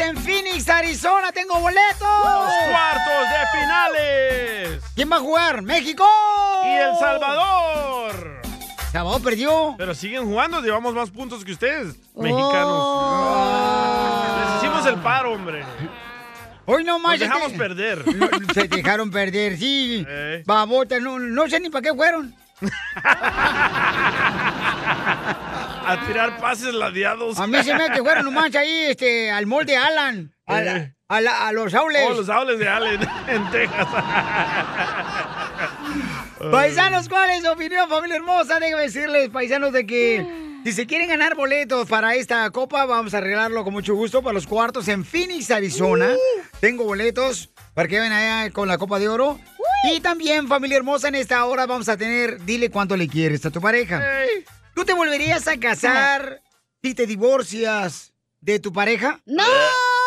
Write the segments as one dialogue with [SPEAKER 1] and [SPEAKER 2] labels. [SPEAKER 1] Phoenix, Arizona, tengo boletos. Los
[SPEAKER 2] cuartos de finales.
[SPEAKER 1] ¿Quién va a jugar? México.
[SPEAKER 2] Y El Salvador.
[SPEAKER 1] Salvador perdió.
[SPEAKER 2] Pero siguen jugando, llevamos más puntos que ustedes, mexicanos. Oh. Les hicimos el paro, hombre.
[SPEAKER 1] Hoy no más.
[SPEAKER 2] Nos dejamos te... perder.
[SPEAKER 1] No, se dejaron perder, sí. Eh. Babota, no, no sé ni para qué fueron.
[SPEAKER 2] a tirar pases ladeados.
[SPEAKER 1] A mí se me hace que fueron nomás ahí este, al molde Alan. A,
[SPEAKER 2] Eh.
[SPEAKER 1] la, a, la, a, los aules.
[SPEAKER 2] Oh, los aules de Allen, en Texas.
[SPEAKER 1] paisanos, ¿cuál es su opinión, familia hermosa? Déjenme decirles, paisanos, de que... Si se quieren ganar boletos para esta copa, vamos a arreglarlo con mucho gusto para los cuartos en Phoenix, Arizona. Uh. Tengo boletos para que ven allá con la copa de oro. Uh. Y también, familia hermosa, en esta hora vamos a tener, dile cuánto le quieres a tu pareja. Hey. ¿Tú te volverías a casar si te divorcias de tu pareja?
[SPEAKER 3] ¡No!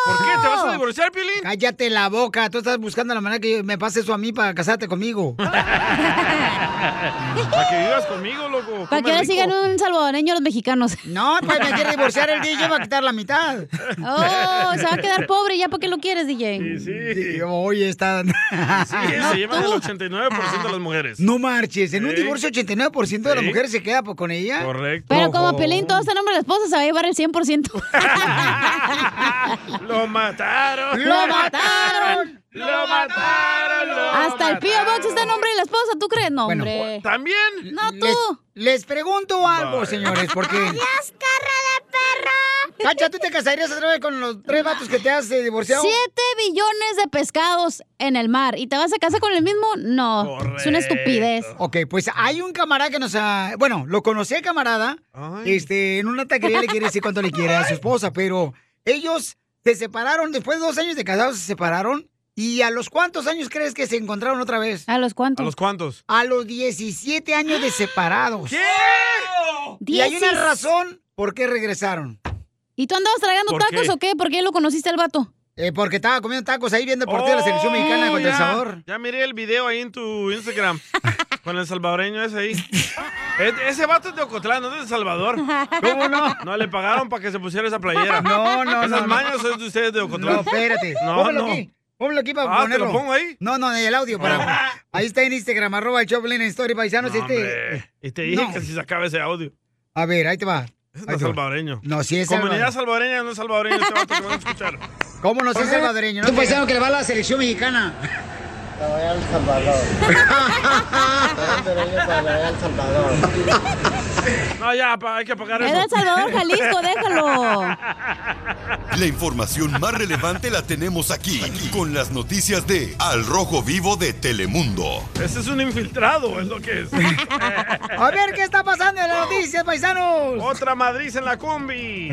[SPEAKER 2] ¿Por qué? ¿Te vas a divorciar, Pilín?
[SPEAKER 1] Cállate la boca. Tú estás buscando la manera que me pase eso a mí para casarte conmigo.
[SPEAKER 2] para que vivas conmigo, loco.
[SPEAKER 3] Para que ahora sigan un salvadoreño los mexicanos.
[SPEAKER 1] No, pues me quiere divorciar el DJ va a quitar la mitad.
[SPEAKER 3] Oh, se va a quedar pobre ya porque lo quieres, DJ.
[SPEAKER 2] Sí, sí. sí
[SPEAKER 1] oye, está...
[SPEAKER 2] sí, no, se llevan el 89% de las mujeres.
[SPEAKER 1] No marches. En ¿Eh? un divorcio, 89% ¿Sí? de las mujeres se queda con ella.
[SPEAKER 2] Correcto.
[SPEAKER 3] Pero como Pilín todo está en nombre de la esposa, se va a llevar el
[SPEAKER 2] 100%. ¡Lo mataron!
[SPEAKER 3] ¡Lo mataron!
[SPEAKER 2] ¡Lo mataron! Lo
[SPEAKER 3] Hasta el Pío Box está en nombre de la esposa, ¿tú crees? No, hombre.
[SPEAKER 2] Bueno, ¿También?
[SPEAKER 3] No, tú.
[SPEAKER 1] Les, les pregunto algo, señores, porque...
[SPEAKER 4] ¡Adiós, cara de perro!
[SPEAKER 1] Cacha, ¿tú te casarías otra vez con los tres vatos que te has eh, divorciado?
[SPEAKER 3] Siete billones de pescados en el mar. ¿Y te vas a casar con el mismo? No. Correcto. Es una estupidez.
[SPEAKER 1] Ok, pues hay un camarada que nos ha... Bueno, lo conocí a camarada. Ay. Este, en una taquería le quiere decir cuánto le quiere a su esposa, pero ellos se separaron, después de dos años de casados se separaron. ¿Y a los cuántos años crees que se encontraron otra vez?
[SPEAKER 3] ¿A los cuántos?
[SPEAKER 2] ¿A los cuántos?
[SPEAKER 1] A los 17 años de separados.
[SPEAKER 2] ¿Qué?
[SPEAKER 1] Y hay una razón por qué regresaron.
[SPEAKER 3] ¿Y tú andabas tragando tacos qué? o qué? ¿Por qué lo conociste al vato?
[SPEAKER 1] Eh, porque estaba comiendo tacos ahí viendo el partido oh, de la selección mexicana contra
[SPEAKER 2] ya,
[SPEAKER 1] El Salvador.
[SPEAKER 2] Ya miré el video ahí en tu Instagram. con el salvadoreño ese ahí. e ese vato es de Ocotlán, no es de Salvador.
[SPEAKER 1] ¿Cómo no?
[SPEAKER 2] No, le pagaron para que se pusiera esa playera.
[SPEAKER 1] No, no,
[SPEAKER 2] Esas
[SPEAKER 1] no,
[SPEAKER 2] mañas son de ustedes de Ocotlán.
[SPEAKER 1] No, espérate. No, Póngalo no. aquí. Póngalo aquí para
[SPEAKER 2] ah,
[SPEAKER 1] ponerlo.
[SPEAKER 2] ¿te lo pongo ahí? Ah.
[SPEAKER 1] No, no, en el audio. Para... ahí está en Instagram, arroba el Choplin Story, paisanos.
[SPEAKER 2] No,
[SPEAKER 1] este...
[SPEAKER 2] Y te dije que si se acaba ese audio.
[SPEAKER 1] A ver, ahí te va.
[SPEAKER 2] No es salvadoreño.
[SPEAKER 1] No, sí es
[SPEAKER 2] Comunidad salvadoreña, no es salvadoreño este vato que van a escuchar.
[SPEAKER 1] ¿Cómo no es salvadoreño? ¿No? Un paisano que le va a la selección mexicana.
[SPEAKER 5] Te voy al Salvador. Te voy al Salvador.
[SPEAKER 2] No, ya, hay que pagar
[SPEAKER 3] eso. El Salvador, Jalisco, déjalo.
[SPEAKER 6] La información más relevante la tenemos aquí, aquí, con las noticias de Al Rojo Vivo de Telemundo.
[SPEAKER 2] Ese es un infiltrado, es lo que es.
[SPEAKER 1] A ver qué está pasando en las noticias, paisanos.
[SPEAKER 2] Otra Madrid en la combi.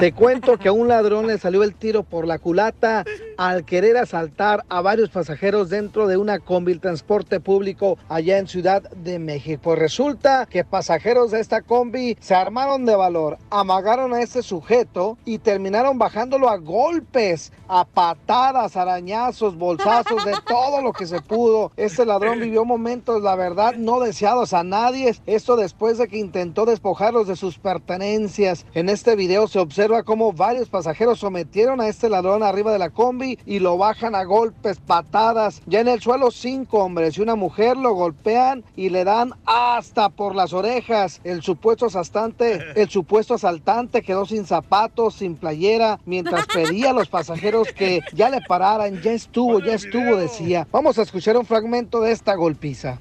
[SPEAKER 7] Te cuento que a un ladrón le salió el tiro por la culata al querer asaltar a varios pasajeros dentro de una combi el transporte público allá en Ciudad de México. Pues resulta que pasajeros de esta combi se armaron de valor, amagaron a este sujeto y terminaron bajándolo a golpes, a patadas, arañazos, bolsazos, de todo lo que se pudo. Este ladrón vivió momentos, la verdad, no deseados a nadie. Esto después de que intentó despojarlos de sus pertenencias. En este video se observa cómo varios pasajeros sometieron a este ladrón arriba de la combi y lo bajan a golpes, patadas. Ya en el suelo cinco hombres y una mujer lo golpean y le dan hasta por las orejas. El supuesto asaltante, el supuesto asaltante quedó sin zapatos, sin playera, mientras pedía a los pasajeros que ya le pararan, ya estuvo, ya estuvo, decía. Vamos a escuchar un fragmento de esta golpiza.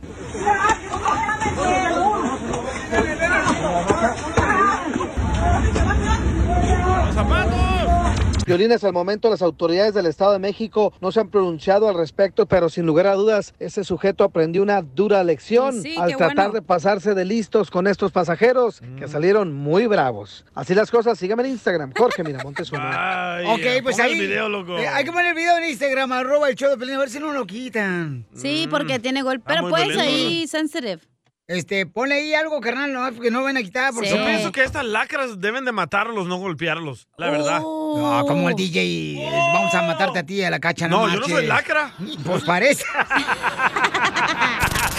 [SPEAKER 2] ¡Los zapatos!
[SPEAKER 7] Violines, al momento las autoridades del Estado de México no se han pronunciado al respecto, pero sin lugar a dudas, ese sujeto aprendió una dura lección sí, sí, al tratar bueno. de pasarse de listos con estos pasajeros mm. que salieron muy bravos. Así las cosas, síganme en Instagram, Jorge Miramontes
[SPEAKER 2] uno. ok, pues ahí. El video, loco.
[SPEAKER 1] Eh, hay que poner el video en Instagram, arroba el show de Pelín, a ver si no lo quitan.
[SPEAKER 3] Sí, mm. porque tiene golpe. Ah, pero puedes ahí, sensitive.
[SPEAKER 1] Este, ponle ahí algo, carnal, no, porque no van a quitar. Porque...
[SPEAKER 2] Sí. Yo pienso que estas lacras deben de matarlos, no golpearlos, la verdad.
[SPEAKER 1] Oh. No, como el DJ, oh. vamos a matarte a ti, a la cacha.
[SPEAKER 2] No, no yo no soy lacra.
[SPEAKER 1] Pues parece.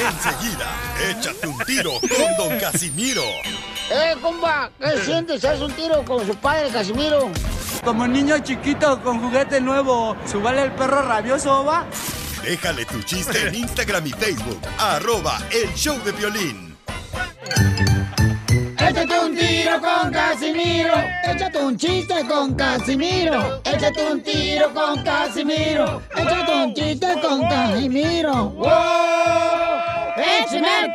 [SPEAKER 6] Enseguida, échate un tiro con Don Casimiro.
[SPEAKER 8] Eh, compa, ¿qué sientes? ¿Haz un tiro con su padre, Casimiro? Como niño chiquito con juguete nuevo, ¿subale el perro rabioso, va?
[SPEAKER 6] Déjale tu chiste en Instagram y Facebook. Arroba el show de violín.
[SPEAKER 9] Échate un tiro con Casimiro. Échate un chiste con Casimiro. Échate un tiro con Casimiro. Échate un chiste con Casimiro. ¡Wow! ¡Échame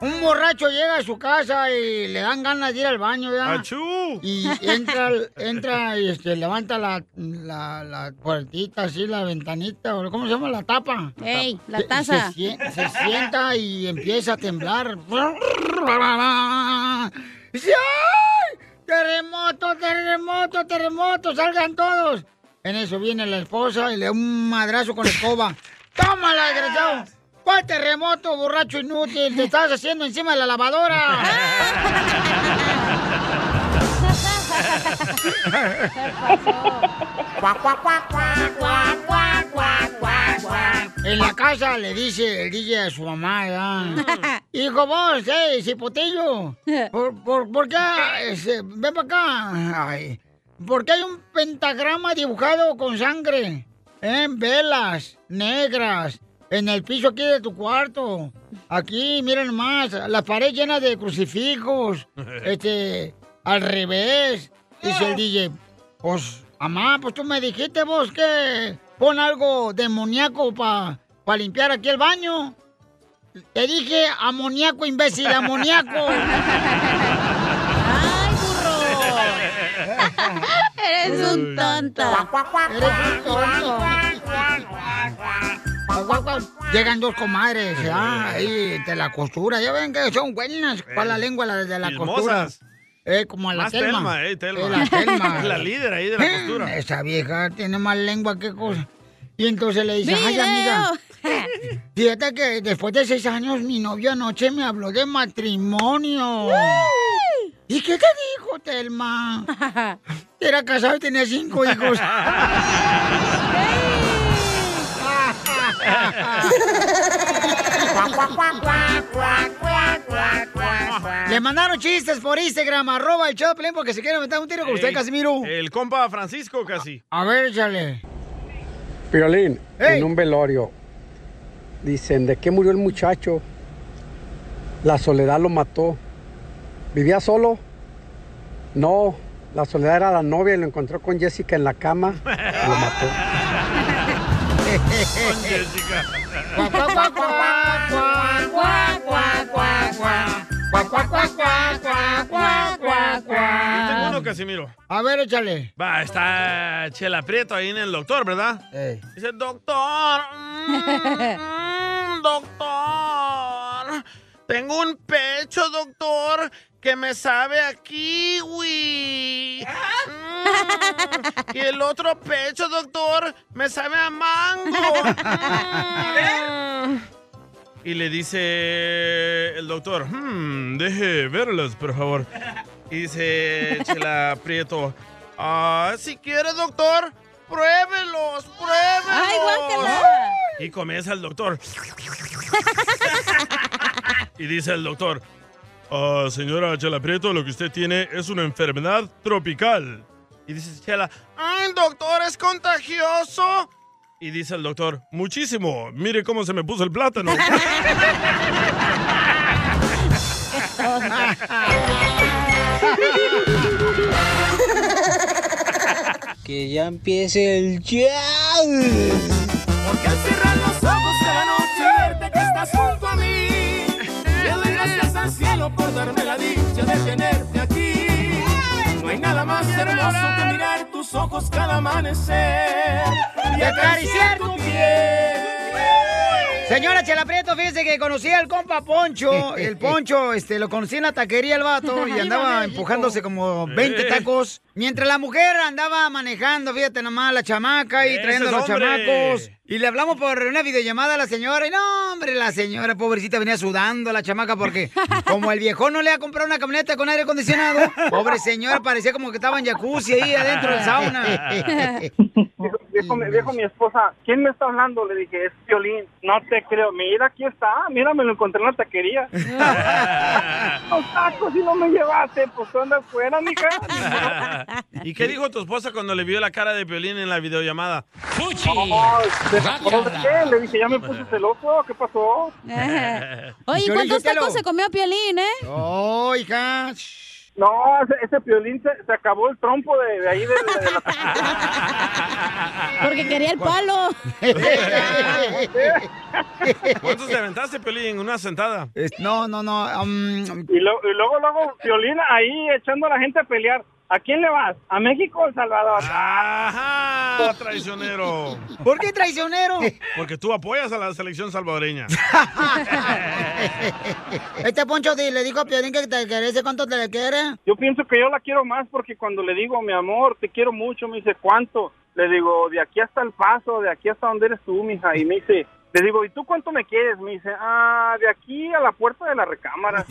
[SPEAKER 1] Un borracho llega a su casa y le dan ganas de ir al baño, ¿verdad? Y entra, al- entra y este, levanta la, la, la puertita, así, la ventanita, o ¿cómo se llama? La tapa.
[SPEAKER 3] Ey, la
[SPEAKER 1] Se-
[SPEAKER 3] taza.
[SPEAKER 1] Se, sien- se sienta y empieza a temblar. Dice, ¡ay! Terremoto, terremoto, terremoto, salgan todos. En eso viene la esposa y le da un madrazo con la escoba. ¡Tómala, desgraciado! ¿Cuál terremoto, borracho inútil? Te estás haciendo encima de la lavadora. En la casa le dice el DJ a su mamá, ¿verdad? Hijo, vos, eh, cipotillo, ¿por, por, por qué, este, ven para acá? Ay, ¿Por qué hay un pentagrama dibujado con sangre? En velas negras, en el piso aquí de tu cuarto. Aquí, miren más, las paredes llenas de crucifijos, este, al revés. Dice el
[SPEAKER 2] Eh.
[SPEAKER 1] DJ, pues, mamá, pues tú me dijiste vos que pon algo demoníaco para pa limpiar aquí el baño. Te dije amoníaco, imbécil, amoníaco.
[SPEAKER 3] Eres un tonto.
[SPEAKER 1] Eres Guau, guau, guau. Llegan dos comadres,
[SPEAKER 2] Eh.
[SPEAKER 1] ah, ahí de la costura. Ya ven que son buenas para la lengua la de la costura.
[SPEAKER 2] Eh. Chismosas.
[SPEAKER 1] Eh, como a la
[SPEAKER 2] Más
[SPEAKER 1] Telma.
[SPEAKER 2] Telma, eh, Telma.
[SPEAKER 1] Eh, la Telma.
[SPEAKER 2] Es la líder ahí de la
[SPEAKER 1] Eh,
[SPEAKER 2] costura.
[SPEAKER 1] Esa vieja tiene más lengua que cosa. Y entonces le dice, ay,
[SPEAKER 3] Video.
[SPEAKER 1] amiga, fíjate que después de seis años mi novio anoche me habló de matrimonio. ¿Y qué te dijo, Telma? Era casado y tenía cinco hijos. Le mandaron chistes por Instagram, arroba el Choplin, porque se quiere meter un tiro con usted,
[SPEAKER 2] Ey,
[SPEAKER 1] Casimiro.
[SPEAKER 2] El compa Francisco casi.
[SPEAKER 1] A ver, échale.
[SPEAKER 10] Piolín,
[SPEAKER 1] Ey.
[SPEAKER 10] en un velorio. Dicen, ¿de qué murió el muchacho? La soledad lo mató. ¿Vivía solo? No, la soledad era la novia y lo encontró con Jessica en la cama. y Lo mató.
[SPEAKER 2] Yo tengo uno, Casimiro.
[SPEAKER 1] A ver, échale.
[SPEAKER 2] Va, está Chela Prieto ahí en el doctor, ¿verdad? Dice, doctor, mm, mm, doctor, tengo un pecho, doctor, que me sabe a kiwi. Mm, y el otro pecho, doctor, me sabe a mango. Mm. Y le dice el doctor, "Hmm, deje verlas, por favor. Y dice Chela Prieto, "Ah, si quiere, doctor, pruébelos, pruébelos.
[SPEAKER 4] Ay, guácala.
[SPEAKER 2] Y comienza el doctor. y dice el doctor, "Ah, señora Chela Prieto, lo que usted tiene es una enfermedad tropical. Y dice Chela, ¡Ay, doctor, es contagioso! y dice el doctor, muchísimo, mire cómo se me puso el plátano.
[SPEAKER 11] Que ya empiece el jazz.
[SPEAKER 4] Porque al cerrar los ojos de la noche y verte que estás junto a mí, le doy gracias al cielo por darme la dicha de tenerte aquí. No hay nada más hermoso que mirar tus ojos cada amanecer y acariciar tu piel.
[SPEAKER 1] Señora Chela Prieto, fíjese que conocí al compa Poncho. El Poncho, este, lo conocí en la taquería el vato y
[SPEAKER 12] Viva
[SPEAKER 1] andaba
[SPEAKER 12] México.
[SPEAKER 1] empujándose como 20
[SPEAKER 12] Eh.
[SPEAKER 1] tacos. Mientras la mujer andaba manejando, fíjate nomás, la chamaca y
[SPEAKER 12] Ese
[SPEAKER 1] trayendo a
[SPEAKER 12] es
[SPEAKER 1] los
[SPEAKER 12] hombre.
[SPEAKER 1] chamacos. Y le hablamos por una videollamada a la señora. Y no, hombre, la señora pobrecita venía sudando la chamaca porque como el viejo no le ha comprado una camioneta con aire acondicionado, pobre señora, parecía como que estaba en jacuzzi ahí adentro del sauna.
[SPEAKER 12] dijo, me dijo mi esposa, ¿quién me está hablando? Le dije, es Violín. No te creo. Mira, aquí está. Mira, me lo encontré en la taquería. Los tacos y no me llevaste. Pues tú andas fuera, mija.
[SPEAKER 2] ¿Y qué dijo tu esposa cuando le vio la cara de Piolín en la videollamada? ¡Fuchi!
[SPEAKER 12] Ay, ¿te- ¿por qué? Le dije, ya me puse celoso. ¿Qué pasó?
[SPEAKER 3] Oye,
[SPEAKER 12] Piolín,
[SPEAKER 3] ¿cuántos
[SPEAKER 12] yo te lo-
[SPEAKER 3] tacos se comió Piolín, eh?
[SPEAKER 13] ¡Oh, hija!
[SPEAKER 12] No, ese, ese Piolín se, se acabó el trompo de, de ahí de, de la
[SPEAKER 3] Porque quería el palo.
[SPEAKER 2] ¿Cuántos te aventaste, Piolín, en una sentada?
[SPEAKER 13] No, no, no.
[SPEAKER 12] Y, lo- y luego, luego, Piolín ahí echando a la gente a pelear. ¿A quién le vas? ¿A México o El Salvador?
[SPEAKER 2] ¡Ajá! Ah, ¡Traicionero!
[SPEAKER 13] ¿Por qué traicionero?
[SPEAKER 2] Porque tú apoyas a la selección salvadoreña.
[SPEAKER 1] Este Poncho di- le dijo a Piolín que te querés, ¿cuánto te le quiere?
[SPEAKER 12] Yo pienso que yo la quiero más porque cuando le digo, mi amor, te quiero mucho, me dice, ¿cuánto? Le digo, de aquí hasta el paso, de aquí hasta donde eres tú, mija. Y me dice, le digo, ¿y tú cuánto me quieres? Me dice, ah, de aquí a la puerta de la recámara.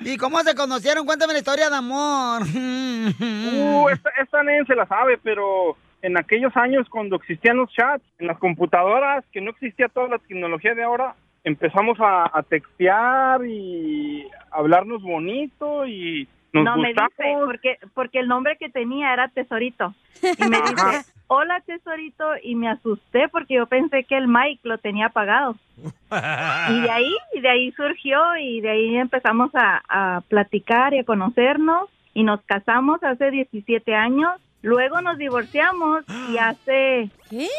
[SPEAKER 1] ¿Y cómo se conocieron? Cuéntame la historia de amor.
[SPEAKER 12] Uh, esta, esta nadie se la sabe, pero en aquellos años cuando existían los chats, en las computadoras, que no existía toda la tecnología de ahora, empezamos a, a textear y hablarnos bonito y nos
[SPEAKER 14] no me
[SPEAKER 12] gustamos.
[SPEAKER 14] dice, porque, porque el nombre que tenía era Tesorito. Y me dice, hola Tesorito, y me asusté porque yo pensé que el Mike lo tenía apagado. Y de ahí, y de ahí surgió y de ahí empezamos a, a platicar y a conocernos y nos casamos hace 17 años. Luego nos divorciamos y hace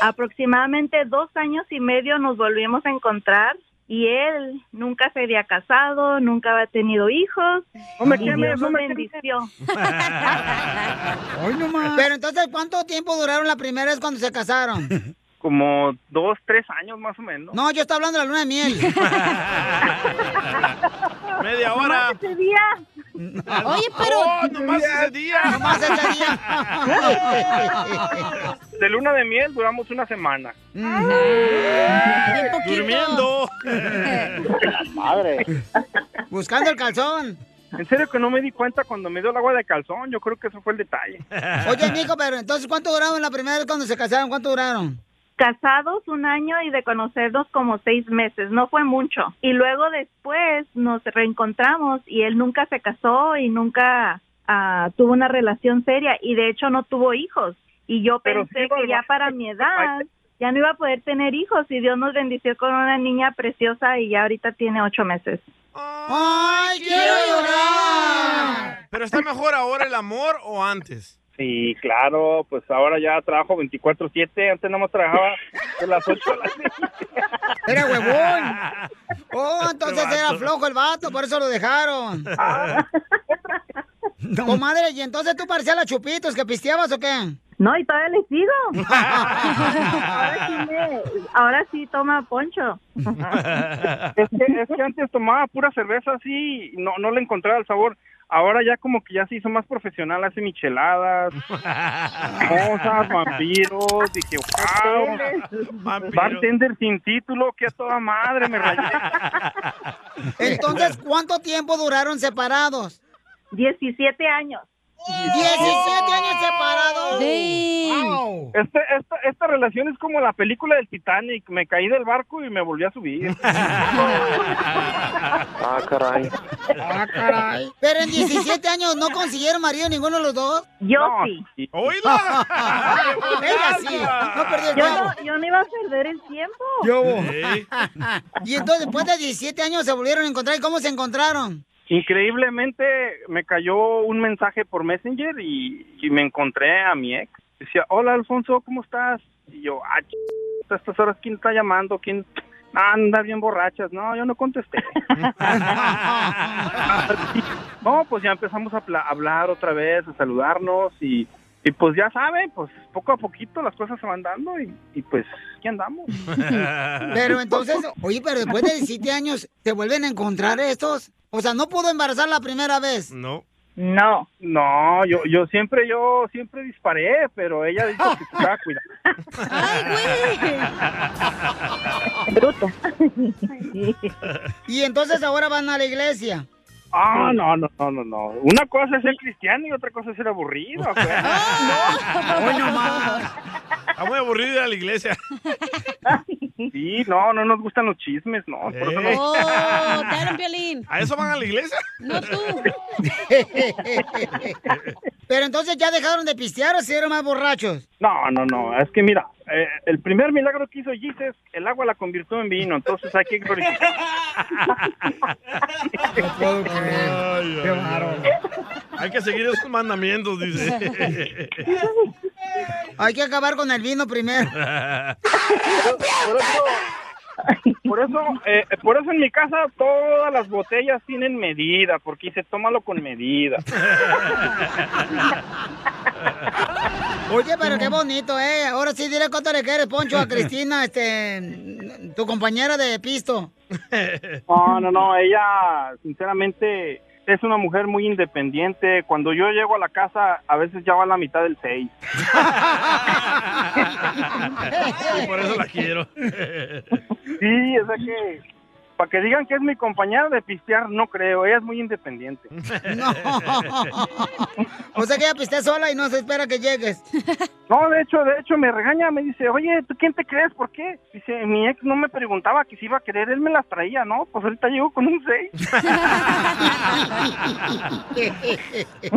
[SPEAKER 14] aproximadamente dos años y medio nos volvimos a encontrar y él nunca se había casado, nunca había tenido hijos.
[SPEAKER 1] No me
[SPEAKER 14] y
[SPEAKER 1] quemes,
[SPEAKER 14] Dios
[SPEAKER 1] no
[SPEAKER 14] lo
[SPEAKER 1] me quemes.
[SPEAKER 14] bendició.
[SPEAKER 1] Hoy nomás. Pero entonces, ¿cuánto tiempo duraron la primera vez cuando se casaron?
[SPEAKER 12] Como dos, tres años más o menos.
[SPEAKER 1] No, yo estaba hablando de la luna de miel.
[SPEAKER 2] Media hora.
[SPEAKER 14] ese día.
[SPEAKER 1] Oye, pero.
[SPEAKER 2] Oh, nomás ese día.
[SPEAKER 1] Nomás ese día.
[SPEAKER 12] De luna de miel duramos una semana.
[SPEAKER 2] Durmiendo.
[SPEAKER 12] Madre.
[SPEAKER 1] Buscando el calzón.
[SPEAKER 12] En serio que no me di cuenta cuando me dio el agua de calzón. Yo creo que eso fue el detalle.
[SPEAKER 1] Oye, mijo, pero entonces, ¿cuánto duraron la primera vez cuando se casaron? ¿Cuánto duraron?
[SPEAKER 14] Casados un año y de conocernos como seis meses, no fue mucho. Y luego después nos reencontramos y él nunca se casó y nunca ah, tuvo una relación seria y de hecho no tuvo hijos. Y yo
[SPEAKER 11] Pero sí
[SPEAKER 14] pensé
[SPEAKER 11] iba
[SPEAKER 14] que
[SPEAKER 11] al
[SPEAKER 14] ya
[SPEAKER 11] baño.
[SPEAKER 14] para mi edad ya no iba a poder tener hijos y Dios nos bendició con una niña preciosa y ya ahorita tiene ocho meses.
[SPEAKER 1] ¡Ay, quiero llorar!
[SPEAKER 2] ¿Pero está mejor ahora el amor o antes?
[SPEAKER 12] Sí, claro, pues ahora ya trabajo 24-7. Antes nada más trabajaba de las 8 a las
[SPEAKER 1] Era huevón. Oh, entonces
[SPEAKER 12] Este
[SPEAKER 1] era
[SPEAKER 12] vato.
[SPEAKER 1] flojo el vato, por eso lo dejaron. Comadre, ¿y entonces tú parecías la chupitos que pisteabas o qué?
[SPEAKER 14] No, y todavía le sigo. ahora, sí me- ahora sí toma poncho.
[SPEAKER 12] Es que, es que antes tomaba pura cerveza así, y no, no le encontraba el sabor. Ahora ya como que ya se hizo más profesional, hace micheladas, cosas, vampiros, dije, wow, bartender sin título, que a toda madre me rayé.
[SPEAKER 1] Entonces, ¿cuánto tiempo duraron separados?
[SPEAKER 14] 17 años.
[SPEAKER 1] 17 años separados. Wow.
[SPEAKER 12] Este- esta, esta relación es como la película del Titanic, me caí del barco y me volví a subir. ah, caray.
[SPEAKER 1] Ah, caray. Pero en 17 años no consiguieron marido ninguno de los dos.
[SPEAKER 14] Yo sí.
[SPEAKER 1] Ella sí. No perdió el
[SPEAKER 14] yo,
[SPEAKER 1] tiempo.
[SPEAKER 14] no, yo no iba a perder el tiempo.
[SPEAKER 1] Y entonces, después de 17 años se volvieron a encontrar. ¿Y cómo se encontraron?
[SPEAKER 12] Increíblemente me cayó un mensaje por Messenger y, y me encontré a mi ex. Decía, hola Alfonso, ¿cómo estás? Y yo, ah, ch- a estas horas, ¿quién está llamando? ¿Quién? Ah, anda bien borrachas. No, yo no contesté. no, pues ya empezamos a pla- hablar otra vez, a saludarnos y, y pues ya sabe, pues poco a poquito las cosas se van dando y, y pues aquí andamos.
[SPEAKER 1] Pero entonces, oye, pero después de 17 años, ¿se vuelven a encontrar estos? O sea, no pudo embarazar la primera vez.
[SPEAKER 2] No.
[SPEAKER 14] No.
[SPEAKER 12] No, yo, yo siempre, yo siempre disparé, pero ella dijo que se estaba cuidando.
[SPEAKER 1] Y entonces ahora van a la iglesia.
[SPEAKER 12] Ah, no, no, no, no, no. Una cosa es ser cristiano y otra cosa es ser aburrido.
[SPEAKER 2] Ah,
[SPEAKER 12] pues.
[SPEAKER 2] Hoy Está muy aburrido ir a la iglesia.
[SPEAKER 12] Sí, no, no nos gustan los chismes, no. por eso no-
[SPEAKER 3] Oh, te hablan, Piolín.
[SPEAKER 2] ¿A eso van a la iglesia?
[SPEAKER 3] No tú.
[SPEAKER 9] Pero entonces ya dejaron de pistear o se dieron más borrachos.
[SPEAKER 12] No, no, no. Es que mira, eh, el primer milagro que hizo Jesus, el agua la convirtió en vino. Entonces hay que glorificar.
[SPEAKER 2] Ay, ay, ay. Hay que seguir esos mandamientos, dice.
[SPEAKER 9] Hay que acabar con el vino primero.
[SPEAKER 12] Por eso, por eso, eh, por eso en mi casa todas las botellas tienen medida, porque dice, tómalo con medida.
[SPEAKER 9] Oye, pero qué bonito, ¿eh? Ahora sí diré cuánto le quieres, Poncho, a Cristina, este, tu compañera de pisto.
[SPEAKER 12] No, no, no, ella sinceramente es una mujer muy independiente. Cuando yo llego a la casa, a veces ya va a la mitad del 6.
[SPEAKER 2] Y por eso la quiero.
[SPEAKER 12] Sí, o sea que, para que digan que es mi compañera de pistear, no creo, ella es muy independiente.
[SPEAKER 9] No. O sea que ya pistea sola y no se espera que llegues.
[SPEAKER 12] No, de hecho, de hecho me regaña, me dice, oye, ¿tú quién te crees? ¿Por qué? Dice, mi ex no me preguntaba que si iba a querer, él me las traía, ¿no? Pues ahorita llego con un 6.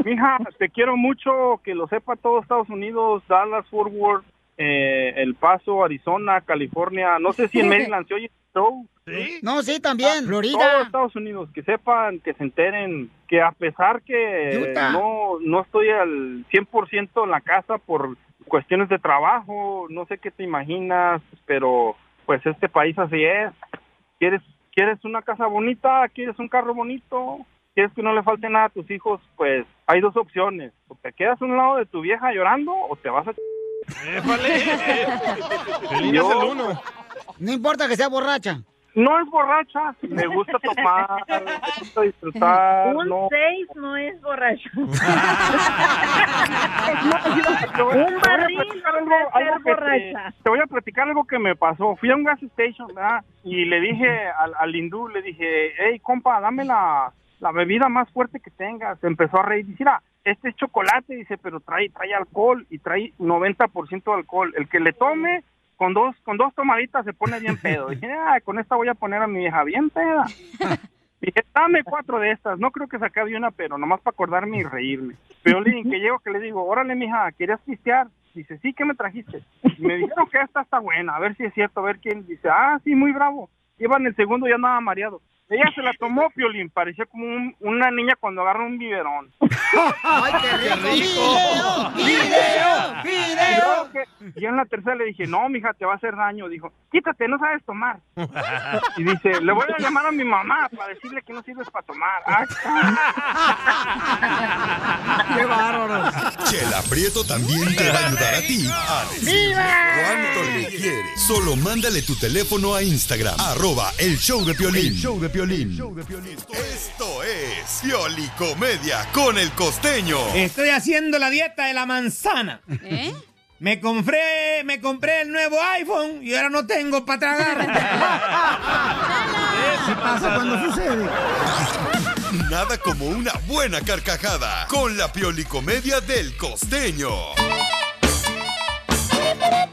[SPEAKER 12] Mija, te quiero mucho, que lo sepa todo Estados Unidos, Dallas, Fort Worth, eh, El Paso, Arizona, California, no sé si en Maryland se oye Ah, el show.
[SPEAKER 9] No, sí, también,
[SPEAKER 12] Todo
[SPEAKER 9] Florida.
[SPEAKER 12] Estados Unidos, que sepan, que se enteren, que a pesar que
[SPEAKER 9] Utah.
[SPEAKER 12] no, no estoy al 100% en la casa por cuestiones de trabajo, no sé qué te imaginas, pero pues este país así es. ¿Quieres, quieres una casa bonita? ¿Quieres un carro bonito? ¿Quieres que no le falte nada a tus hijos? Pues hay dos opciones. O te quedas a un lado de tu vieja llorando o te vas a...
[SPEAKER 2] Piolín es el uno.
[SPEAKER 9] No importa que sea borracha.
[SPEAKER 12] No es borracha. Me gusta tomar, me gusta disfrutar.
[SPEAKER 14] Un
[SPEAKER 12] no.
[SPEAKER 14] 6 no es borracho.
[SPEAKER 12] Un
[SPEAKER 14] barril
[SPEAKER 12] algo,
[SPEAKER 14] puede ser
[SPEAKER 12] algo que te,
[SPEAKER 14] borracha.
[SPEAKER 12] te voy a platicar algo que me pasó. Fui a un gas station, ¿verdad? Y le dije al, al hindú, le dije, hey, compa, dame la, la bebida más fuerte que tengas. Se empezó a reír. Dice, mira, este es chocolate, dice, pero trae, trae alcohol y trae 90% de alcohol. El que le tome con dos, con dos tomaditas se pone bien pedo. Dije, ah, con esta voy a poner a mi vieja bien peda. Dije, dame cuatro de estas. No creo que se acabe una, pero nomás para acordarme y reírme. Piolín, que llego que le digo, órale, mija, ¿querías pistear? Dice, sí, ¿qué me trajiste? Me dijeron que esta está buena, a ver si es cierto, a ver quién. Dice, ah, sí, muy bravo. Iba en el segundo y andaba mareado. Ella se la tomó, Piolín, parecía como un- una niña cuando agarra un biberón.
[SPEAKER 9] ¡Ay, qué rico! ¡Video! ¡Video! ¡Video!
[SPEAKER 12] Y en la tercera le dije, no, mija, te va a hacer daño. Dijo, quítate, no sabes tomar. Y dice, le voy a llamar a mi mamá para decirle que no sirves para tomar. Ah,
[SPEAKER 9] ¡Qué bárbaro!
[SPEAKER 6] Chela Prieto también te va a ayudar a ti a decirle cuánto le quieres. Solo mándale tu teléfono a Instagram, arroba el show de Piolín.
[SPEAKER 15] El
[SPEAKER 6] show de Esto es Pioli Comedia con el costeño.
[SPEAKER 15] Estoy haciendo la dieta de la manzana. Me compré, me compré el nuevo iPhone y ahora no tengo para tragar. ¿Qué pasa cuando sucede?
[SPEAKER 6] Nada como una buena carcajada con la Pioli Comedia del costeño.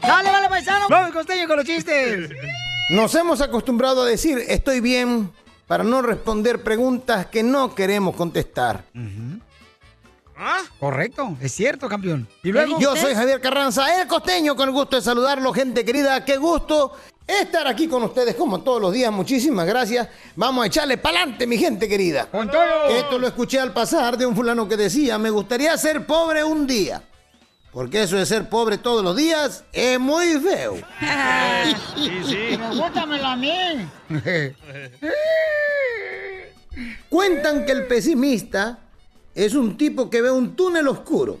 [SPEAKER 9] ¡Dale, dale, paisano! ¡Vamos, costeño, con los chistes!
[SPEAKER 16] Nos hemos acostumbrado a decir estoy bien para no responder preguntas que no queremos contestar.
[SPEAKER 9] ¿Ah?
[SPEAKER 1] Correcto, es cierto, campeón. Y
[SPEAKER 16] luego yo
[SPEAKER 1] luego.
[SPEAKER 16] soy Javier Carranza, el costeño, con el gusto de saludarlo, gente querida, qué gusto estar aquí con ustedes como todos los días. Muchísimas gracias. Vamos a echarle pa'lante, mi gente querida.
[SPEAKER 1] Con todo.
[SPEAKER 16] Esto lo escuché al pasar de un fulano que decía, "Me gustaría ser pobre un día." Porque eso de ser pobre todos los días es muy feo.
[SPEAKER 9] sí, sí. ¡Pregúntamelo a mí!
[SPEAKER 16] Cuentan que el pesimista es un tipo que ve un túnel oscuro.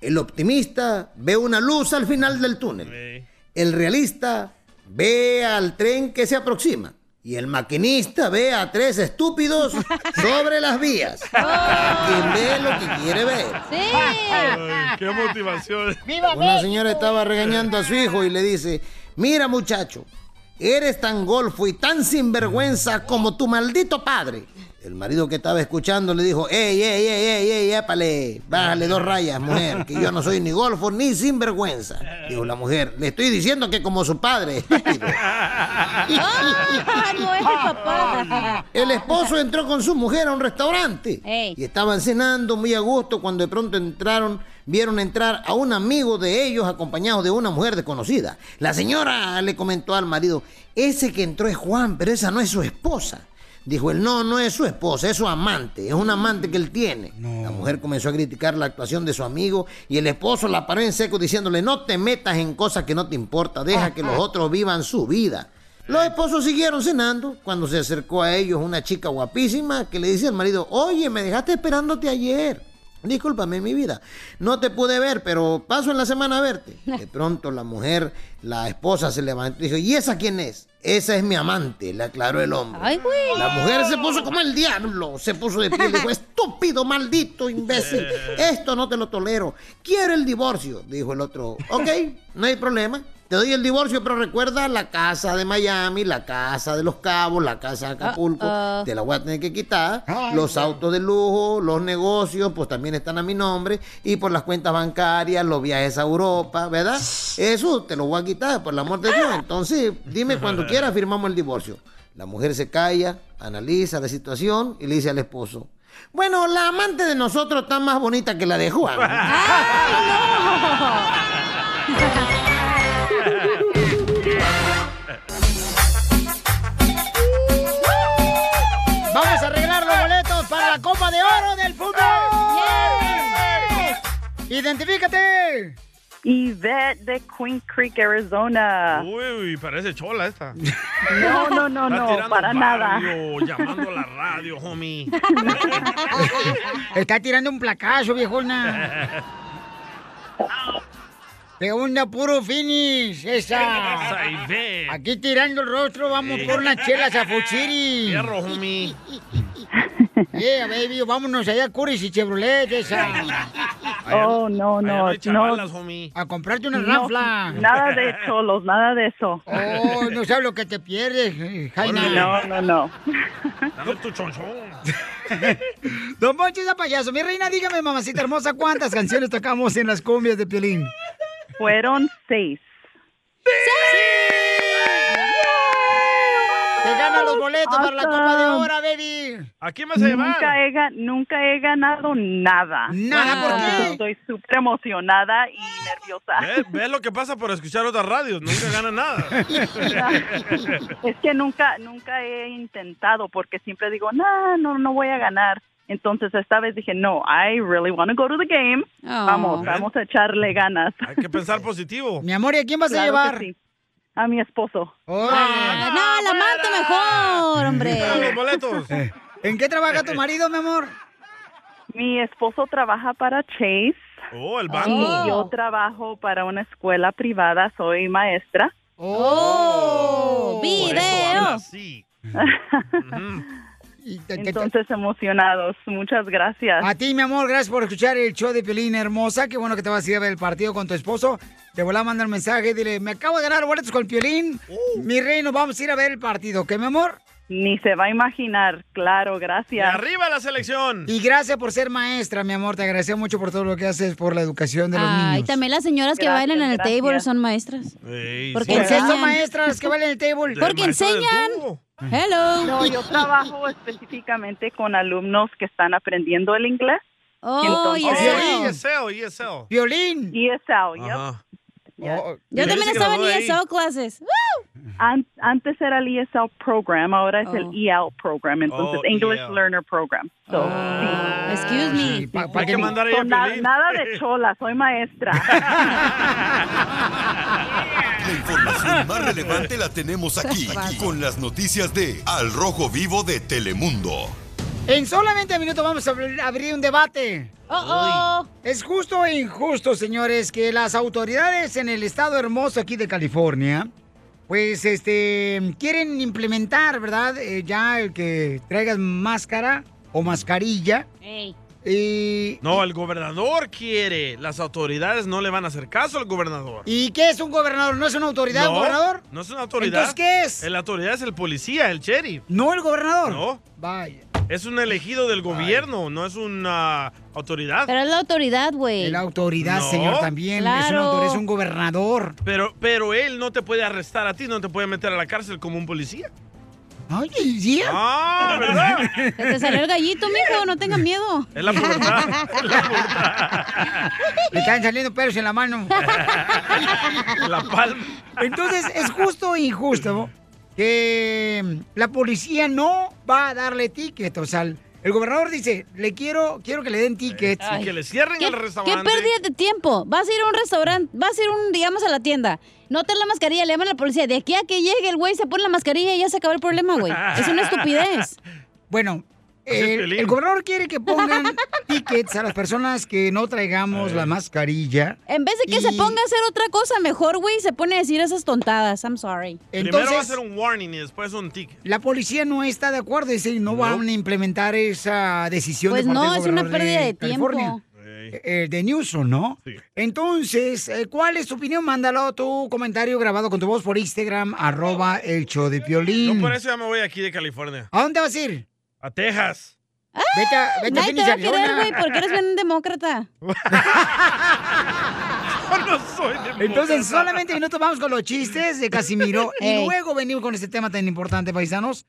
[SPEAKER 16] El optimista ve una luz al final del túnel. El realista ve al tren que se aproxima. Y el maquinista ve a tres estúpidos sobre las vías. Quien ve lo que quiere ver.
[SPEAKER 2] Ay, ¡Qué motivación!
[SPEAKER 16] Una señora estaba regañando a su hijo y le dice, mira muchacho, eres tan golfo y tan sinvergüenza como tu maldito padre. El marido que estaba escuchando le dijo, ey, ey, ey, ey, ey, épale, bájale dos rayas, mujer, que yo no soy ni golfo ni sinvergüenza. Dijo la mujer, le estoy diciendo que como su padre.
[SPEAKER 9] ¡Ah, no es el papá!
[SPEAKER 16] El esposo entró con su mujer a un restaurante y estaban cenando muy a gusto cuando de pronto entraron, vieron entrar a un amigo de ellos acompañado de una mujer desconocida. La señora le comentó al marido, ese que entró es Juan, pero esa no es su esposa. Dijo él, no, no es su esposa, es su amante, es un amante que él tiene. La mujer comenzó a criticar la actuación de su amigo y el esposo la paró en seco diciéndole, no te metas en cosas que no te importa, deja que los otros vivan su vida. Los esposos siguieron cenando cuando se acercó a ellos una chica guapísima que le dice al marido, oye, me dejaste esperándote ayer. Discúlpame mi vida, no te pude ver, pero paso en la semana a verte. De pronto la mujer, la esposa se levantó y dijo, ¿y esa quién es? Esa es mi amante, le aclaró el hombre.
[SPEAKER 9] ¡Ay, güey!
[SPEAKER 16] La mujer se puso como el diablo, se puso de pie y dijo, estúpido, maldito, imbécil, esto no te lo tolero, quiero el divorcio, dijo el otro, ok, no hay problema, te doy el divorcio, pero recuerda la casa de Miami, la casa de Los Cabos, la casa de Acapulco,
[SPEAKER 9] Uh-oh.
[SPEAKER 16] te la voy a tener que quitar, los autos de lujo, los negocios, pues también están a mi nombre, y por las cuentas bancarias, los viajes a Europa, ¿verdad? Eso te lo voy a quitar, por el amor de Dios, entonces dime cuando quieras firmamos el divorcio. La mujer se calla, analiza la situación y le dice al esposo, bueno, la amante de nosotros está más bonita que la de Juan.
[SPEAKER 1] Vamos a arreglar los boletos para la Copa de Oro del fútbol. ¡Identifícate!
[SPEAKER 17] Yvette de Queen Creek, Arizona.
[SPEAKER 2] Uy, parece chola esta.
[SPEAKER 17] No, no, no,
[SPEAKER 2] Está
[SPEAKER 17] no,
[SPEAKER 2] tirando
[SPEAKER 17] para nada.
[SPEAKER 2] barrio, Llamando a la radio, homie.
[SPEAKER 1] Está tirando un placazo, viejona. De una puro finish, esa.
[SPEAKER 2] Esa Yvette.
[SPEAKER 1] Aquí tirando el rostro, vamos
[SPEAKER 2] Sí.
[SPEAKER 1] por unas chelas a Fuchiri.
[SPEAKER 2] Fierro, homie.
[SPEAKER 1] Yeah, baby, vámonos allá a Curis y Chevrolet, esa.
[SPEAKER 17] Oh, no, no, no.
[SPEAKER 1] A comprarte una
[SPEAKER 17] No,
[SPEAKER 1] ranfla.
[SPEAKER 17] Nada de cholos, nada de eso.
[SPEAKER 1] Oh, no sabes lo que te pierdes, eh, Jaina.
[SPEAKER 17] No, no, no.
[SPEAKER 2] Dame tu chonchón.
[SPEAKER 1] Don Poncho es payaso. Mi reina, dígame, mamacita hermosa, ¿cuántas canciones tocamos en las cumbias de Piolín?
[SPEAKER 17] Fueron seis.
[SPEAKER 1] Te ganan los boletos para la Copa de
[SPEAKER 17] Awesome.
[SPEAKER 1] Oro, baby.
[SPEAKER 2] ¿A quién
[SPEAKER 17] Nunca he, ga- nunca he ganado nada.
[SPEAKER 1] Nada, ¿por
[SPEAKER 17] qué? Estoy súper emocionada y nerviosa.
[SPEAKER 2] ¿Ves lo que pasa por escuchar otras radios? Nunca gana nada.
[SPEAKER 17] es que nunca, nunca he intentado porque siempre digo, no, no, no voy a ganar. Entonces esta vez dije, no, I really want to go to the game. Vamos,
[SPEAKER 2] ¿Ven?
[SPEAKER 17] vamos a echarle ganas.
[SPEAKER 2] Hay que pensar positivo.
[SPEAKER 1] Mi amor, ¿y a quién vas a
[SPEAKER 17] Claro que
[SPEAKER 1] llevar?
[SPEAKER 17] sí. A mi esposo.
[SPEAKER 1] Ah,
[SPEAKER 3] no, la amante mejor,
[SPEAKER 2] Dame
[SPEAKER 3] hombre.
[SPEAKER 2] los boletos.
[SPEAKER 1] ¿En qué trabaja tu marido, mi amor?
[SPEAKER 17] Mi esposo trabaja para Chase.
[SPEAKER 2] Oh, el
[SPEAKER 17] Y
[SPEAKER 2] banco.
[SPEAKER 17] yo trabajo para una escuela privada, soy maestra.
[SPEAKER 1] ¡Oh!
[SPEAKER 17] ¡Video!
[SPEAKER 1] te- te-
[SPEAKER 17] Entonces, emocionados. Muchas gracias.
[SPEAKER 1] A ti, mi amor, gracias por escuchar el show de Piolín, hermosa. Qué bueno que te vas a ir a ver el partido con tu esposo. Te voy a mandar un mensaje, dile, me acabo de ganar boletos con Piolín.
[SPEAKER 2] Uh.
[SPEAKER 1] Mi rey, nos vamos a ir a ver el partido, ¿qué, mi amor?
[SPEAKER 17] Ni se va a imaginar, claro,
[SPEAKER 2] Y
[SPEAKER 17] gracias.
[SPEAKER 2] arriba la selección.
[SPEAKER 1] Y gracias por ser maestra, mi amor. Te agradecemos mucho por todo lo que haces por la educación de los
[SPEAKER 3] Ay,
[SPEAKER 1] niños.
[SPEAKER 3] también las señoras que
[SPEAKER 1] Gracias,
[SPEAKER 3] bailan en el
[SPEAKER 1] gracias.
[SPEAKER 3] table son maestras.
[SPEAKER 1] ¿Por
[SPEAKER 3] Porque
[SPEAKER 1] qué son
[SPEAKER 3] enseñan.
[SPEAKER 1] maestras que bailan en el table?
[SPEAKER 3] Porque enseñan. Hello.
[SPEAKER 17] No, yo trabajo específicamente con alumnos que están aprendiendo el inglés.
[SPEAKER 3] Oh,
[SPEAKER 17] Entonces-
[SPEAKER 2] ESL, ESL.
[SPEAKER 1] Violín.
[SPEAKER 17] ESL, yep.
[SPEAKER 2] Ajá.
[SPEAKER 17] Yeah.
[SPEAKER 3] Oh, Yo también estaba en E ESL clases. ¡Woo!
[SPEAKER 17] An- antes era el E ESL program, ahora es
[SPEAKER 3] Oh.
[SPEAKER 17] el EL program, entonces
[SPEAKER 2] Oh,
[SPEAKER 17] English
[SPEAKER 2] EL.
[SPEAKER 17] Learner Program. So, sí.
[SPEAKER 3] Excuse me.
[SPEAKER 17] Sí,
[SPEAKER 2] Hay que
[SPEAKER 17] sí.
[SPEAKER 2] mandar ahí a
[SPEAKER 17] So, na-
[SPEAKER 2] Piolín.
[SPEAKER 17] Nada de chola, soy maestra.
[SPEAKER 6] La información más relevante la tenemos aquí, aquí, con las noticias de Al Rojo Vivo de Telemundo.
[SPEAKER 1] En solamente minutos vamos a abrir- abrir un debate. Es justo e injusto, señores, que las autoridades en el estado hermoso aquí de California, pues, este, quieren implementar, ¿verdad? Eh, ya el que traigas máscara o mascarilla. Y,
[SPEAKER 2] No, el gobernador quiere. Las autoridades no le van a hacer caso al gobernador.
[SPEAKER 1] ¿Y qué es un gobernador? ¿No es una autoridad,
[SPEAKER 2] no,
[SPEAKER 1] gobernador?
[SPEAKER 2] No es una autoridad.
[SPEAKER 1] ¿Entonces qué es?
[SPEAKER 2] La autoridad es el policía, el sheriff.
[SPEAKER 1] No el gobernador.
[SPEAKER 2] No.
[SPEAKER 1] Vaya.
[SPEAKER 2] Es un elegido del gobierno, no es una autoridad.
[SPEAKER 3] Pero es la autoridad, güey.
[SPEAKER 1] La autoridad,
[SPEAKER 2] No.
[SPEAKER 1] señor, también. Es, una
[SPEAKER 3] Claro.
[SPEAKER 1] autoridad, es un gobernador.
[SPEAKER 2] Pero, pero él no te puede arrestar a ti, no te puede meter a la cárcel como un policía.
[SPEAKER 1] Ay, sí.
[SPEAKER 2] Ah, ¿verdad?
[SPEAKER 3] Se te salió el gallito, mijo, no tenga miedo.
[SPEAKER 2] Es la pubertad.
[SPEAKER 1] Le están saliendo pelos en la mano.
[SPEAKER 2] la palma.
[SPEAKER 1] Entonces, es justo o injusto que la policía no va a darle ticket. O sea, el gobernador dice, le quiero, quiero que le den ticket.
[SPEAKER 2] Y que le cierren
[SPEAKER 3] ¿Qué,
[SPEAKER 2] el
[SPEAKER 3] qué
[SPEAKER 2] restaurante.
[SPEAKER 3] pérdida de tiempo. Vas a ir a un restaurante, vas a ir, un, digamos, a la tienda. No te la mascarilla, le llaman a la policía. De aquí a que llegue el güey, se pone la mascarilla y ya se acabó el problema, güey. Es una estupidez.
[SPEAKER 1] Bueno,
[SPEAKER 2] Pues
[SPEAKER 3] Así es,
[SPEAKER 1] el,
[SPEAKER 3] Piolín.
[SPEAKER 1] el gobernador quiere que pongan tickets a las personas que no traigamos la mascarilla.
[SPEAKER 3] En vez de que se ponga a hacer otra cosa mejor, güey, se pone a decir esas tontadas. I'm sorry.
[SPEAKER 2] Primero va a hacer un warning y después un ticket.
[SPEAKER 1] La policía no está de acuerdo, dice, y no, van a implementar esa decisión.
[SPEAKER 3] Pues
[SPEAKER 1] de parte
[SPEAKER 3] no,
[SPEAKER 1] del
[SPEAKER 3] es una
[SPEAKER 1] gobernador
[SPEAKER 3] pérdida de
[SPEAKER 1] California, eh, de Newsom, ¿no? Entonces, eh, ¿cuál es tu opinión? Mándalo tu comentario grabado con tu voz por Instagram, arroba el show de Piolín.
[SPEAKER 2] Yo por eso ya me voy aquí de California.
[SPEAKER 1] ¿A dónde vas a ir?
[SPEAKER 2] A Texas.
[SPEAKER 1] Vete a, vete a
[SPEAKER 3] Ah, Nadie te
[SPEAKER 1] Phoenix,
[SPEAKER 3] va a querer,
[SPEAKER 1] Arizona.
[SPEAKER 3] güey, porque eres bien demócrata.
[SPEAKER 1] Entonces, solamente minutos vamos con los chistes de Casimiro y
[SPEAKER 3] Ey.
[SPEAKER 1] luego venimos con este tema tan importante, paisanos.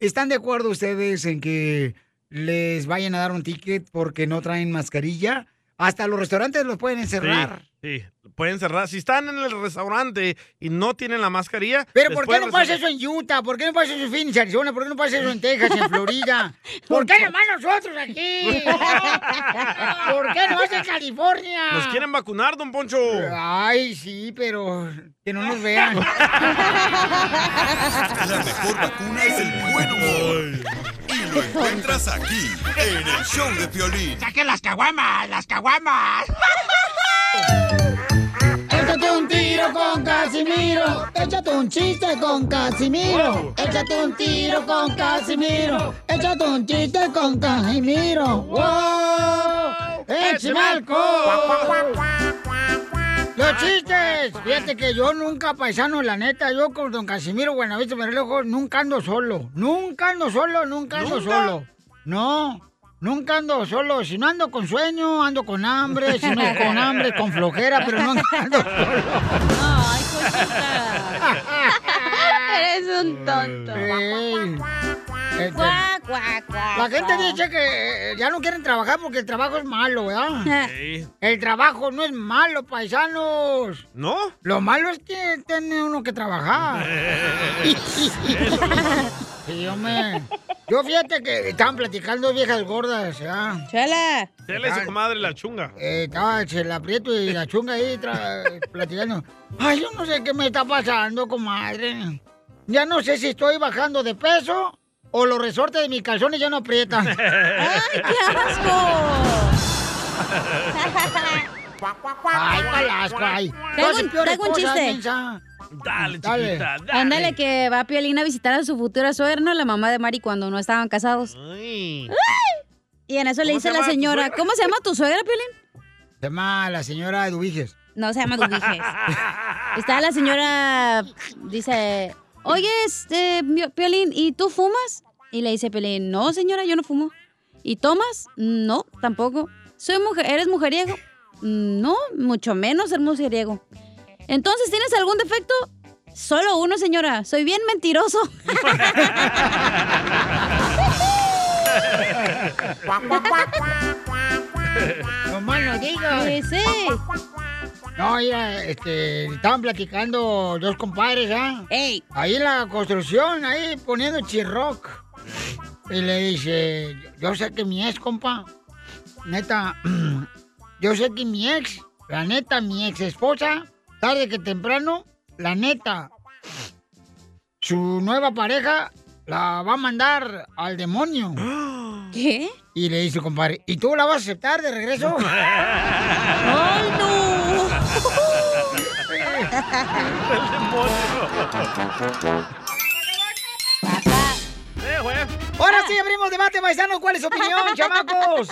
[SPEAKER 1] ¿Están de acuerdo ustedes en que les vayan a dar un ticket porque no traen mascarilla? Hasta los restaurantes los pueden encerrar.
[SPEAKER 2] Sí, sí, pueden cerrar. Si están en el restaurante y no tienen la mascarilla.
[SPEAKER 1] Pero
[SPEAKER 2] les
[SPEAKER 1] ¿por qué
[SPEAKER 2] pueden
[SPEAKER 1] no pasa
[SPEAKER 2] reservar.
[SPEAKER 1] eso en Utah? ¿Por qué no pasa eso en Phoenix, Arizona? ¿Por qué no pasa eso en Texas, en Florida? ¿Por qué nomás nosotros aquí? ¿Por qué no en California?
[SPEAKER 2] Nos quieren vacunar, don Poncho.
[SPEAKER 1] Ay, sí, pero que no nos vean.
[SPEAKER 6] La mejor vacuna es el buen humor. Y lo encuentras aquí, en el show de Piolín.
[SPEAKER 9] ¡Saquen las caguamas! ¡Las caguamas! Échate un tiro con Casimiro. Échate un chiste con Casimiro. Échate un tiro con Casimiro. Échate un chiste con Casimiro. ¡Wow!
[SPEAKER 1] ¡Eh,
[SPEAKER 9] ¡Échame alcohol! Los chistes. Fíjate que yo nunca, paisano, la neta, yo con don Casimiro Buenavista Merlejo, nunca ando solo. Nunca ando solo, nunca ando ¿Nunca?
[SPEAKER 1] solo. No, nunca ando solo. Si no ando con sueño, ando con hambre. Si no con hambre, con flojera, pero no ando solo.
[SPEAKER 3] Ay, Eres un tonto.
[SPEAKER 1] Este,
[SPEAKER 3] Cuac, cuac, cuac,
[SPEAKER 1] La gente
[SPEAKER 3] cuac.
[SPEAKER 1] dice que eh, eh, ya no quieren trabajar porque el trabajo es malo, ¿verdad?
[SPEAKER 2] Sí.
[SPEAKER 1] El trabajo no es malo, paisanos.
[SPEAKER 2] ¿No?
[SPEAKER 1] Lo malo es que tiene uno que trabajar. Sí, hombre. Yo fíjate que estaban platicando viejas gordas, ¿ya?
[SPEAKER 3] ¡Chela!
[SPEAKER 2] Dele su comadre la chunga.
[SPEAKER 1] Eh, estaba el aprieto y la chunga ahí tra- platicando. Ay, yo no sé qué me está pasando, comadre. Ya no sé si estoy bajando de peso o los resortes de mis calzones ya no aprietan. ¡Ay,
[SPEAKER 9] qué asco!
[SPEAKER 1] ¡Ay, palasco! ¡Ay!
[SPEAKER 3] Traigo
[SPEAKER 1] Tú haces
[SPEAKER 3] un-
[SPEAKER 1] peores
[SPEAKER 3] traigo un
[SPEAKER 1] cosas,
[SPEAKER 3] chiste.
[SPEAKER 1] mensa.
[SPEAKER 2] Dale,
[SPEAKER 1] Dale.
[SPEAKER 2] chiquita.
[SPEAKER 3] Ándale que va Piolín a visitar a su futura suegra, la mamá de Mari, cuando no estaban casados. ¡Ay! Y en eso le dice la señora, ¿cómo se llama tu suegra, Piolín?
[SPEAKER 1] Se llama la señora Eduviges.
[SPEAKER 3] No, se llama Dubiges. Está la señora, dice, oye, este, Mio- Piolín, ¿y tú fumas? Y le dice Piolín, no, señora, yo no fumo. ¿Y tomas? No, tampoco. ¿Soy mujer, ¿Eres mujeriego? No, mucho menos ser mujeriego. Entonces, ¿tienes algún defecto? Solo uno, señora. Soy bien mentiroso.
[SPEAKER 1] No más no digas.
[SPEAKER 9] Sí,
[SPEAKER 1] No, mira, este, estaban platicando dos compadres, ¿ah?
[SPEAKER 3] ¡Ey!
[SPEAKER 1] Ahí en la construcción, ahí poniendo chirroc. Y le dice, yo sé que mi ex, compa, neta, yo sé que mi ex, la neta, mi ex esposa, tarde que temprano, la neta, su nueva pareja la va a mandar al demonio.
[SPEAKER 3] ¿Qué?
[SPEAKER 1] Y le dice, el compadre, ¿y tú la vas a aceptar de regreso?
[SPEAKER 9] ¡Ay,
[SPEAKER 3] no!
[SPEAKER 9] ¡El demonio!
[SPEAKER 2] Eh, güey.
[SPEAKER 1] Ahora sí abrimos debate, paisano. ¿Cuál es su opinión, chamacos?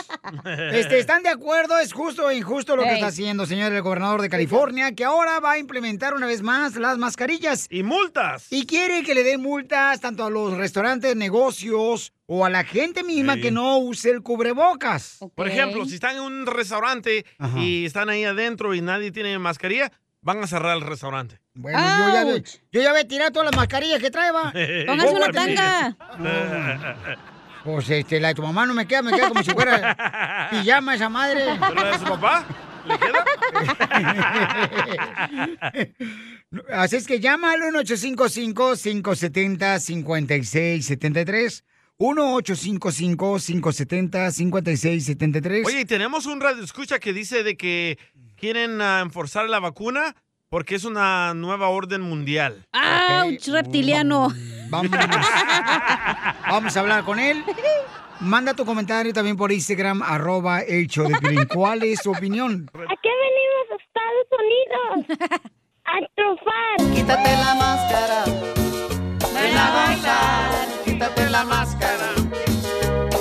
[SPEAKER 1] Este, ¿Están de acuerdo? ¿Es justo o injusto lo que
[SPEAKER 9] Ey.
[SPEAKER 1] está haciendo, señor, el gobernador de California, que ahora va a implementar una vez más las mascarillas?
[SPEAKER 2] Y multas.
[SPEAKER 1] Y quiere que le den multas tanto a los restaurantes, negocios o a la gente misma
[SPEAKER 2] Sí.
[SPEAKER 1] que no use el cubrebocas.
[SPEAKER 2] Por ejemplo, si están en un restaurante
[SPEAKER 1] Ajá.
[SPEAKER 2] y están ahí adentro y nadie tiene mascarilla, van a cerrar el restaurante.
[SPEAKER 1] Bueno, yo ya, ve- yo ya voy a tirar todas las mascarillas que trae, va.
[SPEAKER 2] Póngase una tanga.
[SPEAKER 1] Pues este, la de tu mamá no me queda, me queda como si fuera pijama esa madre.
[SPEAKER 2] ¿Pero la de su papá?
[SPEAKER 1] Así es que llama al 1855-570-5673. 1855-570-5673.
[SPEAKER 2] Oye, y tenemos un radio escucha que dice de que quieren ah, enforzar la vacuna porque es una nueva orden mundial.
[SPEAKER 3] ¡Auch, reptiliano!
[SPEAKER 1] Vamos a hablar con él. Manda tu comentario también por Instagram, arroba el show de Piolín. ¿Cuál es su opinión?
[SPEAKER 18] ¿A qué venimos a Estados Unidos? A triunfar. Quítate la máscara.
[SPEAKER 4] Ven a bailar, quítate la máscara.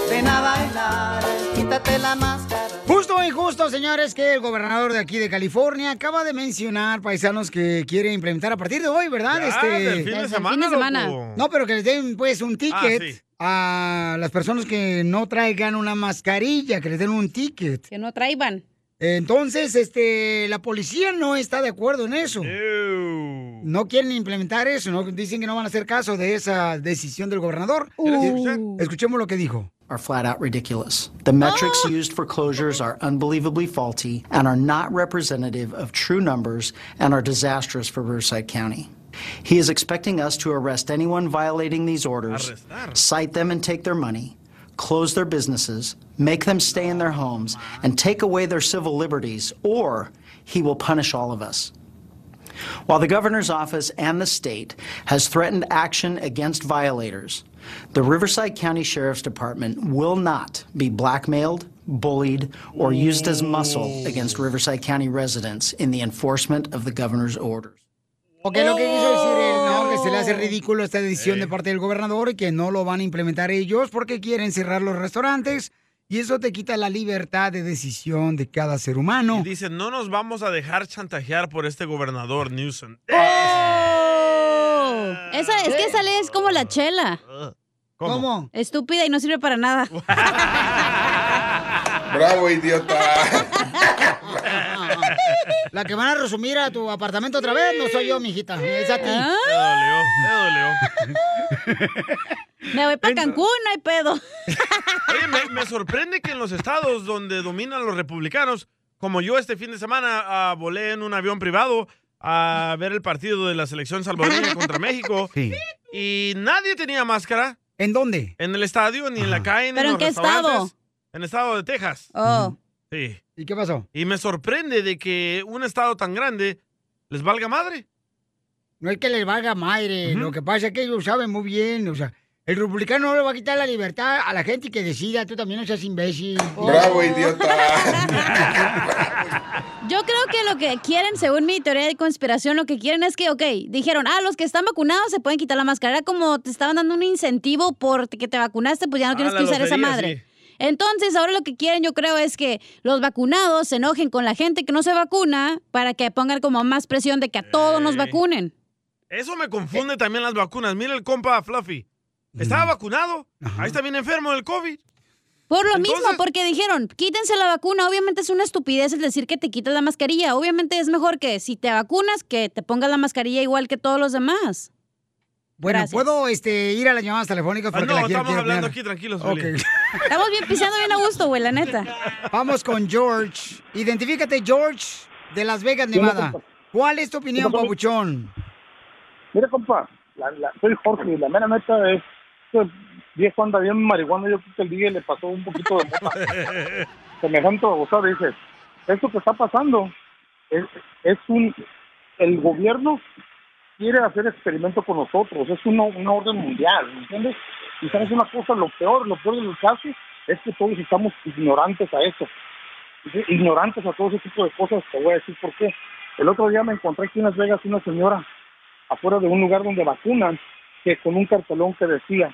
[SPEAKER 4] Ven a bailar, quítate la máscara.
[SPEAKER 1] Justo y justo, señores, que el gobernador de aquí de California acaba de mencionar, paisanos, que quiere implementar a partir de hoy, ¿verdad? Este,
[SPEAKER 2] Ya, del fin de Desde el semana, fin de semana. loco.
[SPEAKER 1] No, pero que les den, pues, un ticket
[SPEAKER 2] Ah,
[SPEAKER 1] a
[SPEAKER 2] sí.
[SPEAKER 1] las personas que no traigan una mascarilla, que les den un ticket.
[SPEAKER 3] Que no traigan.
[SPEAKER 1] Entonces, este, la policía no está de acuerdo en eso. No quieren implementar eso, ¿no? Dicen que no van a hacer caso de esa decisión del gobernador.
[SPEAKER 2] Uh.
[SPEAKER 1] Escuchemos lo que dijo.
[SPEAKER 19] are flat out ridiculous. The metrics used for closures are unbelievably faulty and are not representative of true numbers and are disastrous for Riverside County. He is expecting us to arrest anyone violating these orders, cite them and take their money, close their businesses, make them stay in their homes, and take away their civil liberties, or he will punish all of us. While the governor's office and the state has threatened action against violators, the Riverside County Sheriff's Department will not be blackmailed, bullied, or used as muscle against Riverside County residents in the enforcement of the governor's orders.
[SPEAKER 1] Ok, lo que quiso decir él, no, que se le hace
[SPEAKER 2] Oh.
[SPEAKER 1] ridículo esta decisión de parte del gobernador y que no lo van a implementar ellos porque quieren cerrar los restaurantes y eso te quita la libertad de decisión de cada ser humano.
[SPEAKER 2] Dice, no nos vamos a dejar chantajear por este gobernador Newsom.
[SPEAKER 3] ¡Oh! Esa, es que esa ley es como la chela.
[SPEAKER 2] ¿Cómo?
[SPEAKER 3] Estúpida y no sirve para nada.
[SPEAKER 20] Bravo, idiota.
[SPEAKER 1] La que van a resumir a tu apartamento otra vez no soy yo, mijita, es a ti.
[SPEAKER 2] Ah.
[SPEAKER 3] Me voy para Cancún, no hay pedo.
[SPEAKER 2] Oye, me, me sorprende que en los estados donde dominan los republicanos, como yo este fin de semana ah, volé en un avión privado a ver el partido de la selección salvadoreña contra México y nadie tenía máscara.
[SPEAKER 1] ¿En dónde?
[SPEAKER 2] En el estadio, ni en la calle, ni
[SPEAKER 3] ¿Pero en
[SPEAKER 2] los
[SPEAKER 3] qué estado?
[SPEAKER 2] restaurantes. En el estado de Texas.
[SPEAKER 3] Oh.
[SPEAKER 2] Sí.
[SPEAKER 1] ¿Y qué pasó?
[SPEAKER 2] Y me sorprende de que un estado tan grande les valga madre.
[SPEAKER 1] No es que les valga madre, lo que pasa es que ellos saben muy bien, o sea, el republicano no le va a quitar la libertad a la gente que decida, tú también no seas imbécil.
[SPEAKER 20] Bravo, idiota.
[SPEAKER 3] Yo creo que lo que quieren, según mi teoría de conspiración, lo que quieren es que, ok, dijeron, ah, los que están vacunados se pueden quitar la máscara, Era como te estaban dando un incentivo por que te vacunaste, pues ya no
[SPEAKER 21] Ah,
[SPEAKER 3] tienes
[SPEAKER 21] la
[SPEAKER 3] que usar esa
[SPEAKER 21] lotería,
[SPEAKER 3] madre. Entonces, ahora lo que quieren, yo creo, es que los vacunados se enojen con la gente que no se vacuna para que pongan como más presión de que a todos nos
[SPEAKER 2] Ey.
[SPEAKER 3] vacunen.
[SPEAKER 2] Eso me confunde también las vacunas. Mira el compa Fluffy.
[SPEAKER 18] Mm.
[SPEAKER 2] Estaba vacunado. Ahí está bien enfermo del COVID.
[SPEAKER 3] Por lo mismo, porque dijeron, quítense la vacuna. Obviamente es una estupidez el decir que te quitas la mascarilla. Obviamente es mejor que si te vacunas, que te pongas la mascarilla igual que todos los demás.
[SPEAKER 1] Bueno,
[SPEAKER 3] Gracias.
[SPEAKER 1] ¿puedo este, ir a las llamadas telefónicas?
[SPEAKER 2] Ah,
[SPEAKER 1] Porque
[SPEAKER 2] no,
[SPEAKER 1] la quiero
[SPEAKER 2] estamos
[SPEAKER 1] terminar?
[SPEAKER 2] hablando aquí tranquilos.
[SPEAKER 1] Ok.
[SPEAKER 2] Piolín.
[SPEAKER 3] Estamos bien pisando bien a gusto, güey, la neta.
[SPEAKER 1] Vamos con George. Identifícate, George, de Las Vegas, Nevada. ¿Cuál es tu opinión, Pabuchón?
[SPEAKER 22] Mira, compa, la, la- soy Jorge, la mera neta es que viejo anda bien marihuana, yo creo que el día le pasó un poquito de mota. Semejante sea, dice, esto que está pasando es, es un, el gobierno quiere hacer experimento con nosotros, es una, una orden mundial, ¿me entiendes? Y sabes una cosa, lo peor, lo peor del caso es que todos estamos ignorantes a eso, ignorantes a todo ese tipo de cosas, te voy a decir por qué. El otro día me encontré aquí en Las Vegas una señora afuera de un lugar donde vacunan, que con un cartelón que decía,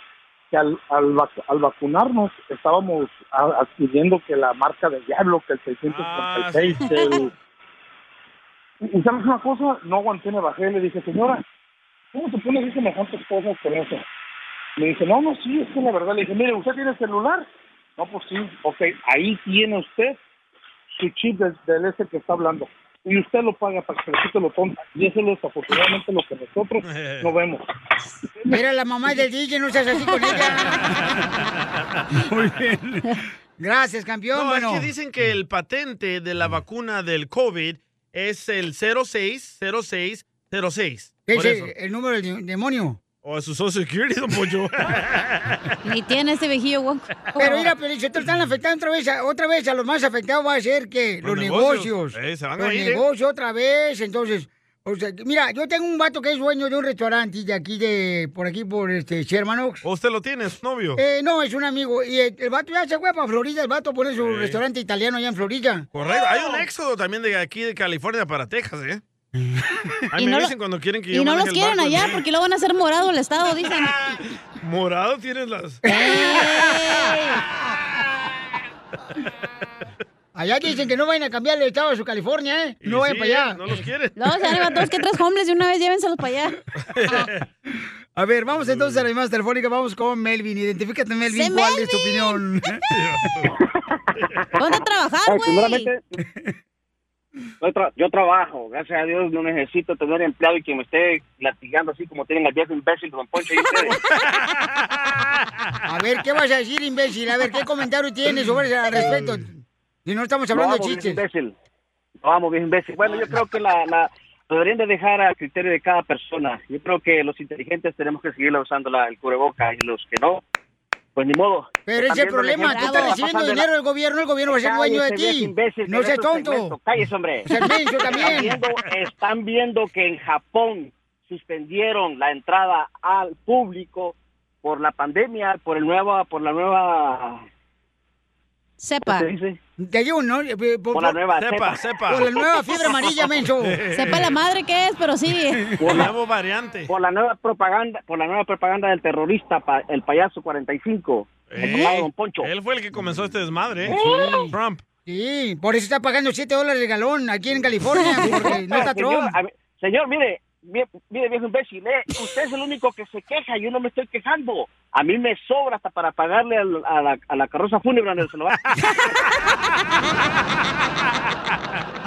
[SPEAKER 22] que al, al, vac- al vacunarnos estábamos a- adquiriendo que la marca del diablo, que el 636,
[SPEAKER 9] Ah, sí.
[SPEAKER 22] que el... Y, y sabes una cosa, no aguanté, me bajé y le dije, señora, ¿cómo se pone a decir semejantes cosas con eso? Me dice, no, no, sí, es que la verdad. Le dije, mire, ¿usted tiene celular? No, pues sí, ok, ahí tiene usted su chip del, del ese que está hablando. Y usted lo paga para que usted lo ponga. Y eso es desafortunadamente lo que nosotros no vemos.
[SPEAKER 1] Mira, la mamá del DJ, no seas así con ella.
[SPEAKER 18] Muy bien. Gracias, campeón.
[SPEAKER 2] No,
[SPEAKER 18] bueno. Mm.
[SPEAKER 2] es que dicen que el patente de la vacuna del COVID es el 060606.
[SPEAKER 18] ¿Qué
[SPEAKER 2] Por
[SPEAKER 18] es
[SPEAKER 2] eso.
[SPEAKER 18] el, el número del de- demonio?
[SPEAKER 2] O a su Social Security, don Pollo.
[SPEAKER 3] Ni tiene este vejillo guanco.
[SPEAKER 1] Pero mira, pero si te están afectando otra vez, a- otra vez a los más afectados va a ser que los,
[SPEAKER 2] Los
[SPEAKER 1] negocios.
[SPEAKER 2] negocios. Eh, se van a
[SPEAKER 1] los
[SPEAKER 2] ir, ¿eh?
[SPEAKER 1] negocios otra vez, entonces. o sea, que- mira, yo tengo un vato que es dueño de un restaurante de aquí, de por aquí, por este Sherman Oaks.
[SPEAKER 2] ¿O usted lo tiene, su novio?
[SPEAKER 1] Eh, no, es un amigo. Y el, el vato ya se fue para Florida, el vato pone su restaurante italiano allá en Florida.
[SPEAKER 2] Correcto. Hay un éxodo también de aquí de California para Texas, ¿eh? A
[SPEAKER 3] Y
[SPEAKER 2] me
[SPEAKER 3] no lo-
[SPEAKER 2] dicen cuando quieren que yo
[SPEAKER 3] Y no
[SPEAKER 2] maneje
[SPEAKER 3] los
[SPEAKER 2] el
[SPEAKER 3] quieren
[SPEAKER 2] barco en
[SPEAKER 3] allá
[SPEAKER 2] mí.
[SPEAKER 3] porque lo van a hacer morado el estado, dicen.
[SPEAKER 2] Morado tienes las...
[SPEAKER 18] Eh.
[SPEAKER 1] Allá dicen que no vayan a cambiar el estado de su California, ¿eh? No vayan
[SPEAKER 2] sí,
[SPEAKER 1] para allá.
[SPEAKER 2] No los quieren.
[SPEAKER 3] No, se arriba dos que tres hombres de una vez, llévenselos para allá.
[SPEAKER 18] A ver, vamos entonces a la llamada telefónica. Vamos con Melvin. Identifícate, Melvin.
[SPEAKER 3] Sí,
[SPEAKER 18] ¿Cuál es tu opinión?
[SPEAKER 3] ¿Dónde trabajar,
[SPEAKER 8] Ay,
[SPEAKER 3] güey?
[SPEAKER 8] primeramente, yo, tra- yo trabajo, gracias a Dios no necesito tener empleado y que me esté latigando así como tienen al viejo imbécil Don Poncho y ustedes.
[SPEAKER 1] A ver, ¿qué vas a decir, imbécil? A ver, ¿qué comentario tienes sobre ese al respecto? Si no estamos hablando de
[SPEAKER 8] Vamos, viejo
[SPEAKER 1] chistes.
[SPEAKER 8] imbécil. Vamos, bien imbécil. Bueno, yo creo que la, la lo deberían de dejar a criterio de cada persona. Yo creo que los inteligentes tenemos que seguir usando la, el cubreboca y los que no, pues ni modo.
[SPEAKER 1] Pero ese es el problema, tú estás recibiendo dinero del gobierno, el gobierno va
[SPEAKER 8] Pues
[SPEAKER 1] a ser dueño de ti. no seas tonto.
[SPEAKER 8] Cállese, hombre.
[SPEAKER 1] Seas menso también.
[SPEAKER 8] Están viendo, están viendo que en Japón suspendieron la entrada al público por la pandemia, por el nueva, por la nueva
[SPEAKER 3] Sepa.
[SPEAKER 8] ¿Qué se dice?
[SPEAKER 1] De ayuno, ¿no? Eh, Por,
[SPEAKER 8] Por la nueva
[SPEAKER 2] cepa, cepa.
[SPEAKER 1] Por la nueva fiebre amarilla, menso.
[SPEAKER 3] Sepa la madre que es, pero sí.
[SPEAKER 8] por la,
[SPEAKER 2] variante.
[SPEAKER 8] Por la nueva propaganda, por la nueva propaganda del terrorista, pa- el payaso 45. El
[SPEAKER 2] ¿Eh?
[SPEAKER 8] papá de Don Poncho.
[SPEAKER 2] Él fue el que comenzó este desmadre, ¿eh? Trump.
[SPEAKER 1] Sí, por eso está pagando 7 dólares de galón aquí en California, porque no está
[SPEAKER 8] Señor,
[SPEAKER 1] Trump.
[SPEAKER 8] a ver, señor, mire, mire, mire, viejo imbécil, eh, usted es el único que se queja, yo no me estoy quejando. A mí me sobra hasta para pagarle al- a, la, a la carroza fúnebre donde se lo va.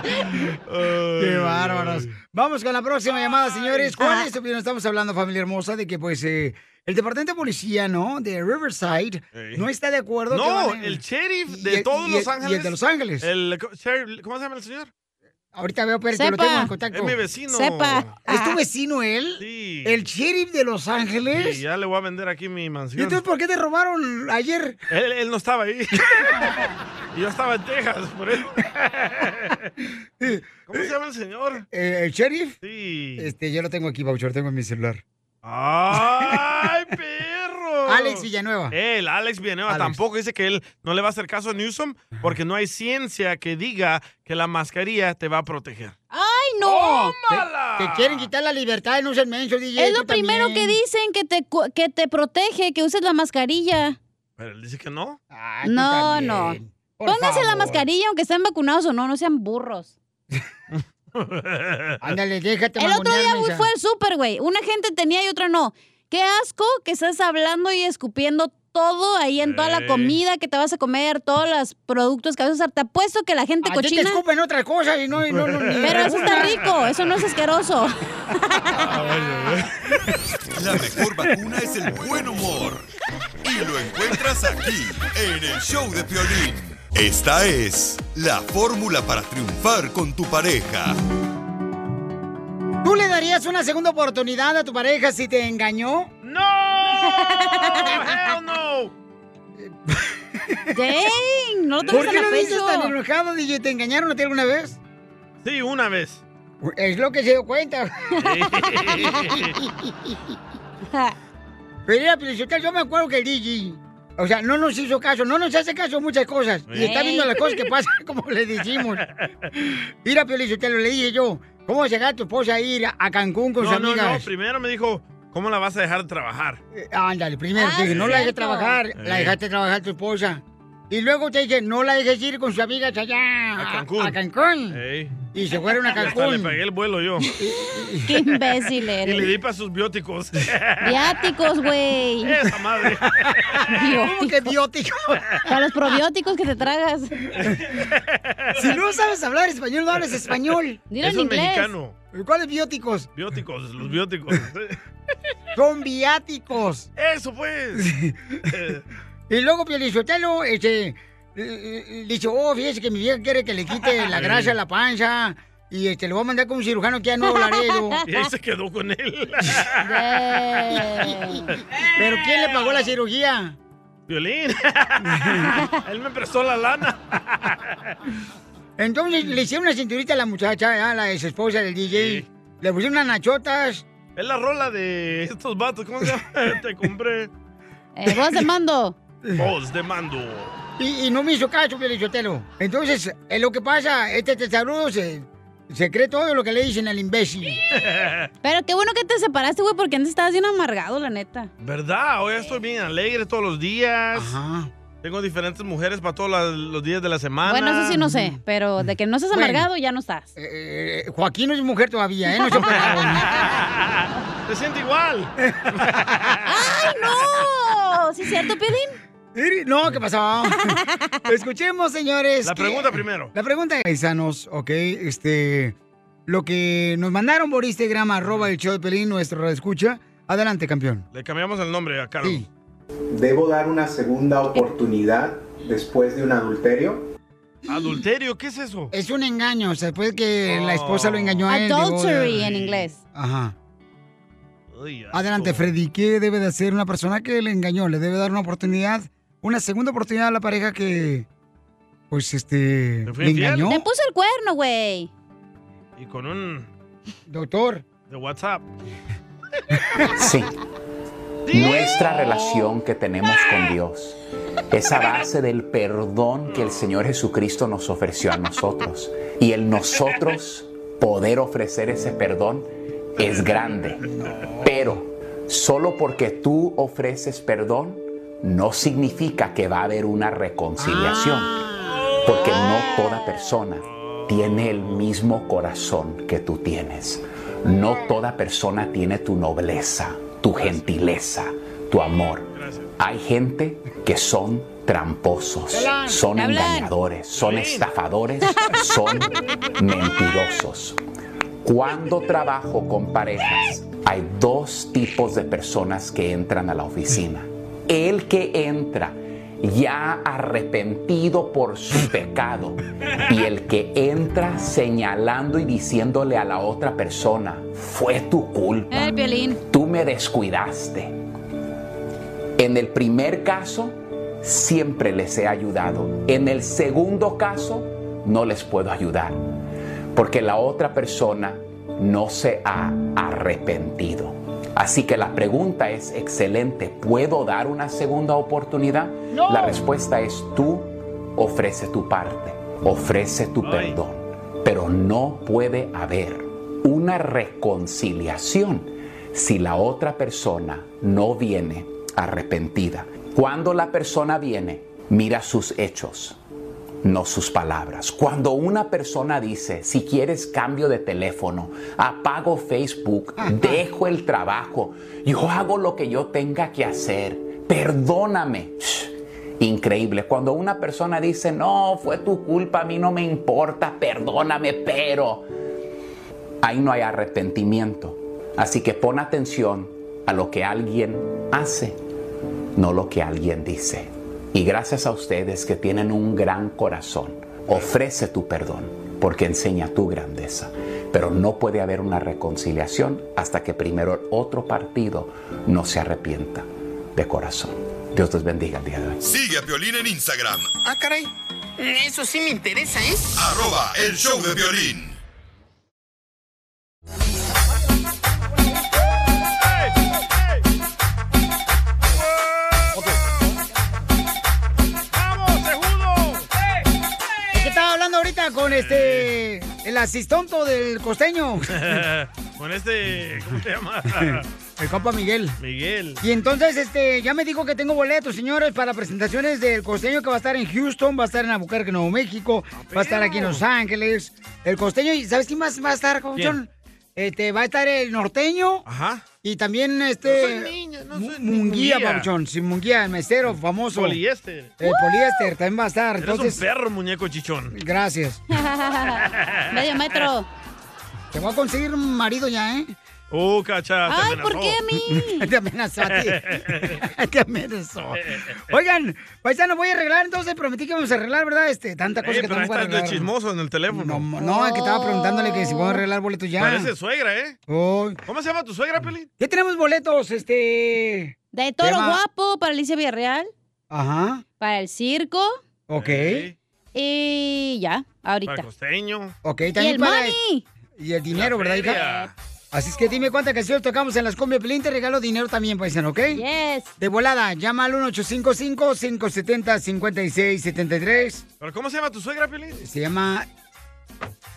[SPEAKER 18] Qué bárbaros. Vamos con la próxima llamada, señores.
[SPEAKER 8] Ah.
[SPEAKER 18] ¿Cuál es tu opinión? Estamos hablando, familia hermosa, de que pues eh, el departamento de policía, ¿no? De Riverside
[SPEAKER 2] Ey.
[SPEAKER 18] no está de acuerdo. que
[SPEAKER 2] No,
[SPEAKER 18] van a-
[SPEAKER 2] el sheriff
[SPEAKER 18] y
[SPEAKER 2] de
[SPEAKER 18] el-
[SPEAKER 2] todos
[SPEAKER 18] y el-
[SPEAKER 2] Los
[SPEAKER 18] y el
[SPEAKER 2] Ángeles.
[SPEAKER 18] de Los Ángeles.
[SPEAKER 2] El co- sheriff, ¿Cómo se llama el señor?
[SPEAKER 1] Ahorita veo, pero lo
[SPEAKER 2] Sepa.
[SPEAKER 1] tengo en contacto.
[SPEAKER 2] Es mi vecino.
[SPEAKER 1] Sepa. ¿Es
[SPEAKER 8] Ah.
[SPEAKER 1] tu vecino él?
[SPEAKER 2] Sí.
[SPEAKER 1] ¿El sheriff de Los Ángeles?
[SPEAKER 2] Y ya le voy a vender aquí mi
[SPEAKER 1] ¿Y
[SPEAKER 2] mansión.
[SPEAKER 1] entonces por qué te robaron ayer?
[SPEAKER 2] Él, él no estaba ahí. Y Yo estaba en Texas, por eso. ¿Cómo se llama el señor?
[SPEAKER 18] Eh, ¿El sheriff?
[SPEAKER 2] Sí. Ah.
[SPEAKER 18] Este, yo lo tengo aquí, Bauchor, tengo en mi celular.
[SPEAKER 2] ¡Ay, perro!
[SPEAKER 18] Alex Villanueva.
[SPEAKER 2] Él, Alex Villanueva,
[SPEAKER 18] Alex.
[SPEAKER 2] tampoco dice que él no le va a hacer caso a Newsom porque no hay ciencia que diga que la mascarilla te va a proteger.
[SPEAKER 3] ¡Ay, no!
[SPEAKER 1] Te quieren quitar la libertad, no seas menso, DJ.
[SPEAKER 3] Es lo
[SPEAKER 1] tú también.
[SPEAKER 3] primero que dicen, que te, cu- que te protege, que uses la mascarilla.
[SPEAKER 2] Pero él dice que no.
[SPEAKER 3] No, no. Pónganse la mascarilla aunque estén vacunados o no, no sean burros.
[SPEAKER 1] Ándale, déjate
[SPEAKER 3] El otro día
[SPEAKER 1] mangonear,
[SPEAKER 3] güey,
[SPEAKER 1] mensa.
[SPEAKER 3] fue el súper, güey. Una gente tenía y otra no. Qué asco que estás hablando y escupiendo todo ahí en toda la
[SPEAKER 1] Ey.
[SPEAKER 3] comida que te vas a comer, todos los productos que vas a usar. Te apuesto que la gente
[SPEAKER 1] A ti Ah, te
[SPEAKER 3] cochina...
[SPEAKER 1] escupen otras cosas y no... Y no, no ni-
[SPEAKER 3] Pero eso está rico, eso no es asqueroso.
[SPEAKER 6] La mejor vacuna es el buen humor. Y lo encuentras aquí, en el show de Piolín. Esta es la fórmula para triunfar con tu pareja.
[SPEAKER 1] ¿Tú le darías una segunda oportunidad a tu pareja si te engañó?
[SPEAKER 2] ¡No! ¡Hell no!
[SPEAKER 3] ¡Dang! No
[SPEAKER 2] lo tomes
[SPEAKER 1] ¿Por
[SPEAKER 2] a
[SPEAKER 1] qué
[SPEAKER 2] la
[SPEAKER 1] lo dices
[SPEAKER 2] pecho.
[SPEAKER 1] tan enojado, DJ? ¿Te engañaron a ti alguna vez?
[SPEAKER 2] Sí, una vez.
[SPEAKER 1] Es lo que se dio cuenta. Pero mira, Piolichotelo, yo me acuerdo que el DJ, o sea, no nos hizo caso, no nos hace caso en muchas cosas. Y está
[SPEAKER 18] Ey.
[SPEAKER 1] viendo las cosas que pasan como le decimos. Mira, Piolichotelo, le dije yo, ¿cómo vas a llegar tu esposa a ir a Cancún con
[SPEAKER 2] no,
[SPEAKER 1] sus
[SPEAKER 2] no, no.
[SPEAKER 1] amigas?
[SPEAKER 2] Primero me dijo, ¿Cómo la vas a dejar de trabajar?
[SPEAKER 1] Eh, Ándale, primero,
[SPEAKER 2] Ah,
[SPEAKER 1] te dije,
[SPEAKER 2] sí,
[SPEAKER 1] no la dejé
[SPEAKER 2] cierto.
[SPEAKER 1] trabajar, la
[SPEAKER 2] Eh.
[SPEAKER 1] dejaste trabajar tu esposa. Y luego te dije, no la dejes ir con sus amigas allá Ah, a a
[SPEAKER 2] Ah,
[SPEAKER 1] Cancún.
[SPEAKER 2] Ey.
[SPEAKER 1] Y se fueron a
[SPEAKER 2] Hasta le
[SPEAKER 1] Cancún.
[SPEAKER 2] pagué el vuelo yo.
[SPEAKER 3] Qué imbécil
[SPEAKER 2] y
[SPEAKER 3] eres.
[SPEAKER 2] le di para sus bióticos.
[SPEAKER 3] Bióticos, güey.
[SPEAKER 2] Esa madre.
[SPEAKER 1] ¿Cómo que bióticos?
[SPEAKER 3] Para los probióticos que te tragas.
[SPEAKER 1] Si no sabes hablar español, no hables español.
[SPEAKER 2] Dilo en Eso es inglés. mexicano.
[SPEAKER 1] ¿Cuáles bióticos?
[SPEAKER 2] Bióticos, los bióticos.
[SPEAKER 1] Son viáticos.
[SPEAKER 2] Eso pues.
[SPEAKER 1] y luego Pielizotelo, este, eh, eh, dice, oh, fíjese que mi vieja quiere que le quite la
[SPEAKER 2] Sí.
[SPEAKER 1] grasa a la panza. Y este, lo voy a mandar con un cirujano que ya no Laredo.
[SPEAKER 2] Y ahí se quedó con él.
[SPEAKER 1] ¿Pero quién le pagó la cirugía?
[SPEAKER 2] Violín. él me prestó la lana.
[SPEAKER 1] Entonces le hicieron una cinturita a la muchacha, ¿eh? a la ex esposa del DJ. Le pusieron unas nachotas.
[SPEAKER 2] Es la rola de estos vatos. ¿Cómo se llama? Te compré.
[SPEAKER 1] Eh, voz de mando.
[SPEAKER 2] Voz de mando.
[SPEAKER 1] Y, y no me hizo caso, Pielichotelo. Entonces, es lo que pasa, este testarudo se, se cree todo lo que le dicen al imbécil.
[SPEAKER 3] Pero qué bueno que te separaste, güey, porque antes estabas bien amargado, la neta.
[SPEAKER 2] ¿Verdad? Hoy estoy bien alegre todos los días. Tengo diferentes mujeres para todos la- los días de la semana.
[SPEAKER 3] Bueno, eso sí no sé, pero de que no seas
[SPEAKER 2] Bueno.
[SPEAKER 3] amargado ya no estás.
[SPEAKER 1] Eh, Joaquín no es mujer todavía, ¿eh? No se ha operado.
[SPEAKER 2] Se siente igual.
[SPEAKER 1] ¡Ay,
[SPEAKER 3] no! ¿Sí es cierto,
[SPEAKER 1] Pelín? No, ¿qué pasó? Escuchemos, señores.
[SPEAKER 2] La
[SPEAKER 1] que-
[SPEAKER 2] pregunta primero.
[SPEAKER 1] La pregunta, paisanos, ok, este... Lo que nos mandaron por Instagram, arroba el show de Pelín, nuestro escucha. Adelante, campeón.
[SPEAKER 2] Le cambiamos el nombre a Carlos.
[SPEAKER 5] ¿Debo dar una segunda oportunidad después de un adulterio?
[SPEAKER 2] ¿Adulterio? ¿Qué es eso? Oh.
[SPEAKER 1] Es un engaño, o sea, después de que la esposa lo engañó a él. digo, eh,
[SPEAKER 3] Adultery
[SPEAKER 1] ya.
[SPEAKER 3] en inglés.
[SPEAKER 1] Ajá. Adelante, Freddy, ¿qué debe de hacer una persona que le engañó? ¿Le debe dar una oportunidad, una segunda oportunidad a la pareja que, pues, este, le engañó?
[SPEAKER 3] Te puso el cuerno, güey.
[SPEAKER 2] Y con un...
[SPEAKER 1] Doctor.
[SPEAKER 2] De WhatsApp.
[SPEAKER 23] Sí. Nuestra relación que tenemos con Dios es a base del perdón que el Señor Jesucristo nos ofreció a nosotros. Y el nosotros poder ofrecer ese perdón es grande. Pero solo porque tú ofreces perdón no significa que va a haber una reconciliación. Porque no toda persona tiene el mismo corazón que tú tienes. No toda persona tiene tu nobleza, tu gentileza, tu amor. Hay gente que son tramposos,
[SPEAKER 24] Hablan,
[SPEAKER 23] son
[SPEAKER 24] hablan.
[SPEAKER 23] engañadores, son estafadores, son mentirosos. Cuando trabajo con parejas, hay dos tipos de personas que entran a la oficina. El que entra ya arrepentido por su pecado y el que entra señalando y diciéndole a la otra persona, fue tu culpa,
[SPEAKER 1] Ah.
[SPEAKER 3] El violín.
[SPEAKER 23] tú me descuidaste. En el primer caso, siempre les he ayudado. En el segundo caso, no les puedo ayudar. Porque la otra persona no se ha arrepentido. Así que la pregunta es excelente. ¿Puedo dar una segunda oportunidad?
[SPEAKER 24] No.
[SPEAKER 23] La respuesta es tú ofrece tu parte, ofrece tu perdón. Pero no puede haber una reconciliación si la otra persona no viene arrepentida. Cuando la persona viene, mira sus hechos, no sus palabras. Cuando una persona dice, si quieres cambio de teléfono, apago Facebook, dejo el trabajo, yo hago lo que yo tenga que hacer, perdóname. Shh, Increíble. Cuando una persona dice, no, fue tu culpa, a mí no me importa, perdóname, pero ahí no hay arrepentimiento. Así que pon atención a lo que alguien hace, no lo que alguien dice. Y gracias a ustedes que tienen un gran corazón, ofrece tu perdón, porque enseña tu grandeza. Pero no puede haber una reconciliación hasta que primero el otro partido no se arrepienta de corazón. Dios les bendiga el día de hoy.
[SPEAKER 6] Sigue a Piolín en Instagram,
[SPEAKER 24] Ah, caray. Eso sí me interesa, ¿eh?
[SPEAKER 6] arroba el show de Piolín.
[SPEAKER 1] ¿De qué estaba hablando ahorita con
[SPEAKER 2] Eh.
[SPEAKER 1] este, el asistonto del costeño?
[SPEAKER 2] Con este... ¿Cómo se llama?
[SPEAKER 1] El compa Miguel.
[SPEAKER 2] Miguel.
[SPEAKER 1] Y entonces, este, ya me dijo que tengo boletos, señores, para presentaciones del costeño que va a estar en Houston, va a estar en Albuquerque, Nuevo México,
[SPEAKER 2] Ah,
[SPEAKER 1] va a estar aquí en Los Ángeles. El costeño, ¿y sabes quién más va a estar,
[SPEAKER 2] ¿Quién?
[SPEAKER 1] John? Este, va a estar el norteño. Ajá. Y también este. Mu- Munguía,
[SPEAKER 2] Munguía.
[SPEAKER 1] papuchón. Sí, Munguía, el mesero famoso.
[SPEAKER 2] Poliéster.
[SPEAKER 1] El poliéster también va a estar.
[SPEAKER 2] Eres
[SPEAKER 1] Entonces,
[SPEAKER 2] un perro, muñeco chichón.
[SPEAKER 1] gracias.
[SPEAKER 3] Medio metro.
[SPEAKER 1] Te voy a conseguir un marido ya, ¿eh?
[SPEAKER 2] Uh, cacha. te
[SPEAKER 1] Ay, ¿por
[SPEAKER 2] amenazó.
[SPEAKER 1] qué a mí? Te amenazó a ti. Te amenazó. Oigan, paisano, voy a arreglar, entonces prometí que vamos a arreglar, ¿verdad? Este, tanta
[SPEAKER 2] Ey,
[SPEAKER 1] cosa que
[SPEAKER 2] Eh, pero ahí
[SPEAKER 1] tengo que
[SPEAKER 2] está el
[SPEAKER 1] arreglar.
[SPEAKER 2] chismoso en el teléfono.
[SPEAKER 1] No, no, es que estaba preguntándole que si puedo arreglar boletos ya.
[SPEAKER 2] Parece suegra, ¿eh?
[SPEAKER 1] Uy.
[SPEAKER 2] ¿Cómo se llama tu suegra, Peli?
[SPEAKER 1] Ya tenemos boletos, este.
[SPEAKER 3] De toro
[SPEAKER 1] Tema-
[SPEAKER 3] guapo para Alicia Villarreal,
[SPEAKER 1] Ajá,
[SPEAKER 3] para el circo
[SPEAKER 1] ok.
[SPEAKER 3] y ya, ahorita.
[SPEAKER 2] costeño.
[SPEAKER 1] Ok,
[SPEAKER 3] Y
[SPEAKER 1] también
[SPEAKER 3] el
[SPEAKER 1] para.
[SPEAKER 3] money.
[SPEAKER 1] Y el dinero, ¿verdad, hija? Así es que dime cuántas canciones tocamos en las cumbia Pelín, te regalo dinero también, paisano, ¿ok?
[SPEAKER 3] Yes.
[SPEAKER 1] De volada, llama al 1855-570-5673.
[SPEAKER 2] ¿Pero cómo se llama tu suegra, Peli?
[SPEAKER 1] Se llama...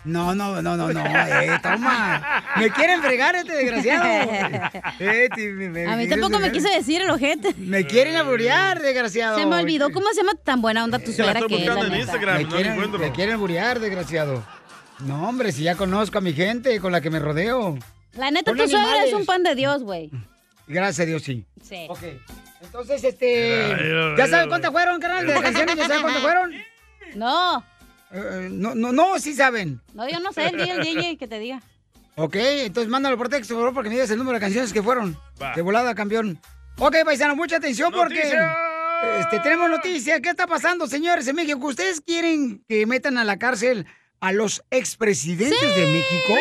[SPEAKER 1] No, no, no, no, no, eh, toma. Me quieren fregar este desgraciado. Eh, ti- me- me-
[SPEAKER 3] A mí tampoco me
[SPEAKER 1] fregar.
[SPEAKER 3] quiso decir el ojete.
[SPEAKER 1] Me quieren aburear, desgraciado.
[SPEAKER 3] Se me olvidó cómo se llama tan buena onda tu
[SPEAKER 1] Se la
[SPEAKER 3] suegra
[SPEAKER 1] estoy
[SPEAKER 3] que es, la
[SPEAKER 1] buscando en
[SPEAKER 3] neta.
[SPEAKER 1] Instagram, me quieren, Me quieren burear, desgraciado. No, hombre, si ya conozco a mi gente con la que me rodeo.
[SPEAKER 3] La neta,
[SPEAKER 1] Son
[SPEAKER 3] tu suegra
[SPEAKER 1] animales.
[SPEAKER 3] es un pan de Dios, güey.
[SPEAKER 1] Gracias a Dios, sí.
[SPEAKER 3] Sí.
[SPEAKER 1] Ok. Entonces, este.
[SPEAKER 3] Mira, mira,
[SPEAKER 1] ¿Ya
[SPEAKER 3] mira,
[SPEAKER 1] saben
[SPEAKER 3] mira.
[SPEAKER 1] cuántas fueron, carnal? ¿De las canciones ya saben cuántas fueron? Eh,
[SPEAKER 3] No.
[SPEAKER 1] no, no, no, sí saben.
[SPEAKER 3] No, yo no sé, el DJ, el DJ que te diga.
[SPEAKER 1] Ok, entonces mándalo por texto, por favor, porque me digas el número de canciones que fueron.
[SPEAKER 2] Va.
[SPEAKER 1] De volada, campeón. Ok, paisano, mucha atención porque este, tenemos noticias. ¿Qué está pasando, señores, en México? ¿Ustedes quieren que metan a la cárcel a los expresidentes de México?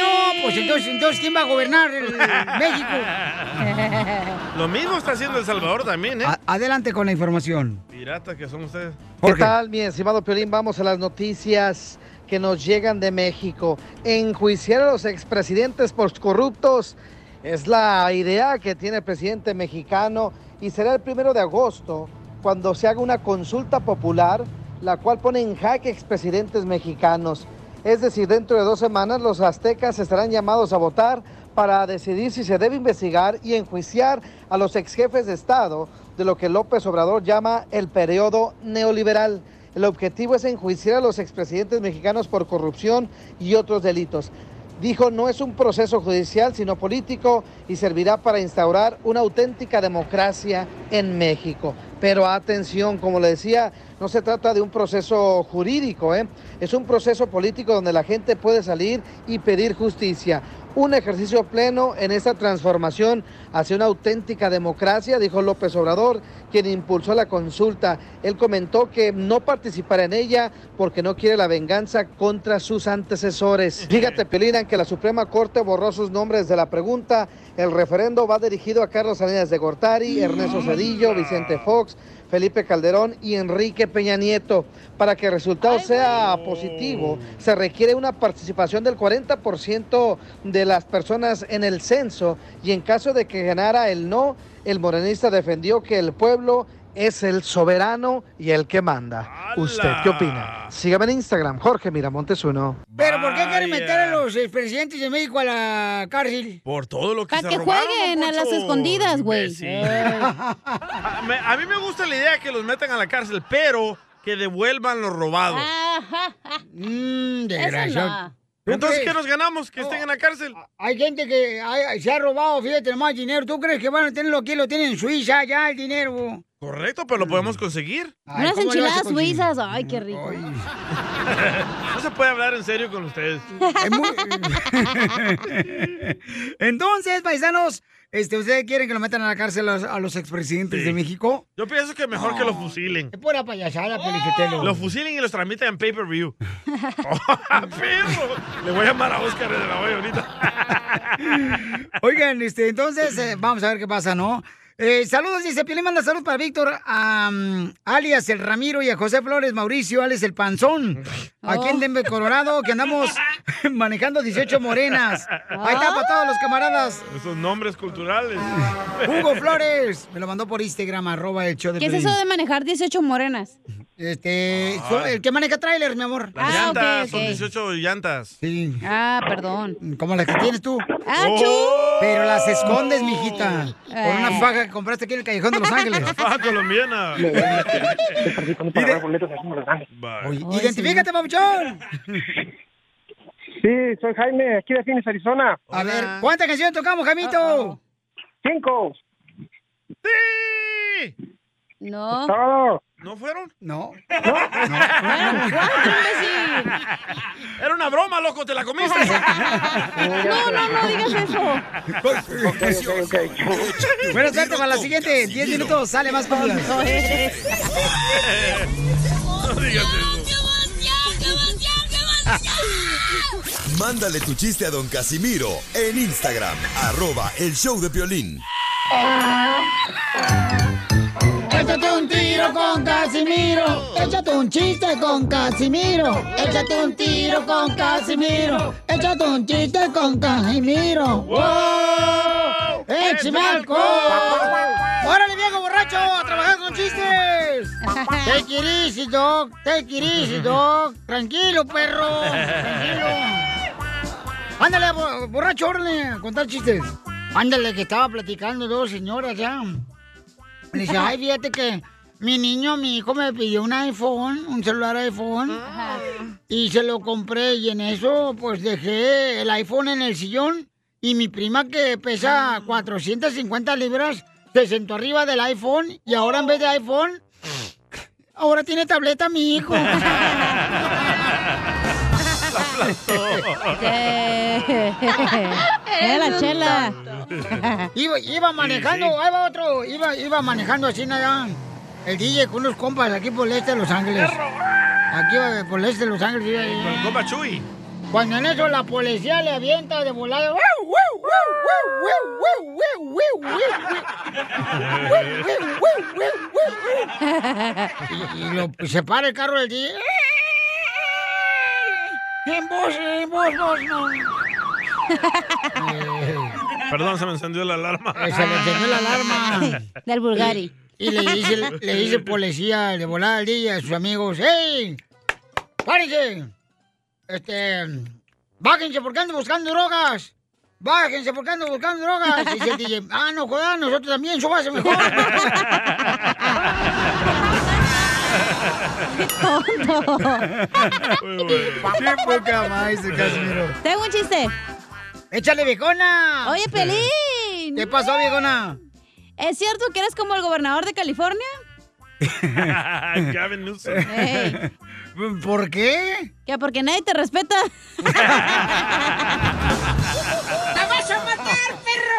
[SPEAKER 1] No, pues entonces, entonces, ¿quién va a gobernar el- México?
[SPEAKER 2] Lo mismo está haciendo El Salvador también, ¿eh?
[SPEAKER 1] A- adelante con la información.
[SPEAKER 2] Piratas que son ustedes.
[SPEAKER 7] ¿Qué tal, mi estimado Piolín? Vamos a las noticias que nos llegan de México. Enjuiciar a los expresidentes por corruptos es la idea que tiene el presidente mexicano y será el primero de agosto cuando se haga una consulta popular, la cual pone en jaque expresidentes mexicanos. Es decir, dentro de dos semanas los aztecas estarán llamados a votar para decidir si se debe investigar y enjuiciar a los exjefes de Estado de lo que López Obrador llama el periodo neoliberal. El objetivo es enjuiciar a los expresidentes mexicanos por corrupción y otros delitos. Dijo, no es un proceso judicial, sino político y servirá para instaurar una auténtica democracia en México. Pero atención, como le decía, no se trata de un proceso jurídico, ¿eh? es un proceso político donde la gente puede salir y pedir justicia. Un ejercicio pleno en esta transformación hacia una auténtica democracia, dijo López Obrador, quien impulsó la consulta. Él comentó que no participará en ella porque no quiere la venganza contra sus antecesores. Fíjate, Piolín, aunque la Suprema Corte borró sus nombres de la pregunta, el referendo va dirigido a Carlos Salinas de Gortari, Ernesto Cedillo, Vicente Fox, Felipe Calderón y Enrique Peña Nieto. Para que el resultado sea positivo, se requiere una participación del 40% de las personas en el censo y en caso de que ganara el no, el morenista defendió que el pueblo es el soberano y el que manda. ¿Usted qué opina? Sígame en Instagram, Jorge Miramontes uno.
[SPEAKER 1] ¿Pero por qué quieren meter a los expresidentes de México a la cárcel?
[SPEAKER 2] Por todo lo que
[SPEAKER 3] Para
[SPEAKER 2] se
[SPEAKER 3] que
[SPEAKER 2] robaron,
[SPEAKER 3] jueguen
[SPEAKER 2] don
[SPEAKER 3] a
[SPEAKER 2] Poncho.
[SPEAKER 3] las escondidas, güey. Eh.
[SPEAKER 2] Imbécil. a, Ah, me- a mí me gusta la idea que los metan a la cárcel, pero que devuelvan los robados.
[SPEAKER 1] Ah. Mmm, desgraciado. ¿Tú
[SPEAKER 2] Entonces,
[SPEAKER 1] crees? Ah,
[SPEAKER 2] ¿qué nos ganamos? Que estén en la cárcel.
[SPEAKER 1] Hay gente que hay- se ha robado, fíjate, más dinero. ¿Tú crees que van a tenerlo aquí? Lo tienen en Suiza, ya el dinero.
[SPEAKER 2] Correcto, pero lo podemos conseguir.
[SPEAKER 1] Ay,
[SPEAKER 3] Unas enchiladas suizas, ay, qué rico.
[SPEAKER 2] No se puede hablar en serio con ustedes.
[SPEAKER 1] Entonces, paisanos, este, ¿ustedes quieren que lo metan a la cárcel a los, a los expresidentes de México?
[SPEAKER 2] Yo pienso que mejor que los fusilen.
[SPEAKER 1] Es pura payasada, Pelichotelo.
[SPEAKER 2] Los fusilen y los transmiten en pay-per-view. ¡Ah, perro! Le voy a llamar a Oscar de la Hoya ahorita.
[SPEAKER 1] Oigan, este, entonces, eh, vamos a ver qué pasa, ¿no? Eh, saludos, dice Piolín, manda saludos para Víctor, a, mm, alias el Ramiro y a José Flores, Mauricio, alias el Panzón, aquí en Denver, Colorado, que andamos manejando 18 morenas. Ahí está para todos los camaradas.
[SPEAKER 2] Esos nombres culturales.
[SPEAKER 1] Hugo Flores, me lo mandó por Instagram, arroba el show de
[SPEAKER 3] ¿Qué es
[SPEAKER 1] Piolín.
[SPEAKER 3] eso de manejar 18 morenas?
[SPEAKER 1] Este,
[SPEAKER 2] Ah.
[SPEAKER 1] so- el que maneja trailers, mi amor.
[SPEAKER 2] Las llantas, son 18 llantas.
[SPEAKER 1] Sí.
[SPEAKER 3] Ah, perdón.
[SPEAKER 1] Como las que tienes tú.
[SPEAKER 3] Ah,
[SPEAKER 2] ¡Achú!
[SPEAKER 1] Pero las escondes, mijita. Con
[SPEAKER 2] Eh.
[SPEAKER 1] una faja que compraste este aquí en el Callejón de Los Ángeles.
[SPEAKER 2] La faja Ah, colombiana.
[SPEAKER 1] Oye, Identifícate, papuchón.
[SPEAKER 8] Sí, soy Jaime, aquí de Phoenix, Arizona.
[SPEAKER 1] A ver, ¿cuántas canciones tocamos, Jamito?
[SPEAKER 8] Cinco.
[SPEAKER 3] No.
[SPEAKER 8] Todo.
[SPEAKER 2] ¿No fueron?
[SPEAKER 1] No. Pues
[SPEAKER 2] Era una broma, loco, te la comiste.
[SPEAKER 3] No, no, no digas eso.
[SPEAKER 1] Buena suerte para la siguiente. 10 minutos, sale más popular.
[SPEAKER 2] No digas
[SPEAKER 6] Mándale tu chiste a don Casimiro en Instagram, arroba el show de Piolín.
[SPEAKER 9] Échate un tiro con Casimiro. Échate un chiste con Casimiro. Échate un tiro con Casimiro. Échate un chiste con Casimiro. ¡Eh,
[SPEAKER 18] ¡Wow!
[SPEAKER 9] ¡Échame alcohol!
[SPEAKER 1] ¡Órale, viejo borracho! ¡A trabajar con chistes! Take it easy, dog. Take it easy, dog. Tranquilo, perro. Tranquilo. Ándale, bo- borracho, órale, a contar chistes. Ándale, que estaba platicando dos señoras ya. Le dice, ay, fíjate que mi niño, mi hijo me pidió un iPhone, un celular iPhone. Y se lo compré y en eso pues dejé el iPhone en el sillón y mi prima que pesa 450 libras se sentó arriba del iPhone y ahora en vez de iPhone, ahora tiene tableta mi hijo.
[SPEAKER 3] Era la chela.
[SPEAKER 1] iba, iba manejando, ahí va otro, iba, iba manejando así nada. El DJ con unos compas aquí por el este de Los Ángeles. Aquí eh, por el este de Los Ángeles. iba- iba-
[SPEAKER 2] Con Copa Chuy.
[SPEAKER 1] Cuando en eso la policía le avienta de volada. ¡Wow, wow, wow, wow, wow, wow, wow, wow, wow, wow, wow, wow, wow, wow! Y, y lo- pues, se para el carro del DJ. En vos, en vos, vos, no.
[SPEAKER 2] Perdón, se me encendió la alarma.
[SPEAKER 1] Se le encendió la alarma.
[SPEAKER 3] Del Bulgari.
[SPEAKER 1] Y le dice, le dice el policía de volada al DJ a sus amigos, ¡Ey! ¡Párense! Este, bájense porque ando buscando drogas. Bájense porque ando buscando drogas. Y dice el DJ, ah, no, joder, nosotros también, súbase mejor.
[SPEAKER 2] Oh,
[SPEAKER 3] tonto.
[SPEAKER 1] Qué poca más, Casimiro.
[SPEAKER 3] Tengo un chiste.
[SPEAKER 1] Échale, viejona.
[SPEAKER 3] Oye, Pelín.
[SPEAKER 1] ¿Qué pasó, viejona?
[SPEAKER 3] ¿Es cierto que eres como el gobernador de California?
[SPEAKER 2] Gavin Newsom.
[SPEAKER 1] ¿Por qué?
[SPEAKER 3] Que porque nadie te respeta.
[SPEAKER 18] ¡Te vas a matar, perro!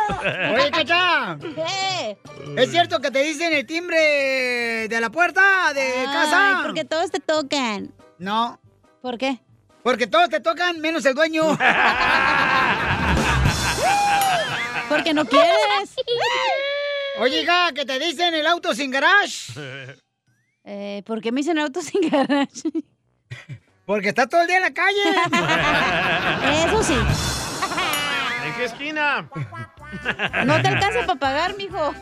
[SPEAKER 1] Oye, Cacha. ¿Es cierto que te dicen el timbre de la puerta de
[SPEAKER 3] Ay,
[SPEAKER 1] casa?
[SPEAKER 3] porque
[SPEAKER 1] todos te tocan. No. ¿Por qué? Porque todos te tocan, menos el dueño. porque no quieres. Oye, hija, que te dicen el auto sin garage.
[SPEAKER 3] Eh, ¿Por qué me dicen auto sin garage?
[SPEAKER 1] Porque está todo el día en la calle.
[SPEAKER 3] Eso sí.
[SPEAKER 2] ¿En qué esquina?
[SPEAKER 3] No te alcanza para pagar, mijo.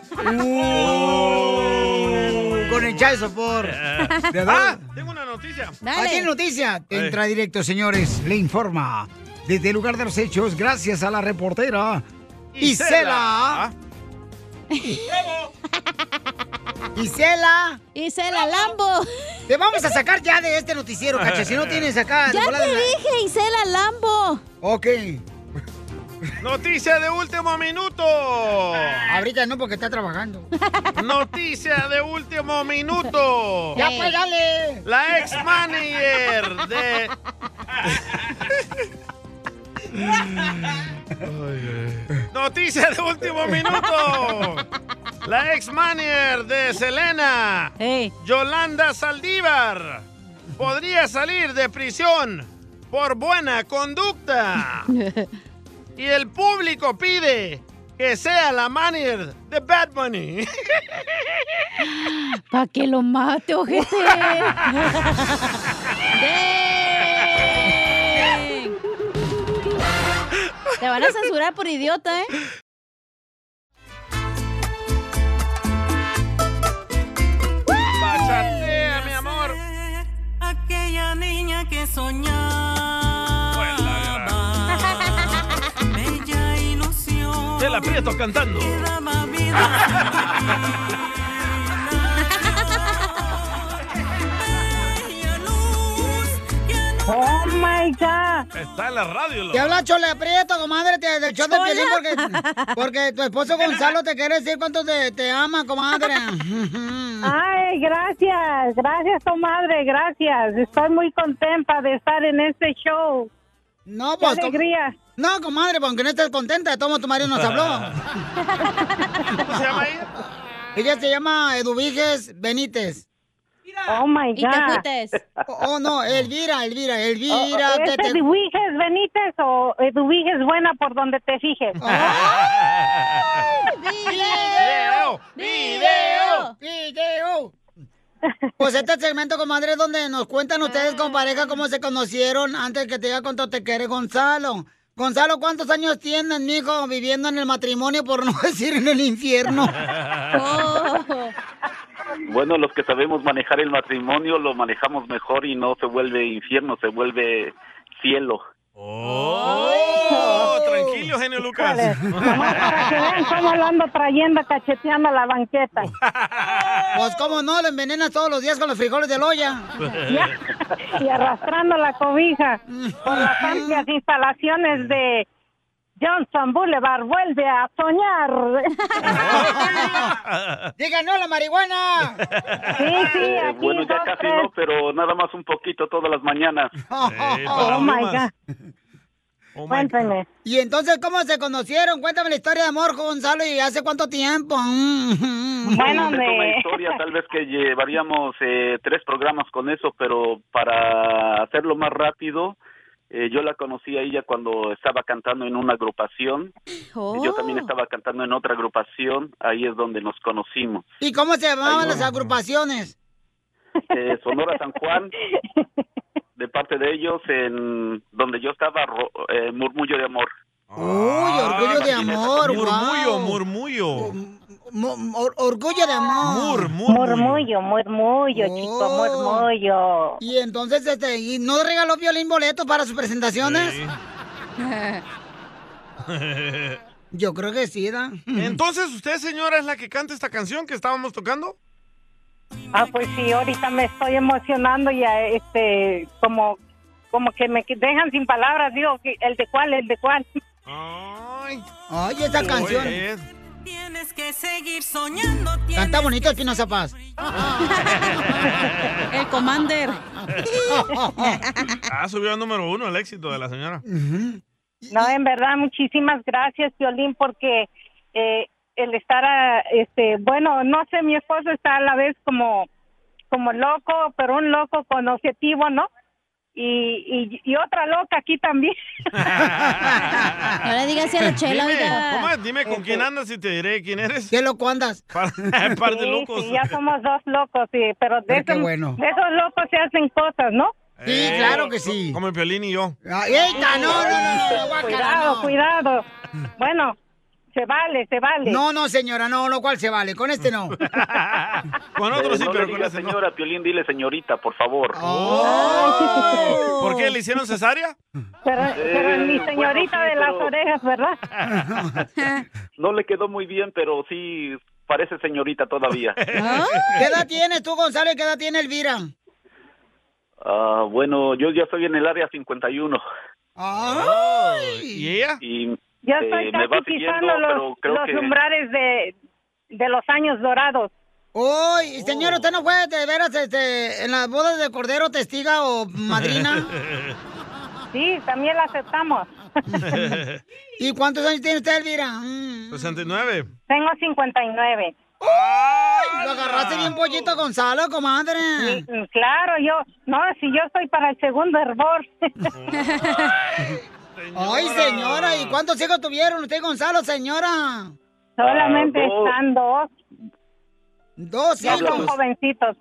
[SPEAKER 1] Con el chai sopor. ¿De
[SPEAKER 2] Ah, tengo una noticia.
[SPEAKER 1] Aquí hay noticia.
[SPEAKER 2] Ay.
[SPEAKER 1] Entra directo, señores. Le informa. Desde el lugar de los hechos, gracias a la reportera Isela. Isela.
[SPEAKER 3] Isela Lambo.
[SPEAKER 1] Te vamos a sacar ya de este noticiero, cacha. Si no tienes acá.
[SPEAKER 3] Ya te dije,
[SPEAKER 1] Isela Lambo. Ok.
[SPEAKER 2] Noticia de último minuto.
[SPEAKER 1] Ahorita no, porque está trabajando.
[SPEAKER 2] Noticia de último minuto.
[SPEAKER 1] Ya, pues, dale.
[SPEAKER 2] La ex manager de. Noticia de último minuto. La ex manager de Selena, Yolanda Saldívar, podría salir de prisión por buena conducta. Y el público pide que sea la manager de Bad Bunny.
[SPEAKER 3] Pa' que lo mate, ojete. Dang. Te van a censurar por idiota, ¿eh?
[SPEAKER 2] Bachatea, mi amor.
[SPEAKER 18] vida que soñaba. Bella ilusión.
[SPEAKER 2] Chela Prieto cantando.
[SPEAKER 18] que daba vida.
[SPEAKER 1] Oh my God.
[SPEAKER 2] Está en la radio.
[SPEAKER 1] Te habla Chole Prieto, comadre, te, del show de
[SPEAKER 2] Chole.
[SPEAKER 1] Piolín porque, porque tu esposo Gonzalo te quiere decir cuánto te, te ama, comadre.
[SPEAKER 11] Ay, gracias, gracias, comadre, gracias. Estoy muy contenta de estar en este show.
[SPEAKER 1] No,
[SPEAKER 11] Qué
[SPEAKER 1] pues, com-
[SPEAKER 11] alegría.
[SPEAKER 1] No, comadre, pues, aunque no estés contenta, de tomo tu marido nos habló. ¿Cómo se llama ella? Ella se llama Eduviges Benítez. Oh my
[SPEAKER 11] Y te God. futes.
[SPEAKER 1] Oh, no, Elvira, Elvira, Elvira.
[SPEAKER 11] Mira, Oh, ¿este ¿Es
[SPEAKER 1] que te-
[SPEAKER 11] Eduviges Benítez o Eduviges Buena por donde te fijes?
[SPEAKER 1] Ah. ¡Video! ¡Video! ¡Video! Pues este segmento, comadre, es donde nos cuentan
[SPEAKER 11] Ah.
[SPEAKER 1] ustedes con pareja cómo se conocieron antes que te diga cuánto te quiere Gonzalo. Gonzalo, ¿cuántos años tienes, mijo, viviendo en el matrimonio, por no decir en el infierno?
[SPEAKER 21] Bueno, los que sabemos manejar el matrimonio lo manejamos mejor y no se vuelve infierno, se vuelve cielo.
[SPEAKER 2] Oh, tranquilo, genio Lucas.
[SPEAKER 11] Para que vean cómo lo ando trayendo, cacheteando la banqueta.
[SPEAKER 1] Pues cómo no, lo envenenas todos los días con los frijoles de olla.
[SPEAKER 11] y arrastrando la cobija por las amplias instalaciones de Johnson Boulevard. Vuelve a soñar.
[SPEAKER 1] Digan no a la marihuana.
[SPEAKER 11] Sí, sí,
[SPEAKER 21] Eh,
[SPEAKER 11] aquí
[SPEAKER 21] bueno, ya
[SPEAKER 11] dos,
[SPEAKER 21] casi
[SPEAKER 11] tres.
[SPEAKER 21] no, pero nada más un poquito todas las mañanas.
[SPEAKER 1] para
[SPEAKER 11] oh my
[SPEAKER 1] Dumas.
[SPEAKER 11] God. Cuéntame.
[SPEAKER 1] Y entonces, ¿cómo se conocieron? Cuéntame la historia de amor, Gonzalo, y hace cuánto tiempo. Mm.
[SPEAKER 21] es una historia tal vez que llevaríamos eh, tres programas con eso, pero para hacerlo más rápido, eh, yo la conocí a ella cuando estaba cantando en una agrupación. y Yo
[SPEAKER 11] Oh.
[SPEAKER 21] también estaba cantando en otra agrupación. Ahí es donde nos conocimos.
[SPEAKER 1] ¿Y cómo se llamaban las agrupaciones?
[SPEAKER 21] Eh, Sonora San Juan, de parte de ellos, en donde yo estaba, ro- eh, Murmullo de Amor.
[SPEAKER 1] Uy, orgullo
[SPEAKER 9] Ah,
[SPEAKER 1] de amor,
[SPEAKER 2] Murmullo,
[SPEAKER 1] guau.
[SPEAKER 2] murmullo.
[SPEAKER 1] Mo- or- orgullo de amor. Oh.
[SPEAKER 11] Murmullo, murmullo, chico, murmullo.
[SPEAKER 1] Y entonces, este, ¿y no regaló violín boleto para sus presentaciones? Yo creo que sí, ¿da?
[SPEAKER 2] Entonces, ¿usted, señora, es la que canta esta canción que estábamos tocando?
[SPEAKER 11] Ah, pues sí, ahorita me estoy emocionando y ah, este, como, como que me que- dejan sin palabras, digo, que- ¿el de cuál, el de cuál?
[SPEAKER 1] Ay, esta
[SPEAKER 11] Sí.
[SPEAKER 1] canción.
[SPEAKER 11] Oye.
[SPEAKER 18] Tienes que seguir soñando.
[SPEAKER 1] Canta bonito Espinoza Paz. Ah.
[SPEAKER 18] El
[SPEAKER 1] Commander.
[SPEAKER 2] Ah, subió al número uno el éxito de la señora.
[SPEAKER 11] No, en verdad, muchísimas gracias, Violín, porque eh, el estar, a- este, bueno, no sé, mi esposo está a la vez como, como loco, pero un loco con objetivo, ¿no? Y, y, y otra loca aquí también.
[SPEAKER 2] No
[SPEAKER 11] le digas así a la chela, oiga.
[SPEAKER 2] dime,
[SPEAKER 11] Eh, Este,
[SPEAKER 2] comadre, dime con quién andas y te diré quién eres.
[SPEAKER 1] ¿Qué loco andas?
[SPEAKER 2] Par, eh, par de
[SPEAKER 11] Sí,
[SPEAKER 2] locos.
[SPEAKER 11] sí, ya somos dos locos, sí, pero de,
[SPEAKER 2] Pero qué
[SPEAKER 11] esos,
[SPEAKER 2] bueno.
[SPEAKER 11] de esos locos se hacen cosas, ¿no?
[SPEAKER 2] Sí,
[SPEAKER 11] claro
[SPEAKER 2] que sí. Eh, Como el Piolín y yo.
[SPEAKER 1] Ah, ¡Eita, no, no, no, no, guácala,
[SPEAKER 11] Cuidado,
[SPEAKER 1] no.
[SPEAKER 11] cuidado. Bueno, se vale, se vale.
[SPEAKER 1] No, no, señora, no, lo cual se vale. Con este no.
[SPEAKER 2] Con otro
[SPEAKER 21] Eh,
[SPEAKER 2] sí,
[SPEAKER 21] no
[SPEAKER 2] pero
[SPEAKER 21] le
[SPEAKER 2] con
[SPEAKER 21] digas, señora, Piolín, dile señorita, por favor.
[SPEAKER 2] Oh. ¿Por qué le hicieron cesárea?
[SPEAKER 11] Pero, pero ni
[SPEAKER 21] bueno,
[SPEAKER 11] señorita
[SPEAKER 21] sí,
[SPEAKER 11] de las
[SPEAKER 21] pero-
[SPEAKER 11] orejas, ¿verdad?
[SPEAKER 21] No le quedó muy bien, pero sí parece señorita todavía.
[SPEAKER 1] ¿Qué edad tienes tú, Gonzalo, y qué edad tiene Elvira?
[SPEAKER 21] Ah, bueno, yo ya estoy en el área 51.
[SPEAKER 1] Ah.
[SPEAKER 2] ¿Y ella?
[SPEAKER 11] Yo
[SPEAKER 21] eh,
[SPEAKER 11] estoy
[SPEAKER 21] me va
[SPEAKER 11] casi
[SPEAKER 21] siguiendo,
[SPEAKER 11] pisando
[SPEAKER 21] pero
[SPEAKER 11] los,
[SPEAKER 21] creo
[SPEAKER 11] los
[SPEAKER 21] que...
[SPEAKER 11] umbrales de, de los años dorados. Oh.
[SPEAKER 1] Uy, señor, ¿usted no fue de veras este, en las bodas de Cordero, testiga o madrina?
[SPEAKER 11] Sí, también la aceptamos.
[SPEAKER 1] ¿Y cuántos años tiene usted, Elvira? Mm.
[SPEAKER 2] 69.
[SPEAKER 11] Tengo 59.
[SPEAKER 1] Lo agarraste bien pollito, Gonzalo, comadre.
[SPEAKER 11] Claro, yo, no, si yo estoy para el segundo hervor.
[SPEAKER 1] Ay, señora, ¿y cuántos hijos tuvieron usted, Gonzalo, señora?
[SPEAKER 11] Solamente
[SPEAKER 1] Ah, dos.
[SPEAKER 11] están dos.
[SPEAKER 1] Dos
[SPEAKER 11] Ya son
[SPEAKER 1] hijos.
[SPEAKER 11] jovencitos.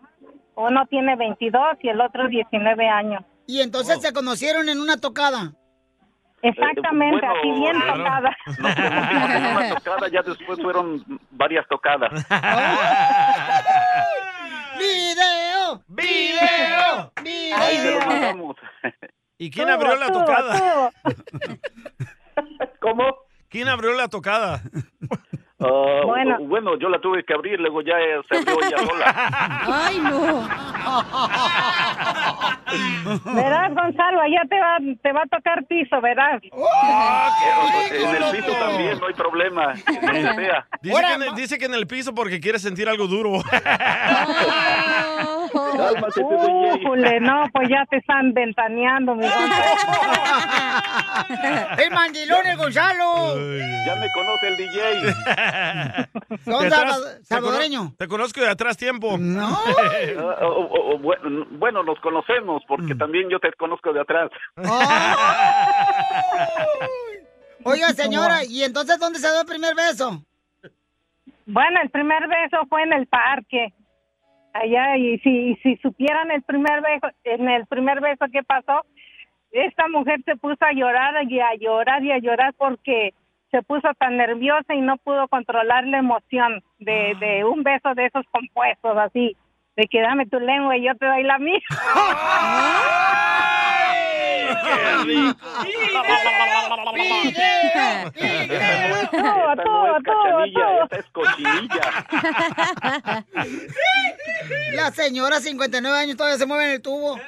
[SPEAKER 11] Uno tiene 22 y el otro 19 años.
[SPEAKER 1] Y entonces se conocieron en una tocada.
[SPEAKER 11] Exactamente,
[SPEAKER 21] Eh, bueno,
[SPEAKER 11] aquí bien
[SPEAKER 21] claro.
[SPEAKER 11] tocada.
[SPEAKER 21] Nos conocimos en una tocada, ya después fueron varias tocadas.
[SPEAKER 1] ¡Video!
[SPEAKER 2] ¡Video!
[SPEAKER 1] ¡Video!
[SPEAKER 21] Ahí se lo mandamos.
[SPEAKER 2] ¿Y quién
[SPEAKER 9] Todo,
[SPEAKER 2] abrió la
[SPEAKER 9] todo,
[SPEAKER 2] tocada?
[SPEAKER 21] ¿Cómo?
[SPEAKER 2] ¿Quién abrió la tocada?
[SPEAKER 21] Ah,
[SPEAKER 2] Bueno.
[SPEAKER 21] bueno. yo la tuve que abrir, luego ya eh, se abrió ella sola.
[SPEAKER 3] Ay, no.
[SPEAKER 11] Verás, Gonzalo, allá te va, te va a tocar piso, verás.
[SPEAKER 3] Oh.
[SPEAKER 9] Ah,
[SPEAKER 21] en el piso también, no hay problema. Donde sea.
[SPEAKER 2] Dice que, en el, dice que en el piso porque quiere sentir algo duro.
[SPEAKER 11] Újule, no, pues ya te están ventaneando, mi
[SPEAKER 25] ¡El mandilón, el Gonzalo!
[SPEAKER 21] Ya me conoce el DJ.
[SPEAKER 25] Son
[SPEAKER 2] De atrás,
[SPEAKER 25] salva-
[SPEAKER 2] te
[SPEAKER 25] salvadoreño.
[SPEAKER 2] cono- Te conozco de atrás tiempo.
[SPEAKER 25] No.
[SPEAKER 21] Ah, o- o- o- bueno, bueno, nos conocemos porque también yo te conozco de atrás.
[SPEAKER 1] Oiga, señora, ¿y entonces dónde se dio el primer beso?
[SPEAKER 11] Bueno, el primer beso fue en el parque. Allá, y si, y si supieran el primer beso, en el primer beso que pasó, esta mujer se puso a llorar y a llorar y a llorar porque se puso tan nerviosa y no pudo controlar la emoción de, de un beso de esos compuestos así, de que dame tu lengua y yo te doy la mía.
[SPEAKER 9] Todo, todo, todo, todo.
[SPEAKER 21] Esta es cochinilla.
[SPEAKER 1] La señora, 59 años, todavía se mueve en el tubo.
[SPEAKER 11] Yo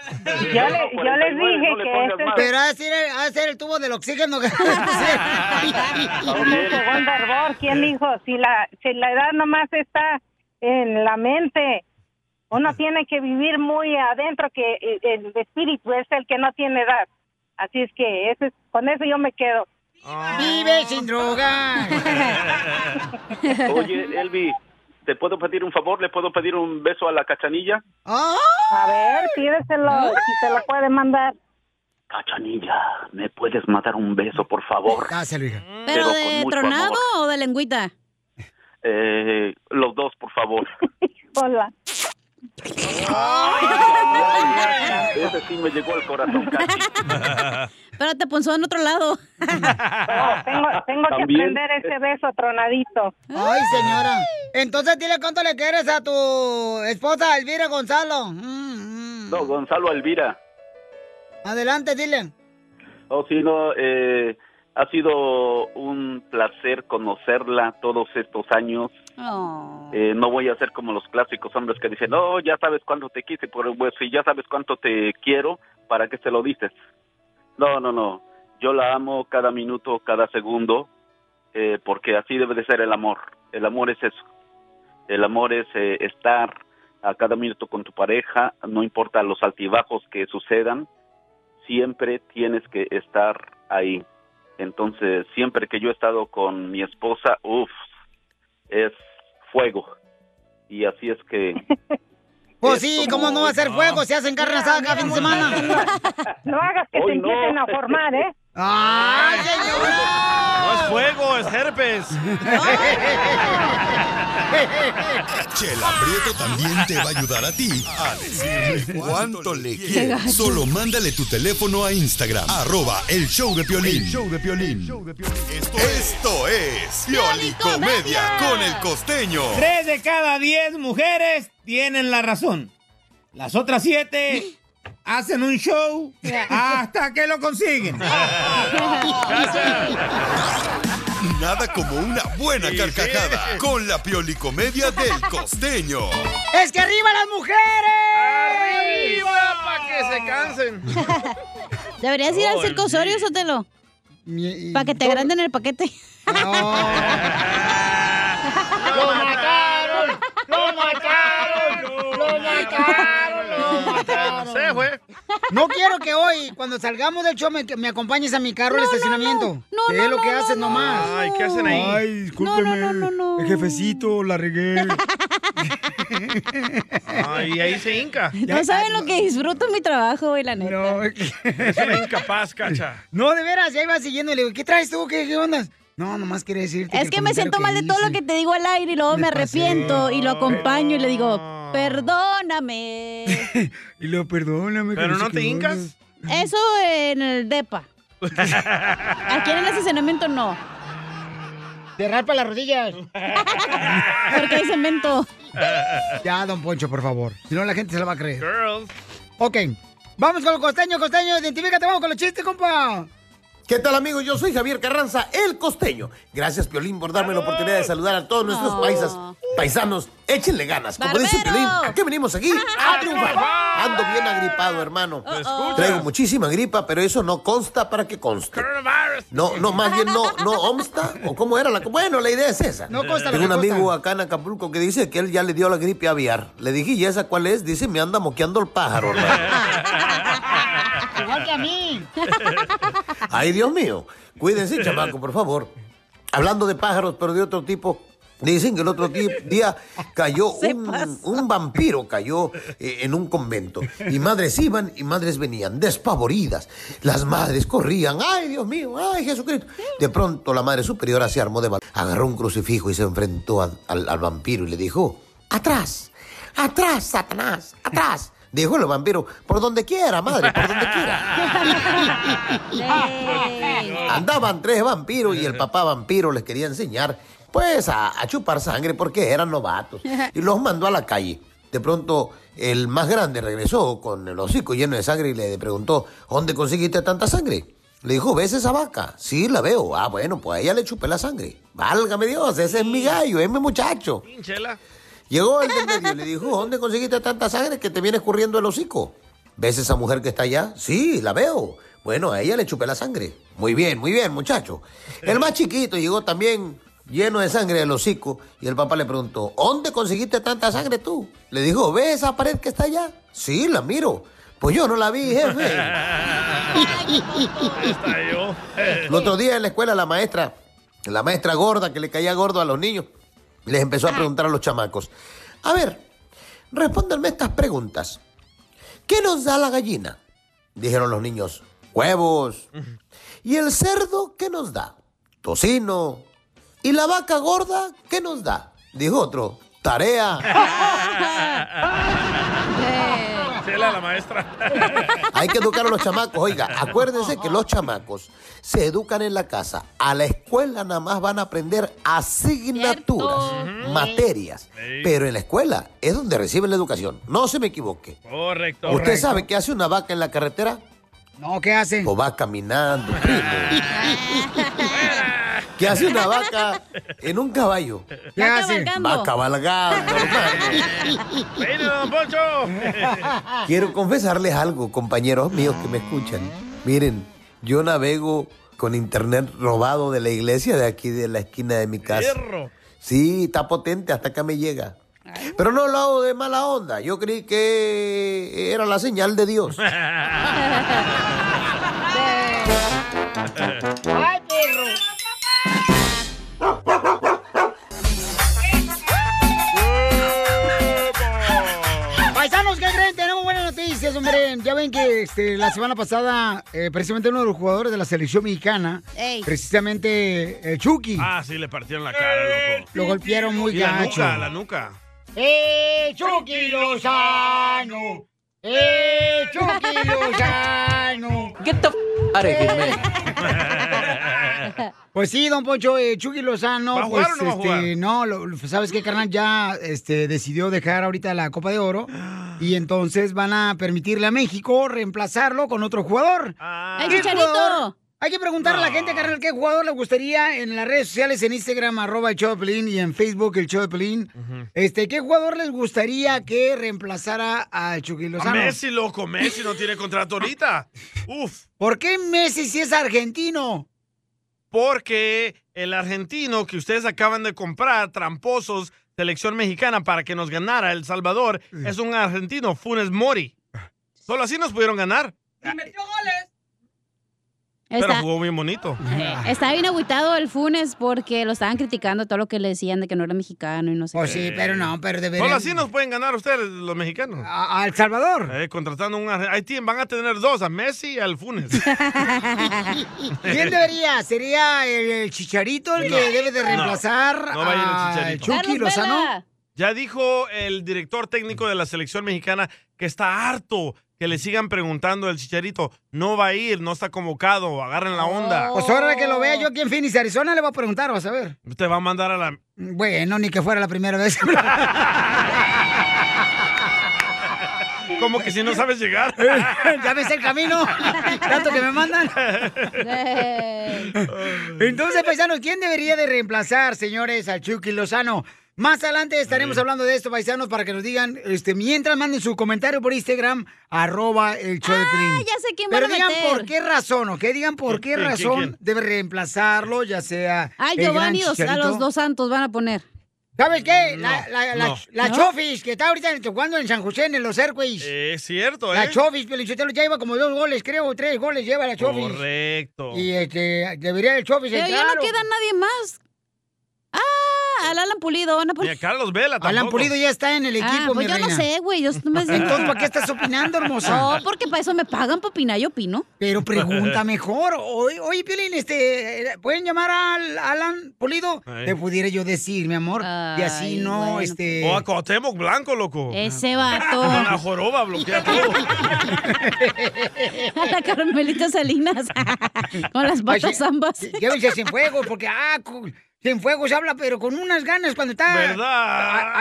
[SPEAKER 11] le- yo les dije que este-
[SPEAKER 1] Pero ha de ser el, ha de ser el tubo del oxígeno. que-
[SPEAKER 11] Como un segundo hervor, ¿quién dijo? Si la, si la edad nomás está en la mente, uno tiene que vivir muy adentro, que el, el espíritu es el que no tiene edad. Así es que ese, es- con eso yo me quedo.
[SPEAKER 1] Vive sin droga.
[SPEAKER 21] Oye, Elvi, ¿te puedo pedir un favor? ¿Le puedo pedir un beso a la cachanilla?
[SPEAKER 11] A ver, pídeselo, si se lo puede mandar.
[SPEAKER 21] Cachanilla, ¿me puedes matar un beso, por favor?
[SPEAKER 25] Dáselo, hija.
[SPEAKER 3] ¿Pero
[SPEAKER 21] con
[SPEAKER 3] de
[SPEAKER 21] mucho
[SPEAKER 3] tronado
[SPEAKER 21] amor.
[SPEAKER 3] o de lengüita?
[SPEAKER 21] Eh, los dos, por favor.
[SPEAKER 11] Hola.
[SPEAKER 21] Ese sí me llegó al corazón casi.
[SPEAKER 3] Pero te punzó en otro lado.
[SPEAKER 11] Tengo, tengo que
[SPEAKER 21] También.
[SPEAKER 11] aprender ese beso tronadito.
[SPEAKER 1] Ay, señora. Entonces dile cuánto le quieres a tu esposa Elvira Gonzalo. Mm,
[SPEAKER 21] No, Gonzalo Alvira.
[SPEAKER 1] Adelante, dile.
[SPEAKER 21] Oh, sí, no, eh, ha sido un placer conocerla todos estos años. Eh, no voy a ser como los clásicos hombres que dicen, no, ya sabes cuánto te quise, pero pues si ya sabes cuánto te quiero, ¿para qué te lo dices? No, no, no. Yo la amo cada minuto, cada segundo, eh, porque así debe de ser el amor. El amor es eso. El amor es eh, estar a cada minuto con tu pareja, no importa los altibajos que sucedan, siempre tienes que estar ahí. Entonces, siempre que yo he estado con mi esposa, uff, es fuego. Y así es que
[SPEAKER 1] Pues sí, ¿cómo no va a ser fuego si hacen carne asada cada fin de semana?
[SPEAKER 11] No hagas que
[SPEAKER 1] Hoy
[SPEAKER 11] te
[SPEAKER 1] no.
[SPEAKER 11] empiecen a formar, ¿eh?
[SPEAKER 1] ¡Ay,
[SPEAKER 2] No es fuego, es herpes.
[SPEAKER 6] Chela Prieto también te va a ayudar a ti a decirle cuánto
[SPEAKER 9] Qué
[SPEAKER 6] le
[SPEAKER 9] gacho.
[SPEAKER 6] quieres. Solo mándale tu teléfono a Instagram, arroba el show de Piolín.
[SPEAKER 9] El
[SPEAKER 6] show de Esto es Pioli Comedia con el costeño.
[SPEAKER 18] Tres de cada diez mujeres tienen la razón. Las otras siete hacen un show hasta que lo consiguen.
[SPEAKER 6] Nada como una buena carcajada con la Pioli Comedia del costeño.
[SPEAKER 1] ¡Es que arriba las mujeres!
[SPEAKER 2] ¡Arriba para que se cansen!
[SPEAKER 3] Deberías ir al
[SPEAKER 2] Oh,
[SPEAKER 3] circo Osorio, Sotelo. Para que te agranden el paquete.
[SPEAKER 9] ¡Lo mataron! ¡Lo mataron! ¡Lo mataron! ¡Lo mataron!
[SPEAKER 2] Se fue.
[SPEAKER 1] No quiero que hoy, cuando salgamos del show, me, que me acompañes a mi carro al estacionamiento.
[SPEAKER 25] no,
[SPEAKER 1] ¿Qué es lo
[SPEAKER 25] no,
[SPEAKER 1] que
[SPEAKER 25] no,
[SPEAKER 1] haces
[SPEAKER 25] no.
[SPEAKER 1] nomás?
[SPEAKER 25] Ay, ¿qué hacen ahí? Ay, discúlpeme. No, no, no, no. Jefecito, la regué.
[SPEAKER 2] Ay, ahí se hinca.
[SPEAKER 3] No saben
[SPEAKER 1] ah,
[SPEAKER 3] lo que disfruto mi trabajo, güey, la neta.
[SPEAKER 2] Es una incapaz, cacha.
[SPEAKER 1] No, de veras, ya iba siguiendo y le digo, ¿qué traes tú? ¿Qué, qué onda? No, nomás quería decirte.
[SPEAKER 3] Es que me siento mal de todo lo que te digo al aire y luego me, arrepiento y lo acompaño y le digo, perdóname.
[SPEAKER 25] Y lo perdóname.
[SPEAKER 2] Pero no te hincas.
[SPEAKER 3] Eso en el DEPA. Aquí en el estacionamiento no.
[SPEAKER 1] Te raspa las rodillas.
[SPEAKER 3] Porque hay cemento.
[SPEAKER 1] Ya, don Poncho, por favor. Si no, la gente se la va a creer.
[SPEAKER 2] Girls.
[SPEAKER 1] Ok. Vamos con el costeño, costeño, identifícate, vamos con los chistes, compa.
[SPEAKER 16] ¿Qué tal amigos? Yo soy Javier Carranza, el costeño. Gracias Piolín por darme la oportunidad de saludar a todos nuestros
[SPEAKER 26] Oh.
[SPEAKER 16] paisas. Paisanos, échenle ganas. Como dice
[SPEAKER 26] ¡Barbero!
[SPEAKER 16] Piolín, ¿a qué venimos aquí? A triunfar. Ando bien agripado, hermano.
[SPEAKER 26] escuchas?
[SPEAKER 16] Traigo muchísima gripa, pero eso no consta para que conste. No, no, más bien no, no obsta. ¿O cómo era la co- Bueno, la idea es esa.
[SPEAKER 1] No consta lo
[SPEAKER 16] Tengo
[SPEAKER 1] que
[SPEAKER 16] un amigo acá en Acapulco que dice que él ya le dio la gripe aviar. Le dije, ¿y esa cuál es? Dice, me anda moqueando el pájaro, hermano.
[SPEAKER 9] Igual que a mí.
[SPEAKER 16] Ay, Dios mío. Cuídense, chamaco, por favor. Hablando de pájaros, pero de otro tipo. Dicen que el otro di- día cayó un, un vampiro, cayó eh, en un convento. Y madres iban y madres venían, despavoridas. Las madres corrían, ay Dios mío, ay Jesucristo. De pronto la madre superiora se armó de valor, agarró un crucifijo y se enfrentó a- al- al vampiro y le dijo, atrás, atrás, Satanás, atrás. Dijo el vampiro, por donde quiera, madre, por donde
[SPEAKER 26] Ah,
[SPEAKER 16] quiera. Andaban tres vampiros y el papá vampiro les quería enseñar, pues, a, a chupar sangre porque eran novatos. Y los mandó a la calle. De pronto, el más grande regresó con el hocico lleno de sangre y le preguntó, ¿dónde conseguiste tanta sangre? Le dijo, ¿ves esa vaca? Sí, la veo. Ah, bueno, pues a ella le chupé la sangre. Válgame Dios, ese es mi gallo, es mi muchacho.
[SPEAKER 2] Pinchela.
[SPEAKER 16] Llegó el del medio y le dijo, ¿dónde conseguiste tanta sangre que te viene escurriendo el hocico? ¿Ves esa mujer que está allá? Sí, la veo. Bueno, a ella le chupé la sangre. Muy bien, muy bien, muchacho. El más chiquito llegó también lleno de sangre el hocico y el papá le preguntó, ¿dónde conseguiste tanta sangre tú? Le dijo, ¿ves esa pared que está allá? Sí, la miro. Pues yo no la vi, jefe. El otro día en la escuela la maestra, la maestra gorda que le caía gordo a los niños, les empezó a preguntar a los chamacos, a ver, respóndanme estas preguntas. ¿Qué nos da la gallina? Dijeron los niños, huevos. ¿Y el cerdo qué nos da? Tocino. ¿Y la vaca gorda qué nos da? Dijo otro, tarea.
[SPEAKER 2] Chela, la maestra.
[SPEAKER 16] Hay que educar a los chamacos. Oiga, acuérdense que los chamacos se educan en la casa. A la escuela nada más van a aprender asignaturas, materias. Pero en la escuela es donde reciben la educación. No se me equivoque.
[SPEAKER 2] Correcto.
[SPEAKER 16] ¿Usted sabe qué hace una vaca en la carretera?
[SPEAKER 1] No, ¿qué hace?
[SPEAKER 16] O va caminando, primo. ¿Qué hace una vaca en un caballo?
[SPEAKER 26] ¿Qué Va hace? cabalgando.
[SPEAKER 16] Va cabalgando.
[SPEAKER 26] ¡Peine, don Poncho!
[SPEAKER 16] Quiero confesarles algo, compañeros míos que me escuchan. Miren, yo navego con internet robado de la iglesia de aquí, de la esquina de mi casa. Sí, está potente, hasta acá me llega. Pero no lo hago de mala onda. Yo creí que era la señal de Dios.
[SPEAKER 9] Ay, perro.
[SPEAKER 1] Paisanos, ¿qué creen? Tenemos buenas noticias, hombre. Ya ven que este, la semana pasada, eh, precisamente uno de los jugadores de la selección mexicana,
[SPEAKER 2] Ey.
[SPEAKER 1] precisamente el Chucky,
[SPEAKER 2] Ah, sí, le partieron la cara, loco.
[SPEAKER 1] lo golpearon muy
[SPEAKER 2] Y la
[SPEAKER 1] gacho.
[SPEAKER 2] nuca, la nuca.
[SPEAKER 9] ¡Eh, Chucky Lozano! ¡Eh, Chucky Lozano!
[SPEAKER 1] Get the
[SPEAKER 9] out of here,
[SPEAKER 1] Pues sí, don Poncho, eh, Chucky Lozano,
[SPEAKER 9] ¿Va a
[SPEAKER 1] pues
[SPEAKER 9] jugar o no va a
[SPEAKER 1] este,
[SPEAKER 9] jugar?
[SPEAKER 1] no, lo- lo- sabes qué, carnal, ya este, decidió dejar ahorita la Copa de Oro y entonces van a permitirle a México reemplazarlo con otro jugador.
[SPEAKER 9] Ah.
[SPEAKER 3] ¡El
[SPEAKER 1] ¿Qué
[SPEAKER 3] Chicharito!
[SPEAKER 1] jugador? Hay que preguntarle a la gente, carnal, qué jugador le gustaría en las redes sociales, en Instagram, arroba el show de Pelín, y en Facebook, el show de Pelín. Este, ¿qué jugador les gustaría que reemplazara a Chucky
[SPEAKER 2] A
[SPEAKER 1] Lozano?
[SPEAKER 2] Messi, loco, Messi no tiene contrato ahorita. Uf.
[SPEAKER 1] ¿Por qué Messi si es argentino?
[SPEAKER 2] Porque el argentino que ustedes acaban de comprar, tramposos, selección mexicana para que nos ganara El Salvador, es un argentino, Funes Mori. Solo así nos pudieron ganar. Pero
[SPEAKER 3] Está-
[SPEAKER 2] jugó bien bonito.
[SPEAKER 3] Estaba bien agüitado el Funes porque lo estaban criticando todo lo que le decían de que no era mexicano y no sé
[SPEAKER 2] Pues sí, pero no,
[SPEAKER 1] pero
[SPEAKER 2] Solo así nos pueden ganar ustedes, los mexicanos. Eh,
[SPEAKER 1] A, El Salvador.
[SPEAKER 2] contratando un argentino. Ahí tienen- van a tener dos, a Messi y al Funes.
[SPEAKER 1] ¿Quién debería? ¿Sería el, el Chicharito el que debe de
[SPEAKER 2] No,
[SPEAKER 1] reemplazar
[SPEAKER 2] no va a ir el
[SPEAKER 1] a
[SPEAKER 2] Chicharito.
[SPEAKER 1] Chucky
[SPEAKER 2] Carlos
[SPEAKER 1] Lozano?
[SPEAKER 2] Ya dijo el director técnico de la selección mexicana que está harto que le sigan preguntando al chicharito. No va a ir, no está convocado, agarren la onda. Oh.
[SPEAKER 1] Pues ahora que lo vea yo aquí en Phoenix, Arizona, le voy a preguntar, vas a ver.
[SPEAKER 2] Te va a mandar a la.
[SPEAKER 1] Bueno, ni que fuera la primera vez.
[SPEAKER 2] Como que si no sabes llegar.
[SPEAKER 1] ya ves el camino, tanto que me mandan. Entonces, paisanos, ¿quién debería de reemplazar, señores, al Chucky Lozano? Más adelante estaremos hablando de esto, paisanos, para que nos digan, este, mientras manden su comentario por Instagram, arroba el show de Piolín.
[SPEAKER 3] Ah, ya sé quién
[SPEAKER 1] Pero
[SPEAKER 3] van a
[SPEAKER 1] digan
[SPEAKER 3] meter.
[SPEAKER 1] por qué razón, ¿ok? Digan por qué
[SPEAKER 3] ¿Quién, quién,
[SPEAKER 1] razón
[SPEAKER 3] quién?
[SPEAKER 1] debe reemplazarlo, ya sea.
[SPEAKER 3] Ay,
[SPEAKER 1] el gran
[SPEAKER 3] Giovanni, dos- a
[SPEAKER 1] Chicharito.
[SPEAKER 3] los dos santos van a poner.
[SPEAKER 1] ¿Sabes qué? La, la, la,
[SPEAKER 2] no.
[SPEAKER 1] la
[SPEAKER 3] ¿No?
[SPEAKER 1] Chofis, que está ahorita jugando en San José, en los Airways.
[SPEAKER 2] Es cierto, ¿eh?
[SPEAKER 1] La Chofis, Pelichotelo ya lleva como dos goles, creo, tres goles lleva la Chofis.
[SPEAKER 2] Correcto.
[SPEAKER 1] Y este, debería el Chofis
[SPEAKER 3] Pero ya
[SPEAKER 1] entrar,
[SPEAKER 3] no
[SPEAKER 1] ¿o?
[SPEAKER 3] queda nadie más. Ah, al Alan Pulido. Van a
[SPEAKER 2] Ni a
[SPEAKER 3] poner.
[SPEAKER 2] Carlos Vela tampoco.
[SPEAKER 1] Alan Pulido ya está en el equipo,
[SPEAKER 3] Ah, pues
[SPEAKER 1] mi
[SPEAKER 3] yo no
[SPEAKER 1] reina.
[SPEAKER 3] sé, güey. Yo nomás-
[SPEAKER 1] Entonces, ¿para qué estás opinando, hermosa?
[SPEAKER 3] No, porque para eso me pagan para opinar, yo opino.
[SPEAKER 1] Pero pregunta mejor. Oye, oye Piolín, este, eh, ¿pueden llamar al Alan Pulido?
[SPEAKER 2] Ay.
[SPEAKER 1] Te pudiera yo decir, mi amor. y así no, este...
[SPEAKER 2] O a Cuauhtémoc Blanco, loco.
[SPEAKER 1] Eh,
[SPEAKER 3] Ese vato.
[SPEAKER 2] Con la joroba bloquea todo.
[SPEAKER 3] A la Carmelita Salinas. Con las patas ambas.
[SPEAKER 1] Llévense sin fuego, porque, ah, cu- sin fuego se habla, pero con unas ganas cuando está...
[SPEAKER 2] ¿Verdad?
[SPEAKER 9] Ah,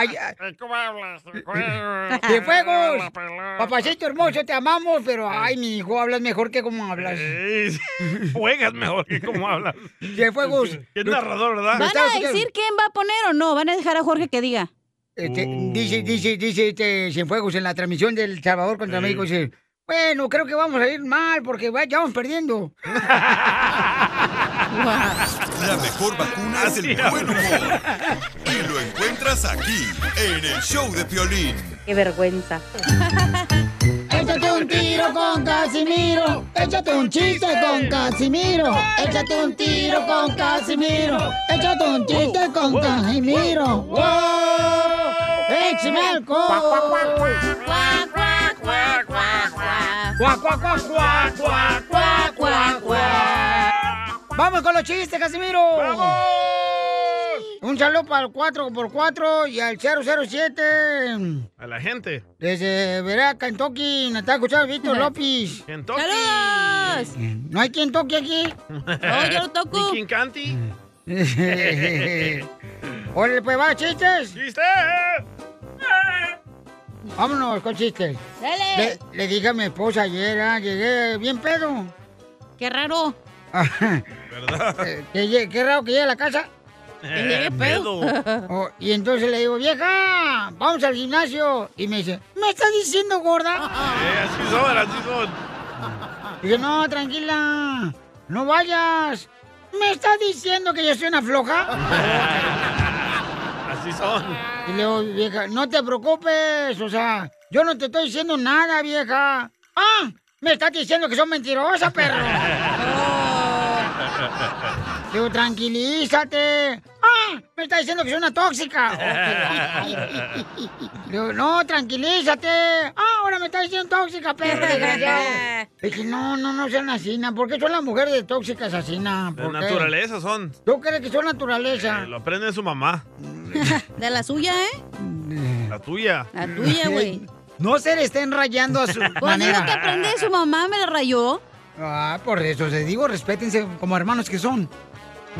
[SPEAKER 1] A- a-
[SPEAKER 2] ¿Cómo hablas?
[SPEAKER 1] ¡De fuegos! Papacito hermoso, te amamos, pero ay, mi hijo, hablas mejor que como hablas.
[SPEAKER 2] Juegas mejor que como hablas.
[SPEAKER 1] ¡De fuegos!
[SPEAKER 2] Qué narrador, ¿verdad?
[SPEAKER 3] ¿Van a decir quién va a poner o no? ¿Van a dejar a Jorge que diga?
[SPEAKER 1] Este,
[SPEAKER 2] Oh.
[SPEAKER 1] Dice, dice, dice este Cienfuegos en la transmisión del Salvador contra México, dice, bueno, creo que vamos a ir mal porque va- ya vamos perdiendo.
[SPEAKER 6] La mejor vacuna es el buen humor. Y lo encuentras aquí, en el show de Piolín.
[SPEAKER 9] Qué vergüenza. Échate un tiro con Casimiro. Échate un chiste con Casimiro. Échate un tiro con Casimiro. Échate un chiste con Casimiro. ¡Wow! ¡Échame alcohol!
[SPEAKER 1] Cuá, cuá, cuá, cuá, cuá, cuá, cuá, cuá. Vamos con los chistes, Casimiro. Un saludo para el 4x4 y al 007.
[SPEAKER 2] A la gente.
[SPEAKER 1] Desde Verá, Kentucky, nos está escuchando Víctor López. Eh,
[SPEAKER 2] Kentucky.
[SPEAKER 3] ¡Saludos!
[SPEAKER 1] ¿No hay quien toque aquí?
[SPEAKER 3] No, yo lo toco.
[SPEAKER 2] Nicky Canti.
[SPEAKER 25] Eh.
[SPEAKER 1] Órale, pues va, chistes.
[SPEAKER 2] ¡Chistes!
[SPEAKER 1] Vámonos con chistes.
[SPEAKER 3] Dale.
[SPEAKER 1] Le, le dije a mi esposa ayer, ah, llegué bien pedo.
[SPEAKER 3] Qué raro.
[SPEAKER 1] ¿Verdad? qué raro que llegue a la casa.
[SPEAKER 3] Eh, pedo.
[SPEAKER 1] Oh, y entonces le digo, vieja, vamos al gimnasio. Y me dice, ¿me estás diciendo gorda?
[SPEAKER 2] Eh, así son, así son.
[SPEAKER 1] Dice, no, tranquila, no vayas. ¿Me estás diciendo que yo soy una floja?
[SPEAKER 2] Así son.
[SPEAKER 1] Y le digo, vieja, no te preocupes, o sea, yo no te estoy diciendo nada, vieja. ¡Ah! Me estás diciendo que son mentirosa, perro.
[SPEAKER 9] Oh.
[SPEAKER 1] Le digo, tranquilízate. ¡Ah! Me estás diciendo que soy una tóxica. Le digo, no, tranquilízate. Ah, ahora me estás diciendo tóxica, perro, desgraciado. Le Dije, no, no, no sean así, na, ¿Por qué son las mujeres de tóxicas así, na?
[SPEAKER 2] De
[SPEAKER 1] ¿Por qué?
[SPEAKER 2] naturaleza son.
[SPEAKER 1] ¿Tú crees que son naturaleza?
[SPEAKER 2] Eh, Lo aprende su mamá.
[SPEAKER 3] De la suya, ¿eh?
[SPEAKER 1] Mm.
[SPEAKER 2] La tuya.
[SPEAKER 3] La tuya, güey.
[SPEAKER 1] No se le estén rayando a su
[SPEAKER 3] Pues es
[SPEAKER 1] manera.
[SPEAKER 3] lo que aprende de su mamá, me la rayó.
[SPEAKER 1] Ah, por eso les digo, respétense como hermanos que son.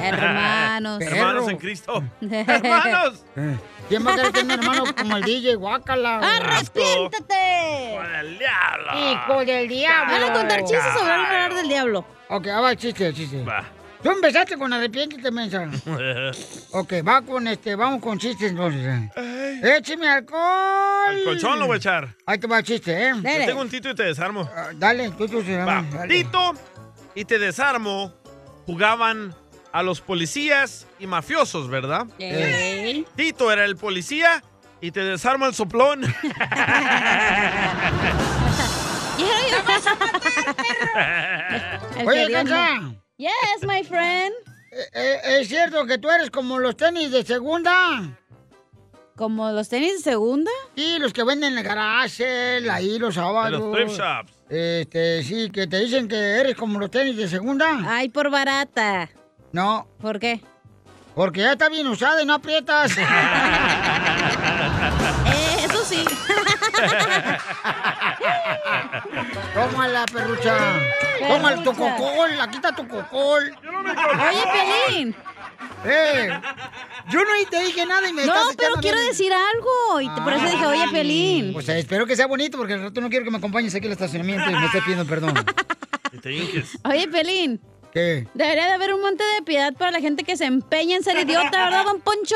[SPEAKER 3] Hermanos.
[SPEAKER 2] Hermanos en Cristo. Hermanos.
[SPEAKER 1] Eh, ¿Quién va a querer tener hermano como el DJ?
[SPEAKER 3] Ah,
[SPEAKER 1] Guácala.
[SPEAKER 3] ¡Arrepiéntate!
[SPEAKER 2] ¡El diablo!
[SPEAKER 1] ¡Hijo del diablo!
[SPEAKER 3] ¿Van a contar chistes o van a hablar del diablo?
[SPEAKER 1] Ok, ah, va, chiste, chiste. Tú empezaste con arrepiéntete, mensa. Ok, va con este, vamos con chistes entonces. eh. ¡Écheme alcohol!
[SPEAKER 2] El colchón lo voy a echar.
[SPEAKER 1] Ahí te va el chiste, ¿eh?
[SPEAKER 2] Yo tengo un tito y te desarmo.
[SPEAKER 1] Ah, Dale, tú, tú, se llama,
[SPEAKER 2] Va.
[SPEAKER 1] dale.
[SPEAKER 2] Tito y te desarmo jugaban a los policías y mafiosos, ¿verdad?
[SPEAKER 3] Ey.
[SPEAKER 2] Tito era el policía y te desarmo el soplón.
[SPEAKER 3] El
[SPEAKER 1] Oye,
[SPEAKER 3] perdiendo.
[SPEAKER 1] Cacha. Eh,
[SPEAKER 3] Yes, my friend.
[SPEAKER 1] ¿Es cierto que tú eres como los tenis de segunda?
[SPEAKER 3] ¿Como los tenis de segunda?
[SPEAKER 1] Sí, los que venden en el garaje, ahí los
[SPEAKER 2] En
[SPEAKER 1] sábados.
[SPEAKER 2] los thrift shops.
[SPEAKER 1] Este, sí, que te dicen que eres como los tenis de segunda.
[SPEAKER 3] Ay, por barata.
[SPEAKER 1] No.
[SPEAKER 3] ¿Por qué?
[SPEAKER 1] Porque ya está bien usada y no aprietas.
[SPEAKER 3] Eh, eso sí.
[SPEAKER 1] Tómala, perrucha. Toma tu cocol, aquí está tu cocol.
[SPEAKER 3] Oye, Pelín.
[SPEAKER 1] Eh, Yo no te dije nada y me
[SPEAKER 3] No,
[SPEAKER 1] estás
[SPEAKER 3] pero
[SPEAKER 1] echando Ah,
[SPEAKER 3] quiero
[SPEAKER 1] bien.
[SPEAKER 3] decir algo. Y te- por eso dije, oye, Pelín.
[SPEAKER 1] O sea, pues, eh, espero que sea bonito porque al rato no quiero que me acompañes aquí al estacionamiento y me estés pidiendo perdón.
[SPEAKER 3] Oye, Pelín.
[SPEAKER 1] ¿Qué?
[SPEAKER 3] Debería de haber un monte de piedad para la gente que se empeña en ser idiota, ¿verdad, don Poncho?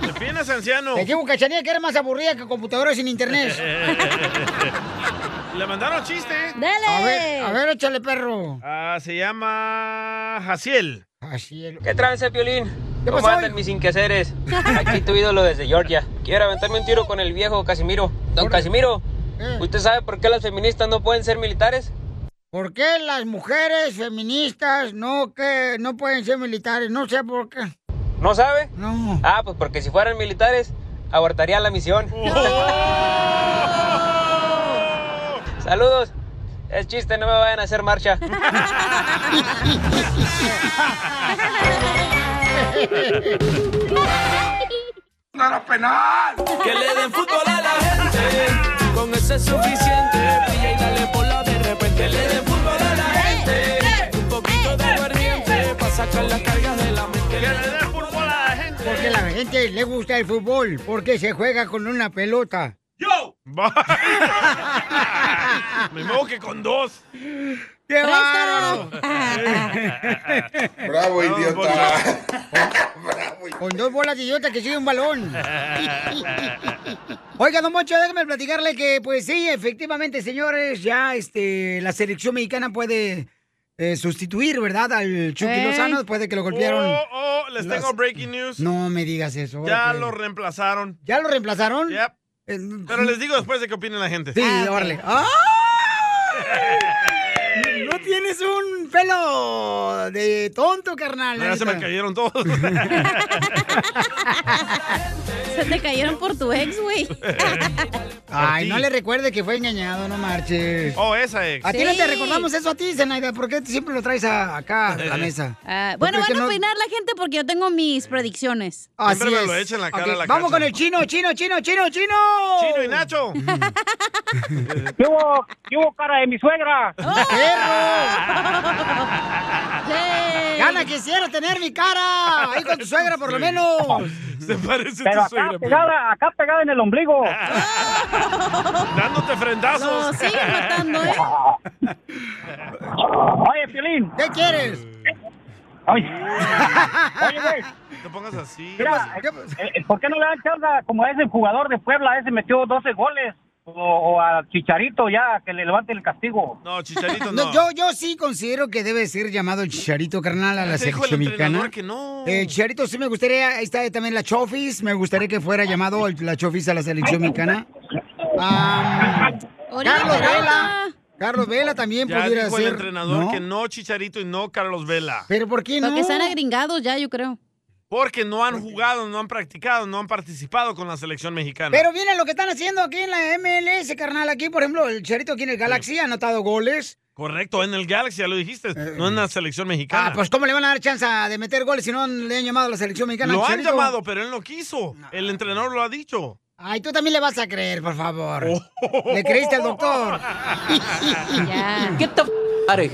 [SPEAKER 2] Te pinas, anciano.
[SPEAKER 1] Te digo, cachanilla, que eres más aburrida que computadora sin internet.
[SPEAKER 2] Le mandaron chiste.
[SPEAKER 3] Dale.
[SPEAKER 1] A ver, a ver, échale, perro.
[SPEAKER 2] Ah, se llama Jaciel.
[SPEAKER 1] Jaciel.
[SPEAKER 15] ¿Qué trance, Piolín?
[SPEAKER 1] ¿Qué
[SPEAKER 15] ¿Cómo
[SPEAKER 1] pasó
[SPEAKER 15] andan mis inquehaceres? Aquí tu ídolo desde Georgia. Quiero aventarme un tiro con el viejo Casimiro. Don Casimiro,
[SPEAKER 1] Eh.
[SPEAKER 15] ¿usted sabe por qué las feministas no pueden ser militares?
[SPEAKER 1] ¿Por qué las mujeres feministas no que no pueden ser militares? No sé por qué.
[SPEAKER 15] ¿No sabe?
[SPEAKER 1] No.
[SPEAKER 15] Ah, pues porque si fueran militares, abortarían la misión.
[SPEAKER 1] Oh.
[SPEAKER 15] Saludos. Es chiste, no me vayan a hacer marcha.
[SPEAKER 3] ¡Oh!
[SPEAKER 4] ¡Para
[SPEAKER 25] pues,
[SPEAKER 4] penal! Que le den fútbol a la gente, con eso es suficiente. Brilla y dale bola de repente. Que le den fútbol a la gente, un poquito de aguardiente, para sacar las cargas de la mente. Que le den fútbol a la gente.
[SPEAKER 1] Porque a la gente le gusta el fútbol, porque se juega con una pelota.
[SPEAKER 2] ¡Yo! Me muevo que con dos.
[SPEAKER 1] ¡Qué bárbaro!
[SPEAKER 20] Bravo,
[SPEAKER 25] pues,
[SPEAKER 20] idiota.
[SPEAKER 1] Con dos bolas de idiota que sigue un balón. Oiga, don Moncho, déjame platicarle que, pues sí, efectivamente, señores, ya este, la selección mexicana puede eh, sustituir, ¿verdad? Al Chucky
[SPEAKER 2] Ey.
[SPEAKER 1] Lozano después de que lo golpearon.
[SPEAKER 2] Oh, oh, les
[SPEAKER 1] Las-
[SPEAKER 2] tengo breaking news.
[SPEAKER 1] No me digas eso.
[SPEAKER 2] Ya
[SPEAKER 1] ok.
[SPEAKER 2] lo reemplazaron.
[SPEAKER 1] ¿Ya lo reemplazaron? Eh,
[SPEAKER 2] Pero les digo después de qué opine la gente.
[SPEAKER 1] Sí, órale. ¡Ah! No tienes un pelo de tonto, carnal.
[SPEAKER 2] Ya se me cayeron todos.
[SPEAKER 3] Se te cayeron por tu ex, güey.
[SPEAKER 1] Ay, no le recuerde que fue engañado, no marches.
[SPEAKER 2] Oh, esa ex.
[SPEAKER 1] A ti no te
[SPEAKER 3] Sí.
[SPEAKER 1] recordamos eso a ti, Zenaida. ¿Por qué siempre lo traes a- acá a la mesa?
[SPEAKER 3] Ah,
[SPEAKER 1] ¿Tú
[SPEAKER 3] bueno,
[SPEAKER 1] crees
[SPEAKER 3] van
[SPEAKER 1] que
[SPEAKER 3] a
[SPEAKER 1] no-
[SPEAKER 3] opinar la gente porque yo tengo mis predicciones.
[SPEAKER 1] Así es. Ok, Vamos con el chino, chino, chino, chino, chino. Chino
[SPEAKER 2] y Nacho.
[SPEAKER 8] ¿Qué hubo, qué hubo, cara de mi suegra?
[SPEAKER 1] Gana, quisiera tener mi cara ahí con tu suegra por lo menos.
[SPEAKER 2] Se parece
[SPEAKER 8] Pero
[SPEAKER 2] a
[SPEAKER 8] acá
[SPEAKER 2] tu suegra. pues. pero-
[SPEAKER 8] pegada, acá pegada en el ombligo.
[SPEAKER 2] Dándote frentazos.
[SPEAKER 8] Lo siguen matando, ¿eh? Oye, Piolín.
[SPEAKER 1] ¿Qué quieres?
[SPEAKER 8] Oye, oye, güey.
[SPEAKER 2] Te pongas así.
[SPEAKER 8] Mira, eh, eh, ¿por qué no le dan chance a- como a ese jugador de Puebla? Ese metió 12 goles. O, o a Chicharito ya, que le levante el castigo.
[SPEAKER 2] No, Chicharito
[SPEAKER 1] No, yo, yo sí considero que debe ser llamado el Chicharito carnal a la
[SPEAKER 2] Te dijo
[SPEAKER 1] selección
[SPEAKER 2] el entrenador
[SPEAKER 1] mexicana.
[SPEAKER 2] que no.
[SPEAKER 1] Eh, Chicharito sí me gustaría, ahí está también la Chofis, me gustaría que fuera llamado el- la Chofis a la selección mexicana. Ah, Carlos Vela, Carlos Vela también
[SPEAKER 2] Ya
[SPEAKER 1] pudiera
[SPEAKER 2] dijo el
[SPEAKER 1] ser.
[SPEAKER 2] entrenador
[SPEAKER 1] ¿no?
[SPEAKER 2] que no Chicharito y no Carlos Vela.
[SPEAKER 1] Pero ¿por qué no?
[SPEAKER 3] Porque están agringados ya, yo creo.
[SPEAKER 2] Porque no han jugado, no han practicado, no han participado con la selección mexicana.
[SPEAKER 1] Pero viene lo que están haciendo aquí en la MLS, carnal. Aquí, por ejemplo, el Chicharito aquí en el Galaxy ha anotado goles.
[SPEAKER 2] Correcto, en el Galaxy, ya lo dijiste, no en la selección mexicana.
[SPEAKER 1] Eh, Ah, pues ¿cómo le van a dar chance de meter goles si no le han llamado a la selección mexicana? al
[SPEAKER 2] lo han
[SPEAKER 1] Chicharito?
[SPEAKER 2] llamado, pero él no quiso. El entrenador lo ha dicho.
[SPEAKER 1] Ay, tú también le vas a creer, por favor.
[SPEAKER 2] Oh.
[SPEAKER 1] ¿Le creíste al doctor?
[SPEAKER 3] ¿Qué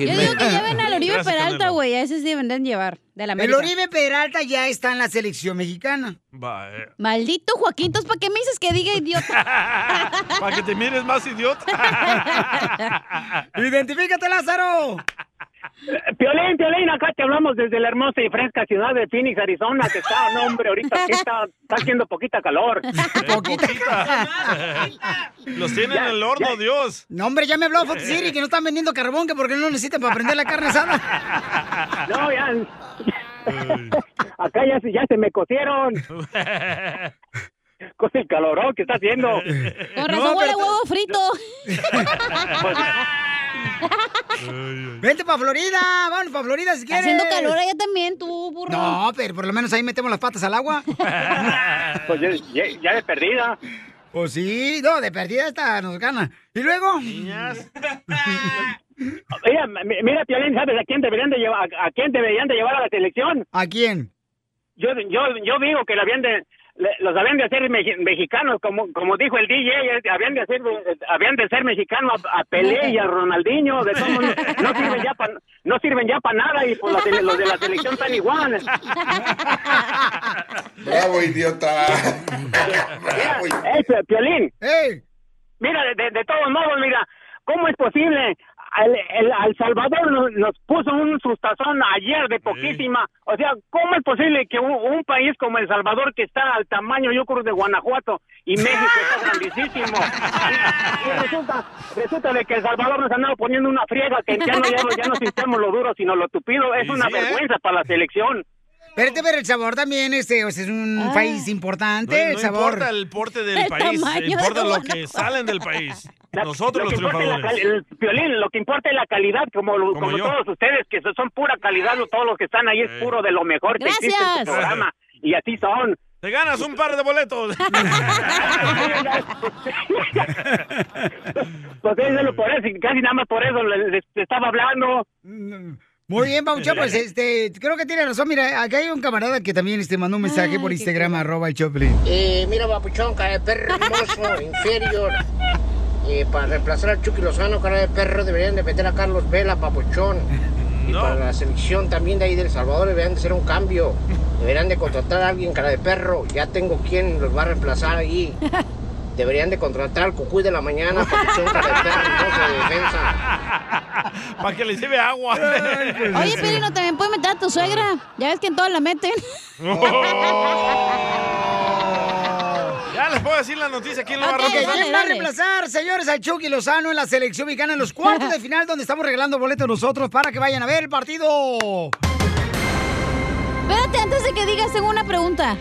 [SPEAKER 3] Yo digo que lleven al Oribe
[SPEAKER 1] Ah, Gracias,
[SPEAKER 3] Peralta,
[SPEAKER 1] Canelo.
[SPEAKER 3] güey. A ese sí deben llevar. De la
[SPEAKER 1] El
[SPEAKER 3] América.
[SPEAKER 1] Oribe Peralta ya está en la selección mexicana.
[SPEAKER 2] Va, eh,
[SPEAKER 3] Maldito Joaquín, ¿entonces para qué me dices que diga idiota?
[SPEAKER 2] Para que te mires más idiota.
[SPEAKER 1] ¡Identifícate, Lázaro!
[SPEAKER 8] Piolín, Piolín, acá te hablamos desde la hermosa y fresca ciudad de Phoenix, Arizona, que está, no hombre, ahorita aquí está, está haciendo poquita calor.
[SPEAKER 2] Los tienen en el horno, Dios. Eh.
[SPEAKER 1] No, hombre, ya me habló Fox City que no están vendiendo carbón, que porque no lo necesitan para prender la carne asada.
[SPEAKER 8] No, ya. Acá ya, se- ya se me cosieron con el calorón que está haciendo.
[SPEAKER 3] Con razón huele a huevo frito.
[SPEAKER 1] Vente para Florida, vamos para Florida si
[SPEAKER 3] Está
[SPEAKER 1] quieres.
[SPEAKER 3] haciendo calor allá también, tú, burro.
[SPEAKER 1] No, pero por lo menos ahí metemos las patas al agua.
[SPEAKER 8] Pues ya, ya- ya de perdida.
[SPEAKER 1] Pues sí, no, de perdida esta nos gana. ¿Y luego?
[SPEAKER 8] Mira, mi- mira, Piolín, ¿sabes a quién deberían de llevar, a, a quién deberían de llevar a la selección?
[SPEAKER 1] ¿A quién?
[SPEAKER 8] Yo, yo, yo digo que la habían de, le- los habían de hacer meji- mexicanos, como, como dijo el DJ, eh, habían de, hacer, eh, habían de ser mexicanos a, a Pelé y a Ronaldinho, de todos modos, no, sirven ya pa- no sirven ya para nada y pues los, de- los de la selección están iguales.
[SPEAKER 18] Bravo, idiota.
[SPEAKER 8] Mira, ey, Pi- Piolín. Mira, de, de- de todos modos, mira, ¿cómo es posible? El, el, al Salvador nos, nos puso un sustazón ayer de poquísima. O sea, ¿cómo es posible que un, un país como El Salvador, que está al tamaño, yo creo, de Guanajuato, y México está grandísimo? Y, y resulta, resulta de que El Salvador nos andaba poniendo una friega, que ya no, ya no, ya no sintamos lo duro, sino lo tupido. Es
[SPEAKER 2] ¿eh?
[SPEAKER 8] una vergüenza para la selección.
[SPEAKER 1] Espérate, pero el sabor también este, o sea, es un
[SPEAKER 8] Ah.
[SPEAKER 1] país importante,
[SPEAKER 8] No-
[SPEAKER 1] el
[SPEAKER 8] no
[SPEAKER 1] sabor.
[SPEAKER 8] importa
[SPEAKER 2] el porte del El país, tamaño importa de lo que Guanajuato. salen del país. Nosotros los
[SPEAKER 8] importa es la
[SPEAKER 2] triunfadores.
[SPEAKER 8] cal- el violín, lo que importa es la calidad, como, lo- como
[SPEAKER 2] yo.
[SPEAKER 8] todos ustedes, que so- son pura calidad, lo- todos los que están ahí es puro de lo mejor que existe en
[SPEAKER 2] Gracias.
[SPEAKER 8] este programa. Y así son.
[SPEAKER 2] Te ganas un par de boletos.
[SPEAKER 8] Pues déjenlo por eso, y casi nada más por eso les, les- les estaba hablando.
[SPEAKER 1] Mm,
[SPEAKER 8] Eh,
[SPEAKER 1] Muy bien, Paucha, pues este, creo que tiene razón. Mira, acá hay un camarada que también este, mandó un mensaje por Instagram, arroba el Choplin.
[SPEAKER 16] Eh, mira, papuchón, cara de perro hermoso, inferior. Eh, para reemplazar al Chucky Lozano, cara de perro, deberían de meter a Carlos Vela, papuchón. Y para la selección también de ahí del Salvador deberían de hacer un cambio. Deberían de contratar a alguien, cara de perro. Ya tengo quien los va a reemplazar ahí. Deberían de contratar al Cucuy de la mañana, papuchón, cara de perro, hermoso de defensa.
[SPEAKER 2] Para que le lleve agua. pues,
[SPEAKER 3] Oye, Pelino, también puedes meter a tu suegra. Ya ves que en todas la meten.
[SPEAKER 2] Oh. Ya les puedo decir la noticia. ¿Quién lo va a
[SPEAKER 1] Ok, ¿Quién
[SPEAKER 2] reemplazar?
[SPEAKER 1] va a reemplazar, señores, a Chucky Lozano en la selección mexicana en los cuartos de final donde estamos regalando boletos nosotros para que vayan a ver el partido?
[SPEAKER 3] Espérate, antes de que digas, tengo una pregunta.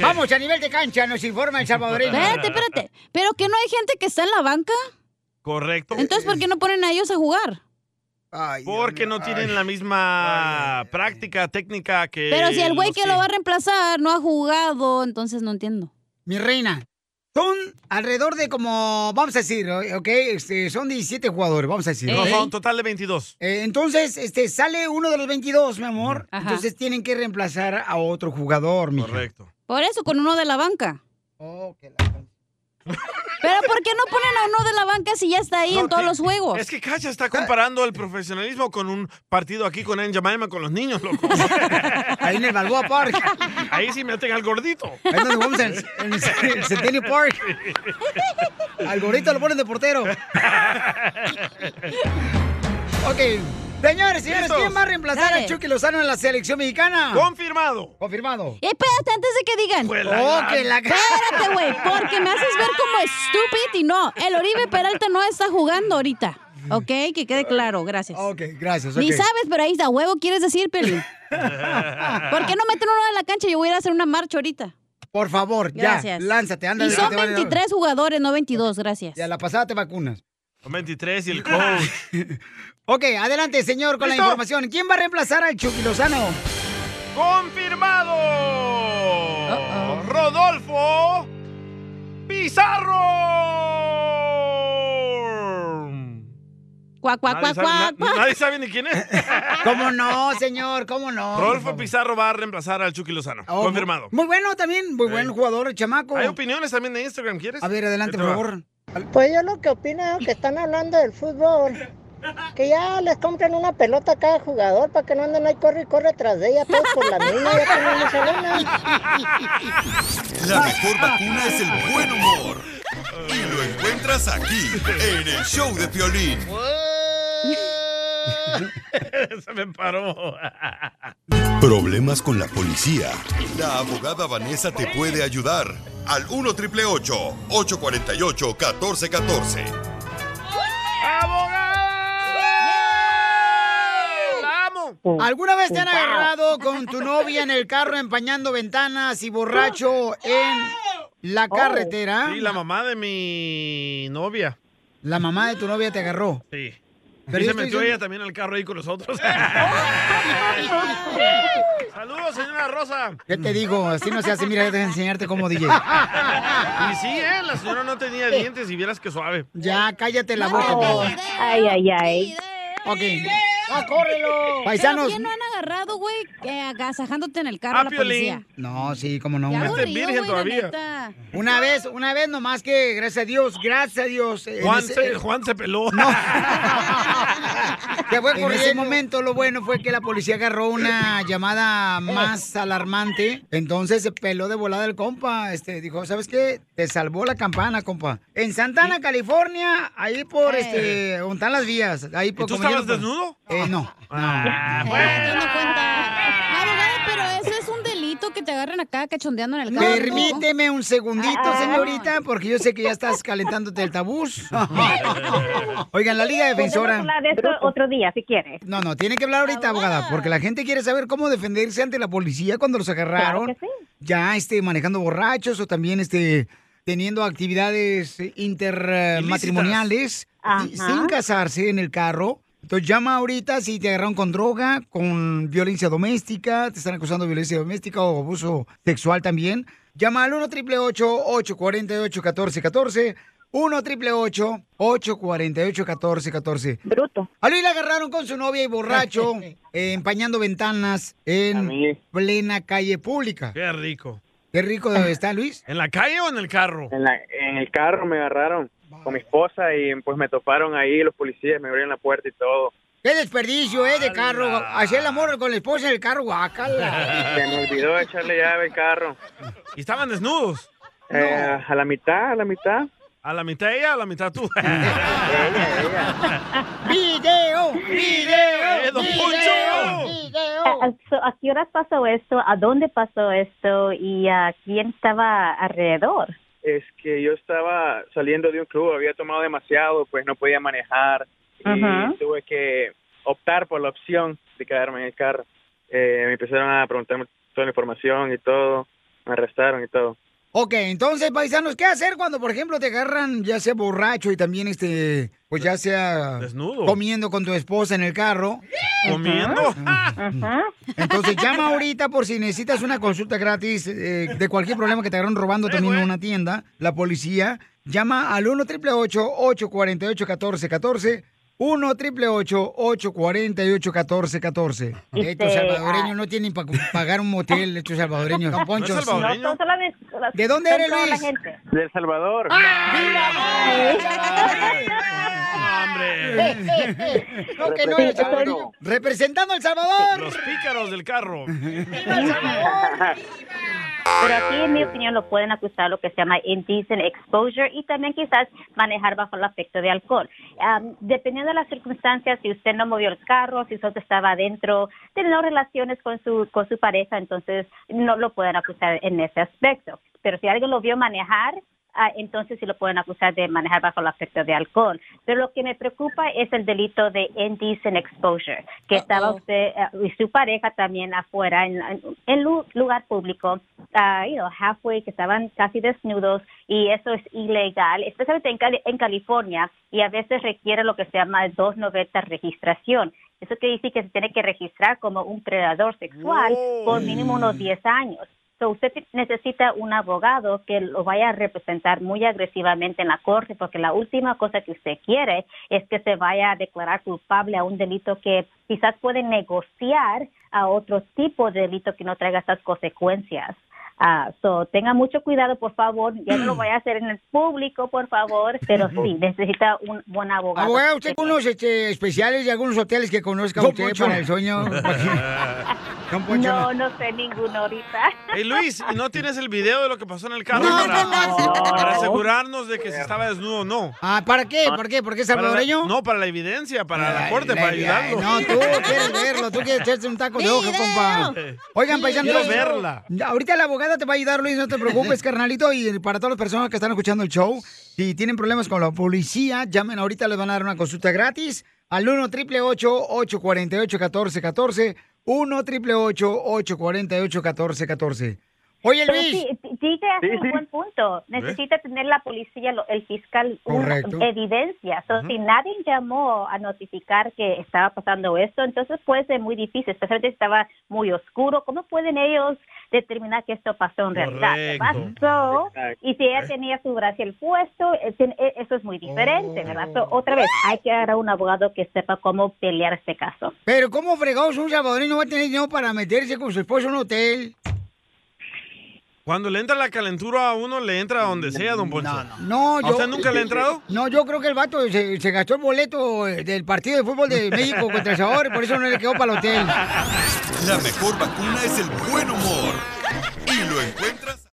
[SPEAKER 1] Vamos, a nivel de cancha, nos informa el salvadoreño.
[SPEAKER 3] Espérate, espérate. ¿Pero que no hay gente que está en la banca?
[SPEAKER 2] Correcto.
[SPEAKER 3] Entonces, ¿por qué no ponen a ellos a jugar?
[SPEAKER 2] Porque no tienen la misma práctica técnica que.
[SPEAKER 3] Pero si
[SPEAKER 1] Eh,
[SPEAKER 3] el güey
[SPEAKER 2] los
[SPEAKER 3] que lo va a reemplazar no ha jugado, entonces no entiendo.
[SPEAKER 1] Mi reina, son alrededor de como, vamos a decir, ok, este, son 17 jugadores, vamos a decir.
[SPEAKER 2] No,
[SPEAKER 1] ¿ok?
[SPEAKER 2] son total de 22.
[SPEAKER 1] Eh, entonces, este, sale uno de los 22, mi amor.
[SPEAKER 3] Ajá.
[SPEAKER 1] Entonces tienen que reemplazar a otro jugador, mi
[SPEAKER 2] Correcto.
[SPEAKER 3] Por eso, con uno de la banca. Pero ¿por qué no ponen a uno de la banca si ya está ahí en
[SPEAKER 2] No,
[SPEAKER 3] todos
[SPEAKER 2] que-
[SPEAKER 3] los juegos?
[SPEAKER 2] Es que Cacha está comparando el profesionalismo con un partido aquí con en Jamaima con los niños, loco.
[SPEAKER 1] Ahí en el Balboa Park.
[SPEAKER 2] Ahí sí meten al gordito.
[SPEAKER 1] Ahí donde vamos en, en el Centennial Park. Al gorrito lo ponen de portero. Ok. Señores, señores,
[SPEAKER 3] ¿Listos?
[SPEAKER 1] ¿quién va a reemplazar
[SPEAKER 3] Dale.
[SPEAKER 1] a Chucky Lozano en la selección mexicana?
[SPEAKER 2] Confirmado.
[SPEAKER 1] Confirmado.
[SPEAKER 3] Y espérate, antes de que digan.
[SPEAKER 1] la Oh, que la-
[SPEAKER 3] Espérate, güey, porque me haces ver como estúpido y no. El Oribe Peralta no está jugando ahorita. Ok, que quede claro, gracias.
[SPEAKER 1] Ok, gracias.
[SPEAKER 3] Ni
[SPEAKER 1] ok.
[SPEAKER 3] sabes, pero ahí está huevo, quieres decir, Pelín. ¿Por qué no meten uno en la cancha? Yo voy a ir a hacer una marcha ahorita.
[SPEAKER 1] Por favor, ya.
[SPEAKER 3] Gracias.
[SPEAKER 1] Lánzate, anda.
[SPEAKER 3] Y
[SPEAKER 1] que
[SPEAKER 3] son
[SPEAKER 1] te van a-
[SPEAKER 3] 23 jugadores, no 22, gracias.
[SPEAKER 1] Ya la pasada te vacunas.
[SPEAKER 2] Son 23 y el coach.
[SPEAKER 1] Ok, adelante, señor, con
[SPEAKER 2] ¿Listo?
[SPEAKER 1] la información. ¿Quién va a reemplazar al Chucky Lozano?
[SPEAKER 2] ¡Confirmado! ¡Rodolfo Pizarro!
[SPEAKER 3] Cuac, cuac, cuac,
[SPEAKER 2] Nadie sabe-
[SPEAKER 3] cuac,
[SPEAKER 2] na-
[SPEAKER 3] cuac.
[SPEAKER 2] Nadie sabe ni quién es.
[SPEAKER 1] ¿Cómo no, señor? ¿Cómo no?
[SPEAKER 2] Rodolfo Pizarro va a reemplazar al Chucky Lozano.
[SPEAKER 1] Oh,
[SPEAKER 2] Confirmado.
[SPEAKER 1] Muy bueno también, muy buen jugador, el chamaco.
[SPEAKER 2] Hay opiniones también de Instagram, ¿quieres?
[SPEAKER 1] A ver, adelante,
[SPEAKER 2] Ahí
[SPEAKER 1] por
[SPEAKER 2] te va.
[SPEAKER 1] favor.
[SPEAKER 9] Pues yo lo que opino es que están hablando del fútbol. Que ya les compren una pelota a cada jugador para que no anden ahí corre y corre tras de ella, todos por la misma, ya tenemos
[SPEAKER 6] La mejor vacuna es el buen humor. Y lo encuentras aquí, en el show de Piolín.
[SPEAKER 2] Se me paró.
[SPEAKER 6] Problemas con la policía. La abogada Vanessa te puede ayudar. Al 1 triple 848 1414.
[SPEAKER 2] ¡La amo!
[SPEAKER 1] ¿Alguna vez te han agarrado con tu novia en el carro empañando ventanas y borracho en la carretera?
[SPEAKER 2] Oh. Sí, la mamá de mi novia.
[SPEAKER 1] La mamá de tu novia te agarró.
[SPEAKER 2] Sí.
[SPEAKER 1] Pero
[SPEAKER 2] y
[SPEAKER 1] yo
[SPEAKER 2] se
[SPEAKER 1] estoy
[SPEAKER 2] metió
[SPEAKER 1] diciendo-
[SPEAKER 2] ella también al carro ahí con nosotros. Saludos, señora Rosa.
[SPEAKER 1] ¿Qué te digo? Así no se hace. Mira, déjame enseñarte cómo DJ.
[SPEAKER 2] Y sí, ¿eh? La señora no tenía dientes y vieras que suave.
[SPEAKER 1] Ya, cállate la boca. pues.
[SPEAKER 9] Ay, ay, ay.
[SPEAKER 1] Ok. ¡Córrelo!
[SPEAKER 3] ¿Pero
[SPEAKER 1] ¡Ah, Paisanos,
[SPEAKER 3] quién no han agarrado, güey, eh, agasajándote en el carro a
[SPEAKER 1] Ah,
[SPEAKER 3] la
[SPEAKER 1] Piolín.
[SPEAKER 3] policía.
[SPEAKER 1] No, sí, cómo no.
[SPEAKER 3] Qué
[SPEAKER 1] güey.
[SPEAKER 3] aburrido, güey, la neta.
[SPEAKER 1] Una vez, una vez nomás que, gracias a Dios, gracias a Dios. en
[SPEAKER 2] Juan
[SPEAKER 1] ese-
[SPEAKER 2] se, Juan se peló.
[SPEAKER 1] Que fue
[SPEAKER 2] En
[SPEAKER 1] en
[SPEAKER 2] ese
[SPEAKER 1] ese momento lo bueno fue que la policía agarró una llamada más alarmante. Entonces se peló de volada el compa. Este dijo, ¿sabes qué? Te salvó la campana, compa. En Santana, California, ahí por
[SPEAKER 9] Eh.
[SPEAKER 1] este, donde están las vías. Ahí por
[SPEAKER 2] tú
[SPEAKER 1] como
[SPEAKER 2] estabas
[SPEAKER 1] ya no-
[SPEAKER 2] desnudo?
[SPEAKER 1] Eh, no.
[SPEAKER 2] Ah,
[SPEAKER 3] Abogado, pero eso es un delito que te agarren acá cachondeando en el carro.
[SPEAKER 1] Permíteme un segundito, señorita, porque yo sé que ya estás calentándote el tabús. Oigan, la Liga Defensora.
[SPEAKER 5] Podemos hablar de esto otro día, si quieres.
[SPEAKER 1] No, no, tiene que hablar ahorita, abogada, porque la gente quiere saber cómo defenderse ante la policía cuando los agarraron.
[SPEAKER 5] Claro que
[SPEAKER 1] Ya este, manejando borrachos o también este, teniendo actividades intermatrimoniales
[SPEAKER 5] Ilícitas. Ajá.
[SPEAKER 1] sin casarse en el carro. Entonces llama ahorita si te agarraron con droga, con violencia doméstica, te están acusando de violencia doméstica o abuso sexual también. Llama al 1 888 848 1414 1 888 848 1414
[SPEAKER 5] Bruto.
[SPEAKER 1] A Luis la agarraron con su novia y borracho, eh, empañando ventanas en plena calle pública.
[SPEAKER 2] Qué rico.
[SPEAKER 1] Qué rico está Luis.
[SPEAKER 2] ¿En la calle o en el carro?
[SPEAKER 22] En, la- en el carro me agarraron con mi esposa y pues me toparon ahí los policías, me abrieron la puerta y todo.
[SPEAKER 1] Qué desperdicio, ¿eh? De carro. Hacer el amor con la esposa en el carro, guácala.
[SPEAKER 22] Se me olvidó echarle llave al carro.
[SPEAKER 2] ¿Y estaban desnudos?
[SPEAKER 22] Eh, A la mitad, a la mitad.
[SPEAKER 2] ¿A la mitad ella, a la mitad tú?
[SPEAKER 1] ¡Video!
[SPEAKER 5] ¡Video!
[SPEAKER 2] ¡Eh, don
[SPEAKER 5] ¡Video!
[SPEAKER 2] Poncho!
[SPEAKER 5] ¿A, a- so- a qué horas pasó esto? ¿A dónde pasó esto? ¿Y a quién estaba alrededor?
[SPEAKER 22] Es que yo estaba saliendo de un club, había tomado demasiado, pues no podía manejar y
[SPEAKER 5] Ajá.
[SPEAKER 22] tuve que optar por la opción de quedarme en el carro. Eh, me empezaron a preguntarme toda la información y todo, me arrestaron y todo.
[SPEAKER 1] Ok, entonces, paisanos, ¿qué hacer cuando, por ejemplo, te agarran ya sea borracho y también, este, pues ya sea...
[SPEAKER 2] Desnudo.
[SPEAKER 1] Comiendo con tu esposa en el carro.
[SPEAKER 2] ¿Comiendo?
[SPEAKER 1] Mm. Entonces, llama ahorita por si necesitas una consulta gratis eh, de cualquier problema que te agarraron robando también en una tienda, la policía. Llama al 1 888 848 1414 1 888 848 1414
[SPEAKER 5] Este,
[SPEAKER 1] Estos salvadoreños no tienen para pagar un motel, estos salvadoreños. Don Poncho, sí.
[SPEAKER 5] No, son todas las-
[SPEAKER 1] ¿De dónde
[SPEAKER 5] son
[SPEAKER 1] eres,
[SPEAKER 5] toda la
[SPEAKER 1] Luis?
[SPEAKER 5] gente.
[SPEAKER 22] De El Salvador.
[SPEAKER 1] No, que no
[SPEAKER 2] Sí,
[SPEAKER 1] eres
[SPEAKER 2] soy-
[SPEAKER 1] salvadoreño. Representando a El Salvador.
[SPEAKER 2] Los pícaros del carro.
[SPEAKER 5] Pero aquí, en mi opinión, lo pueden acusar lo que se llama indecent exposure y también quizás manejar bajo el afecto de alcohol. Am, dependiendo de las circunstancias, si usted no movió el carro, si usted estaba adentro, teniendo relaciones con su, con su pareja, entonces no lo pueden acusar en ese aspecto. Pero si alguien lo vio manejar, ah, entonces sí lo pueden acusar de manejar bajo el afecto de alcohol. Pero lo que me preocupa es el delito de indecent exposure, que estaba usted eh, y su pareja también afuera en, en, en lu- lugar público, ah, you know, halfway, que estaban casi desnudos y eso es ilegal, especialmente en, Cali- en California y a veces requiere lo que se llama 290 registración. Eso quiere decir que se tiene que registrar como un predador sexual por mínimo unos 10 años. So, usted ti- necesita un abogado que lo vaya a representar muy agresivamente en la corte, porque la última cosa que usted quiere es que se vaya a declarar culpable a un delito que quizás puede negociar a otro tipo de delito que no traiga estas consecuencias. Ah, so, tenga mucho cuidado, por favor. Ya no lo vaya a hacer en el público, por favor. Pero sí, necesita un buen abogado.
[SPEAKER 1] Abogado, usted con unos este, especiales y algunos hoteles que conozca
[SPEAKER 5] Don
[SPEAKER 1] usted
[SPEAKER 5] Poncho.
[SPEAKER 1] para el sueño. Don Poncho,
[SPEAKER 5] No, no sé ninguno ahorita.
[SPEAKER 2] Hey Luis, ¿y no tienes el video de lo que pasó en el carro para, para asegurarnos de que si estaba desnudo o no?
[SPEAKER 1] Ah, ¿para qué? ¿Por qué? ¿Por qué
[SPEAKER 2] Para la-
[SPEAKER 1] salvadoreño?
[SPEAKER 2] no, para la evidencia, para la
[SPEAKER 1] Ay,
[SPEAKER 2] corte, para
[SPEAKER 1] ay, ay,
[SPEAKER 2] ayudarlo.
[SPEAKER 1] No, tú quieres verlo, tú quieres echarte un taco de ojo, compa. Oigan, paisano.
[SPEAKER 2] Quiero verla.
[SPEAKER 1] Ahorita la abogada te va a ayudar, Luis, no te preocupes, carnalito. Y para todas las personas que están escuchando el show, si tienen problemas con la policía, llamen ahorita, les van a dar una consulta gratis al 1 888 848 1414 1 888 848 1414 Oye,
[SPEAKER 5] Pero
[SPEAKER 1] Luis.
[SPEAKER 5] sí, D- DJ hace un buen punto. Necesita tener la policía, lo- el fiscal, un-
[SPEAKER 1] Correcto.
[SPEAKER 5] evidencia. So, Si nadie llamó a notificar que estaba pasando esto, entonces puede ser muy difícil, especialmente si estaba muy oscuro. ¿Cómo pueden ellos determinar que esto pasó en realidad.
[SPEAKER 24] Correcto.
[SPEAKER 5] ¿verdad? So, y si
[SPEAKER 9] Eh.
[SPEAKER 5] ella tenía su Brasil puesto, eh, ten- eh, eso es muy diferente, ¿verdad? So, otra vez, hay que agarrar un abogado que sepa cómo pelear este caso.
[SPEAKER 1] Pero ¿cómo fregados un salvadoreño va a tener dinero para meterse con su esposo en un hotel?
[SPEAKER 2] Cuando le entra la calentura a uno, le entra a donde sea, don Poncho.
[SPEAKER 1] No,
[SPEAKER 2] ¿A
[SPEAKER 1] yo...
[SPEAKER 2] usted nunca le ha entrado?
[SPEAKER 1] No, yo creo que el vato se, se gastó el boleto eh, del partido de fútbol de México contra El Salvador y por eso no le quedó para el hotel.
[SPEAKER 6] La mejor vacuna es el buen humor. Y lo encuentras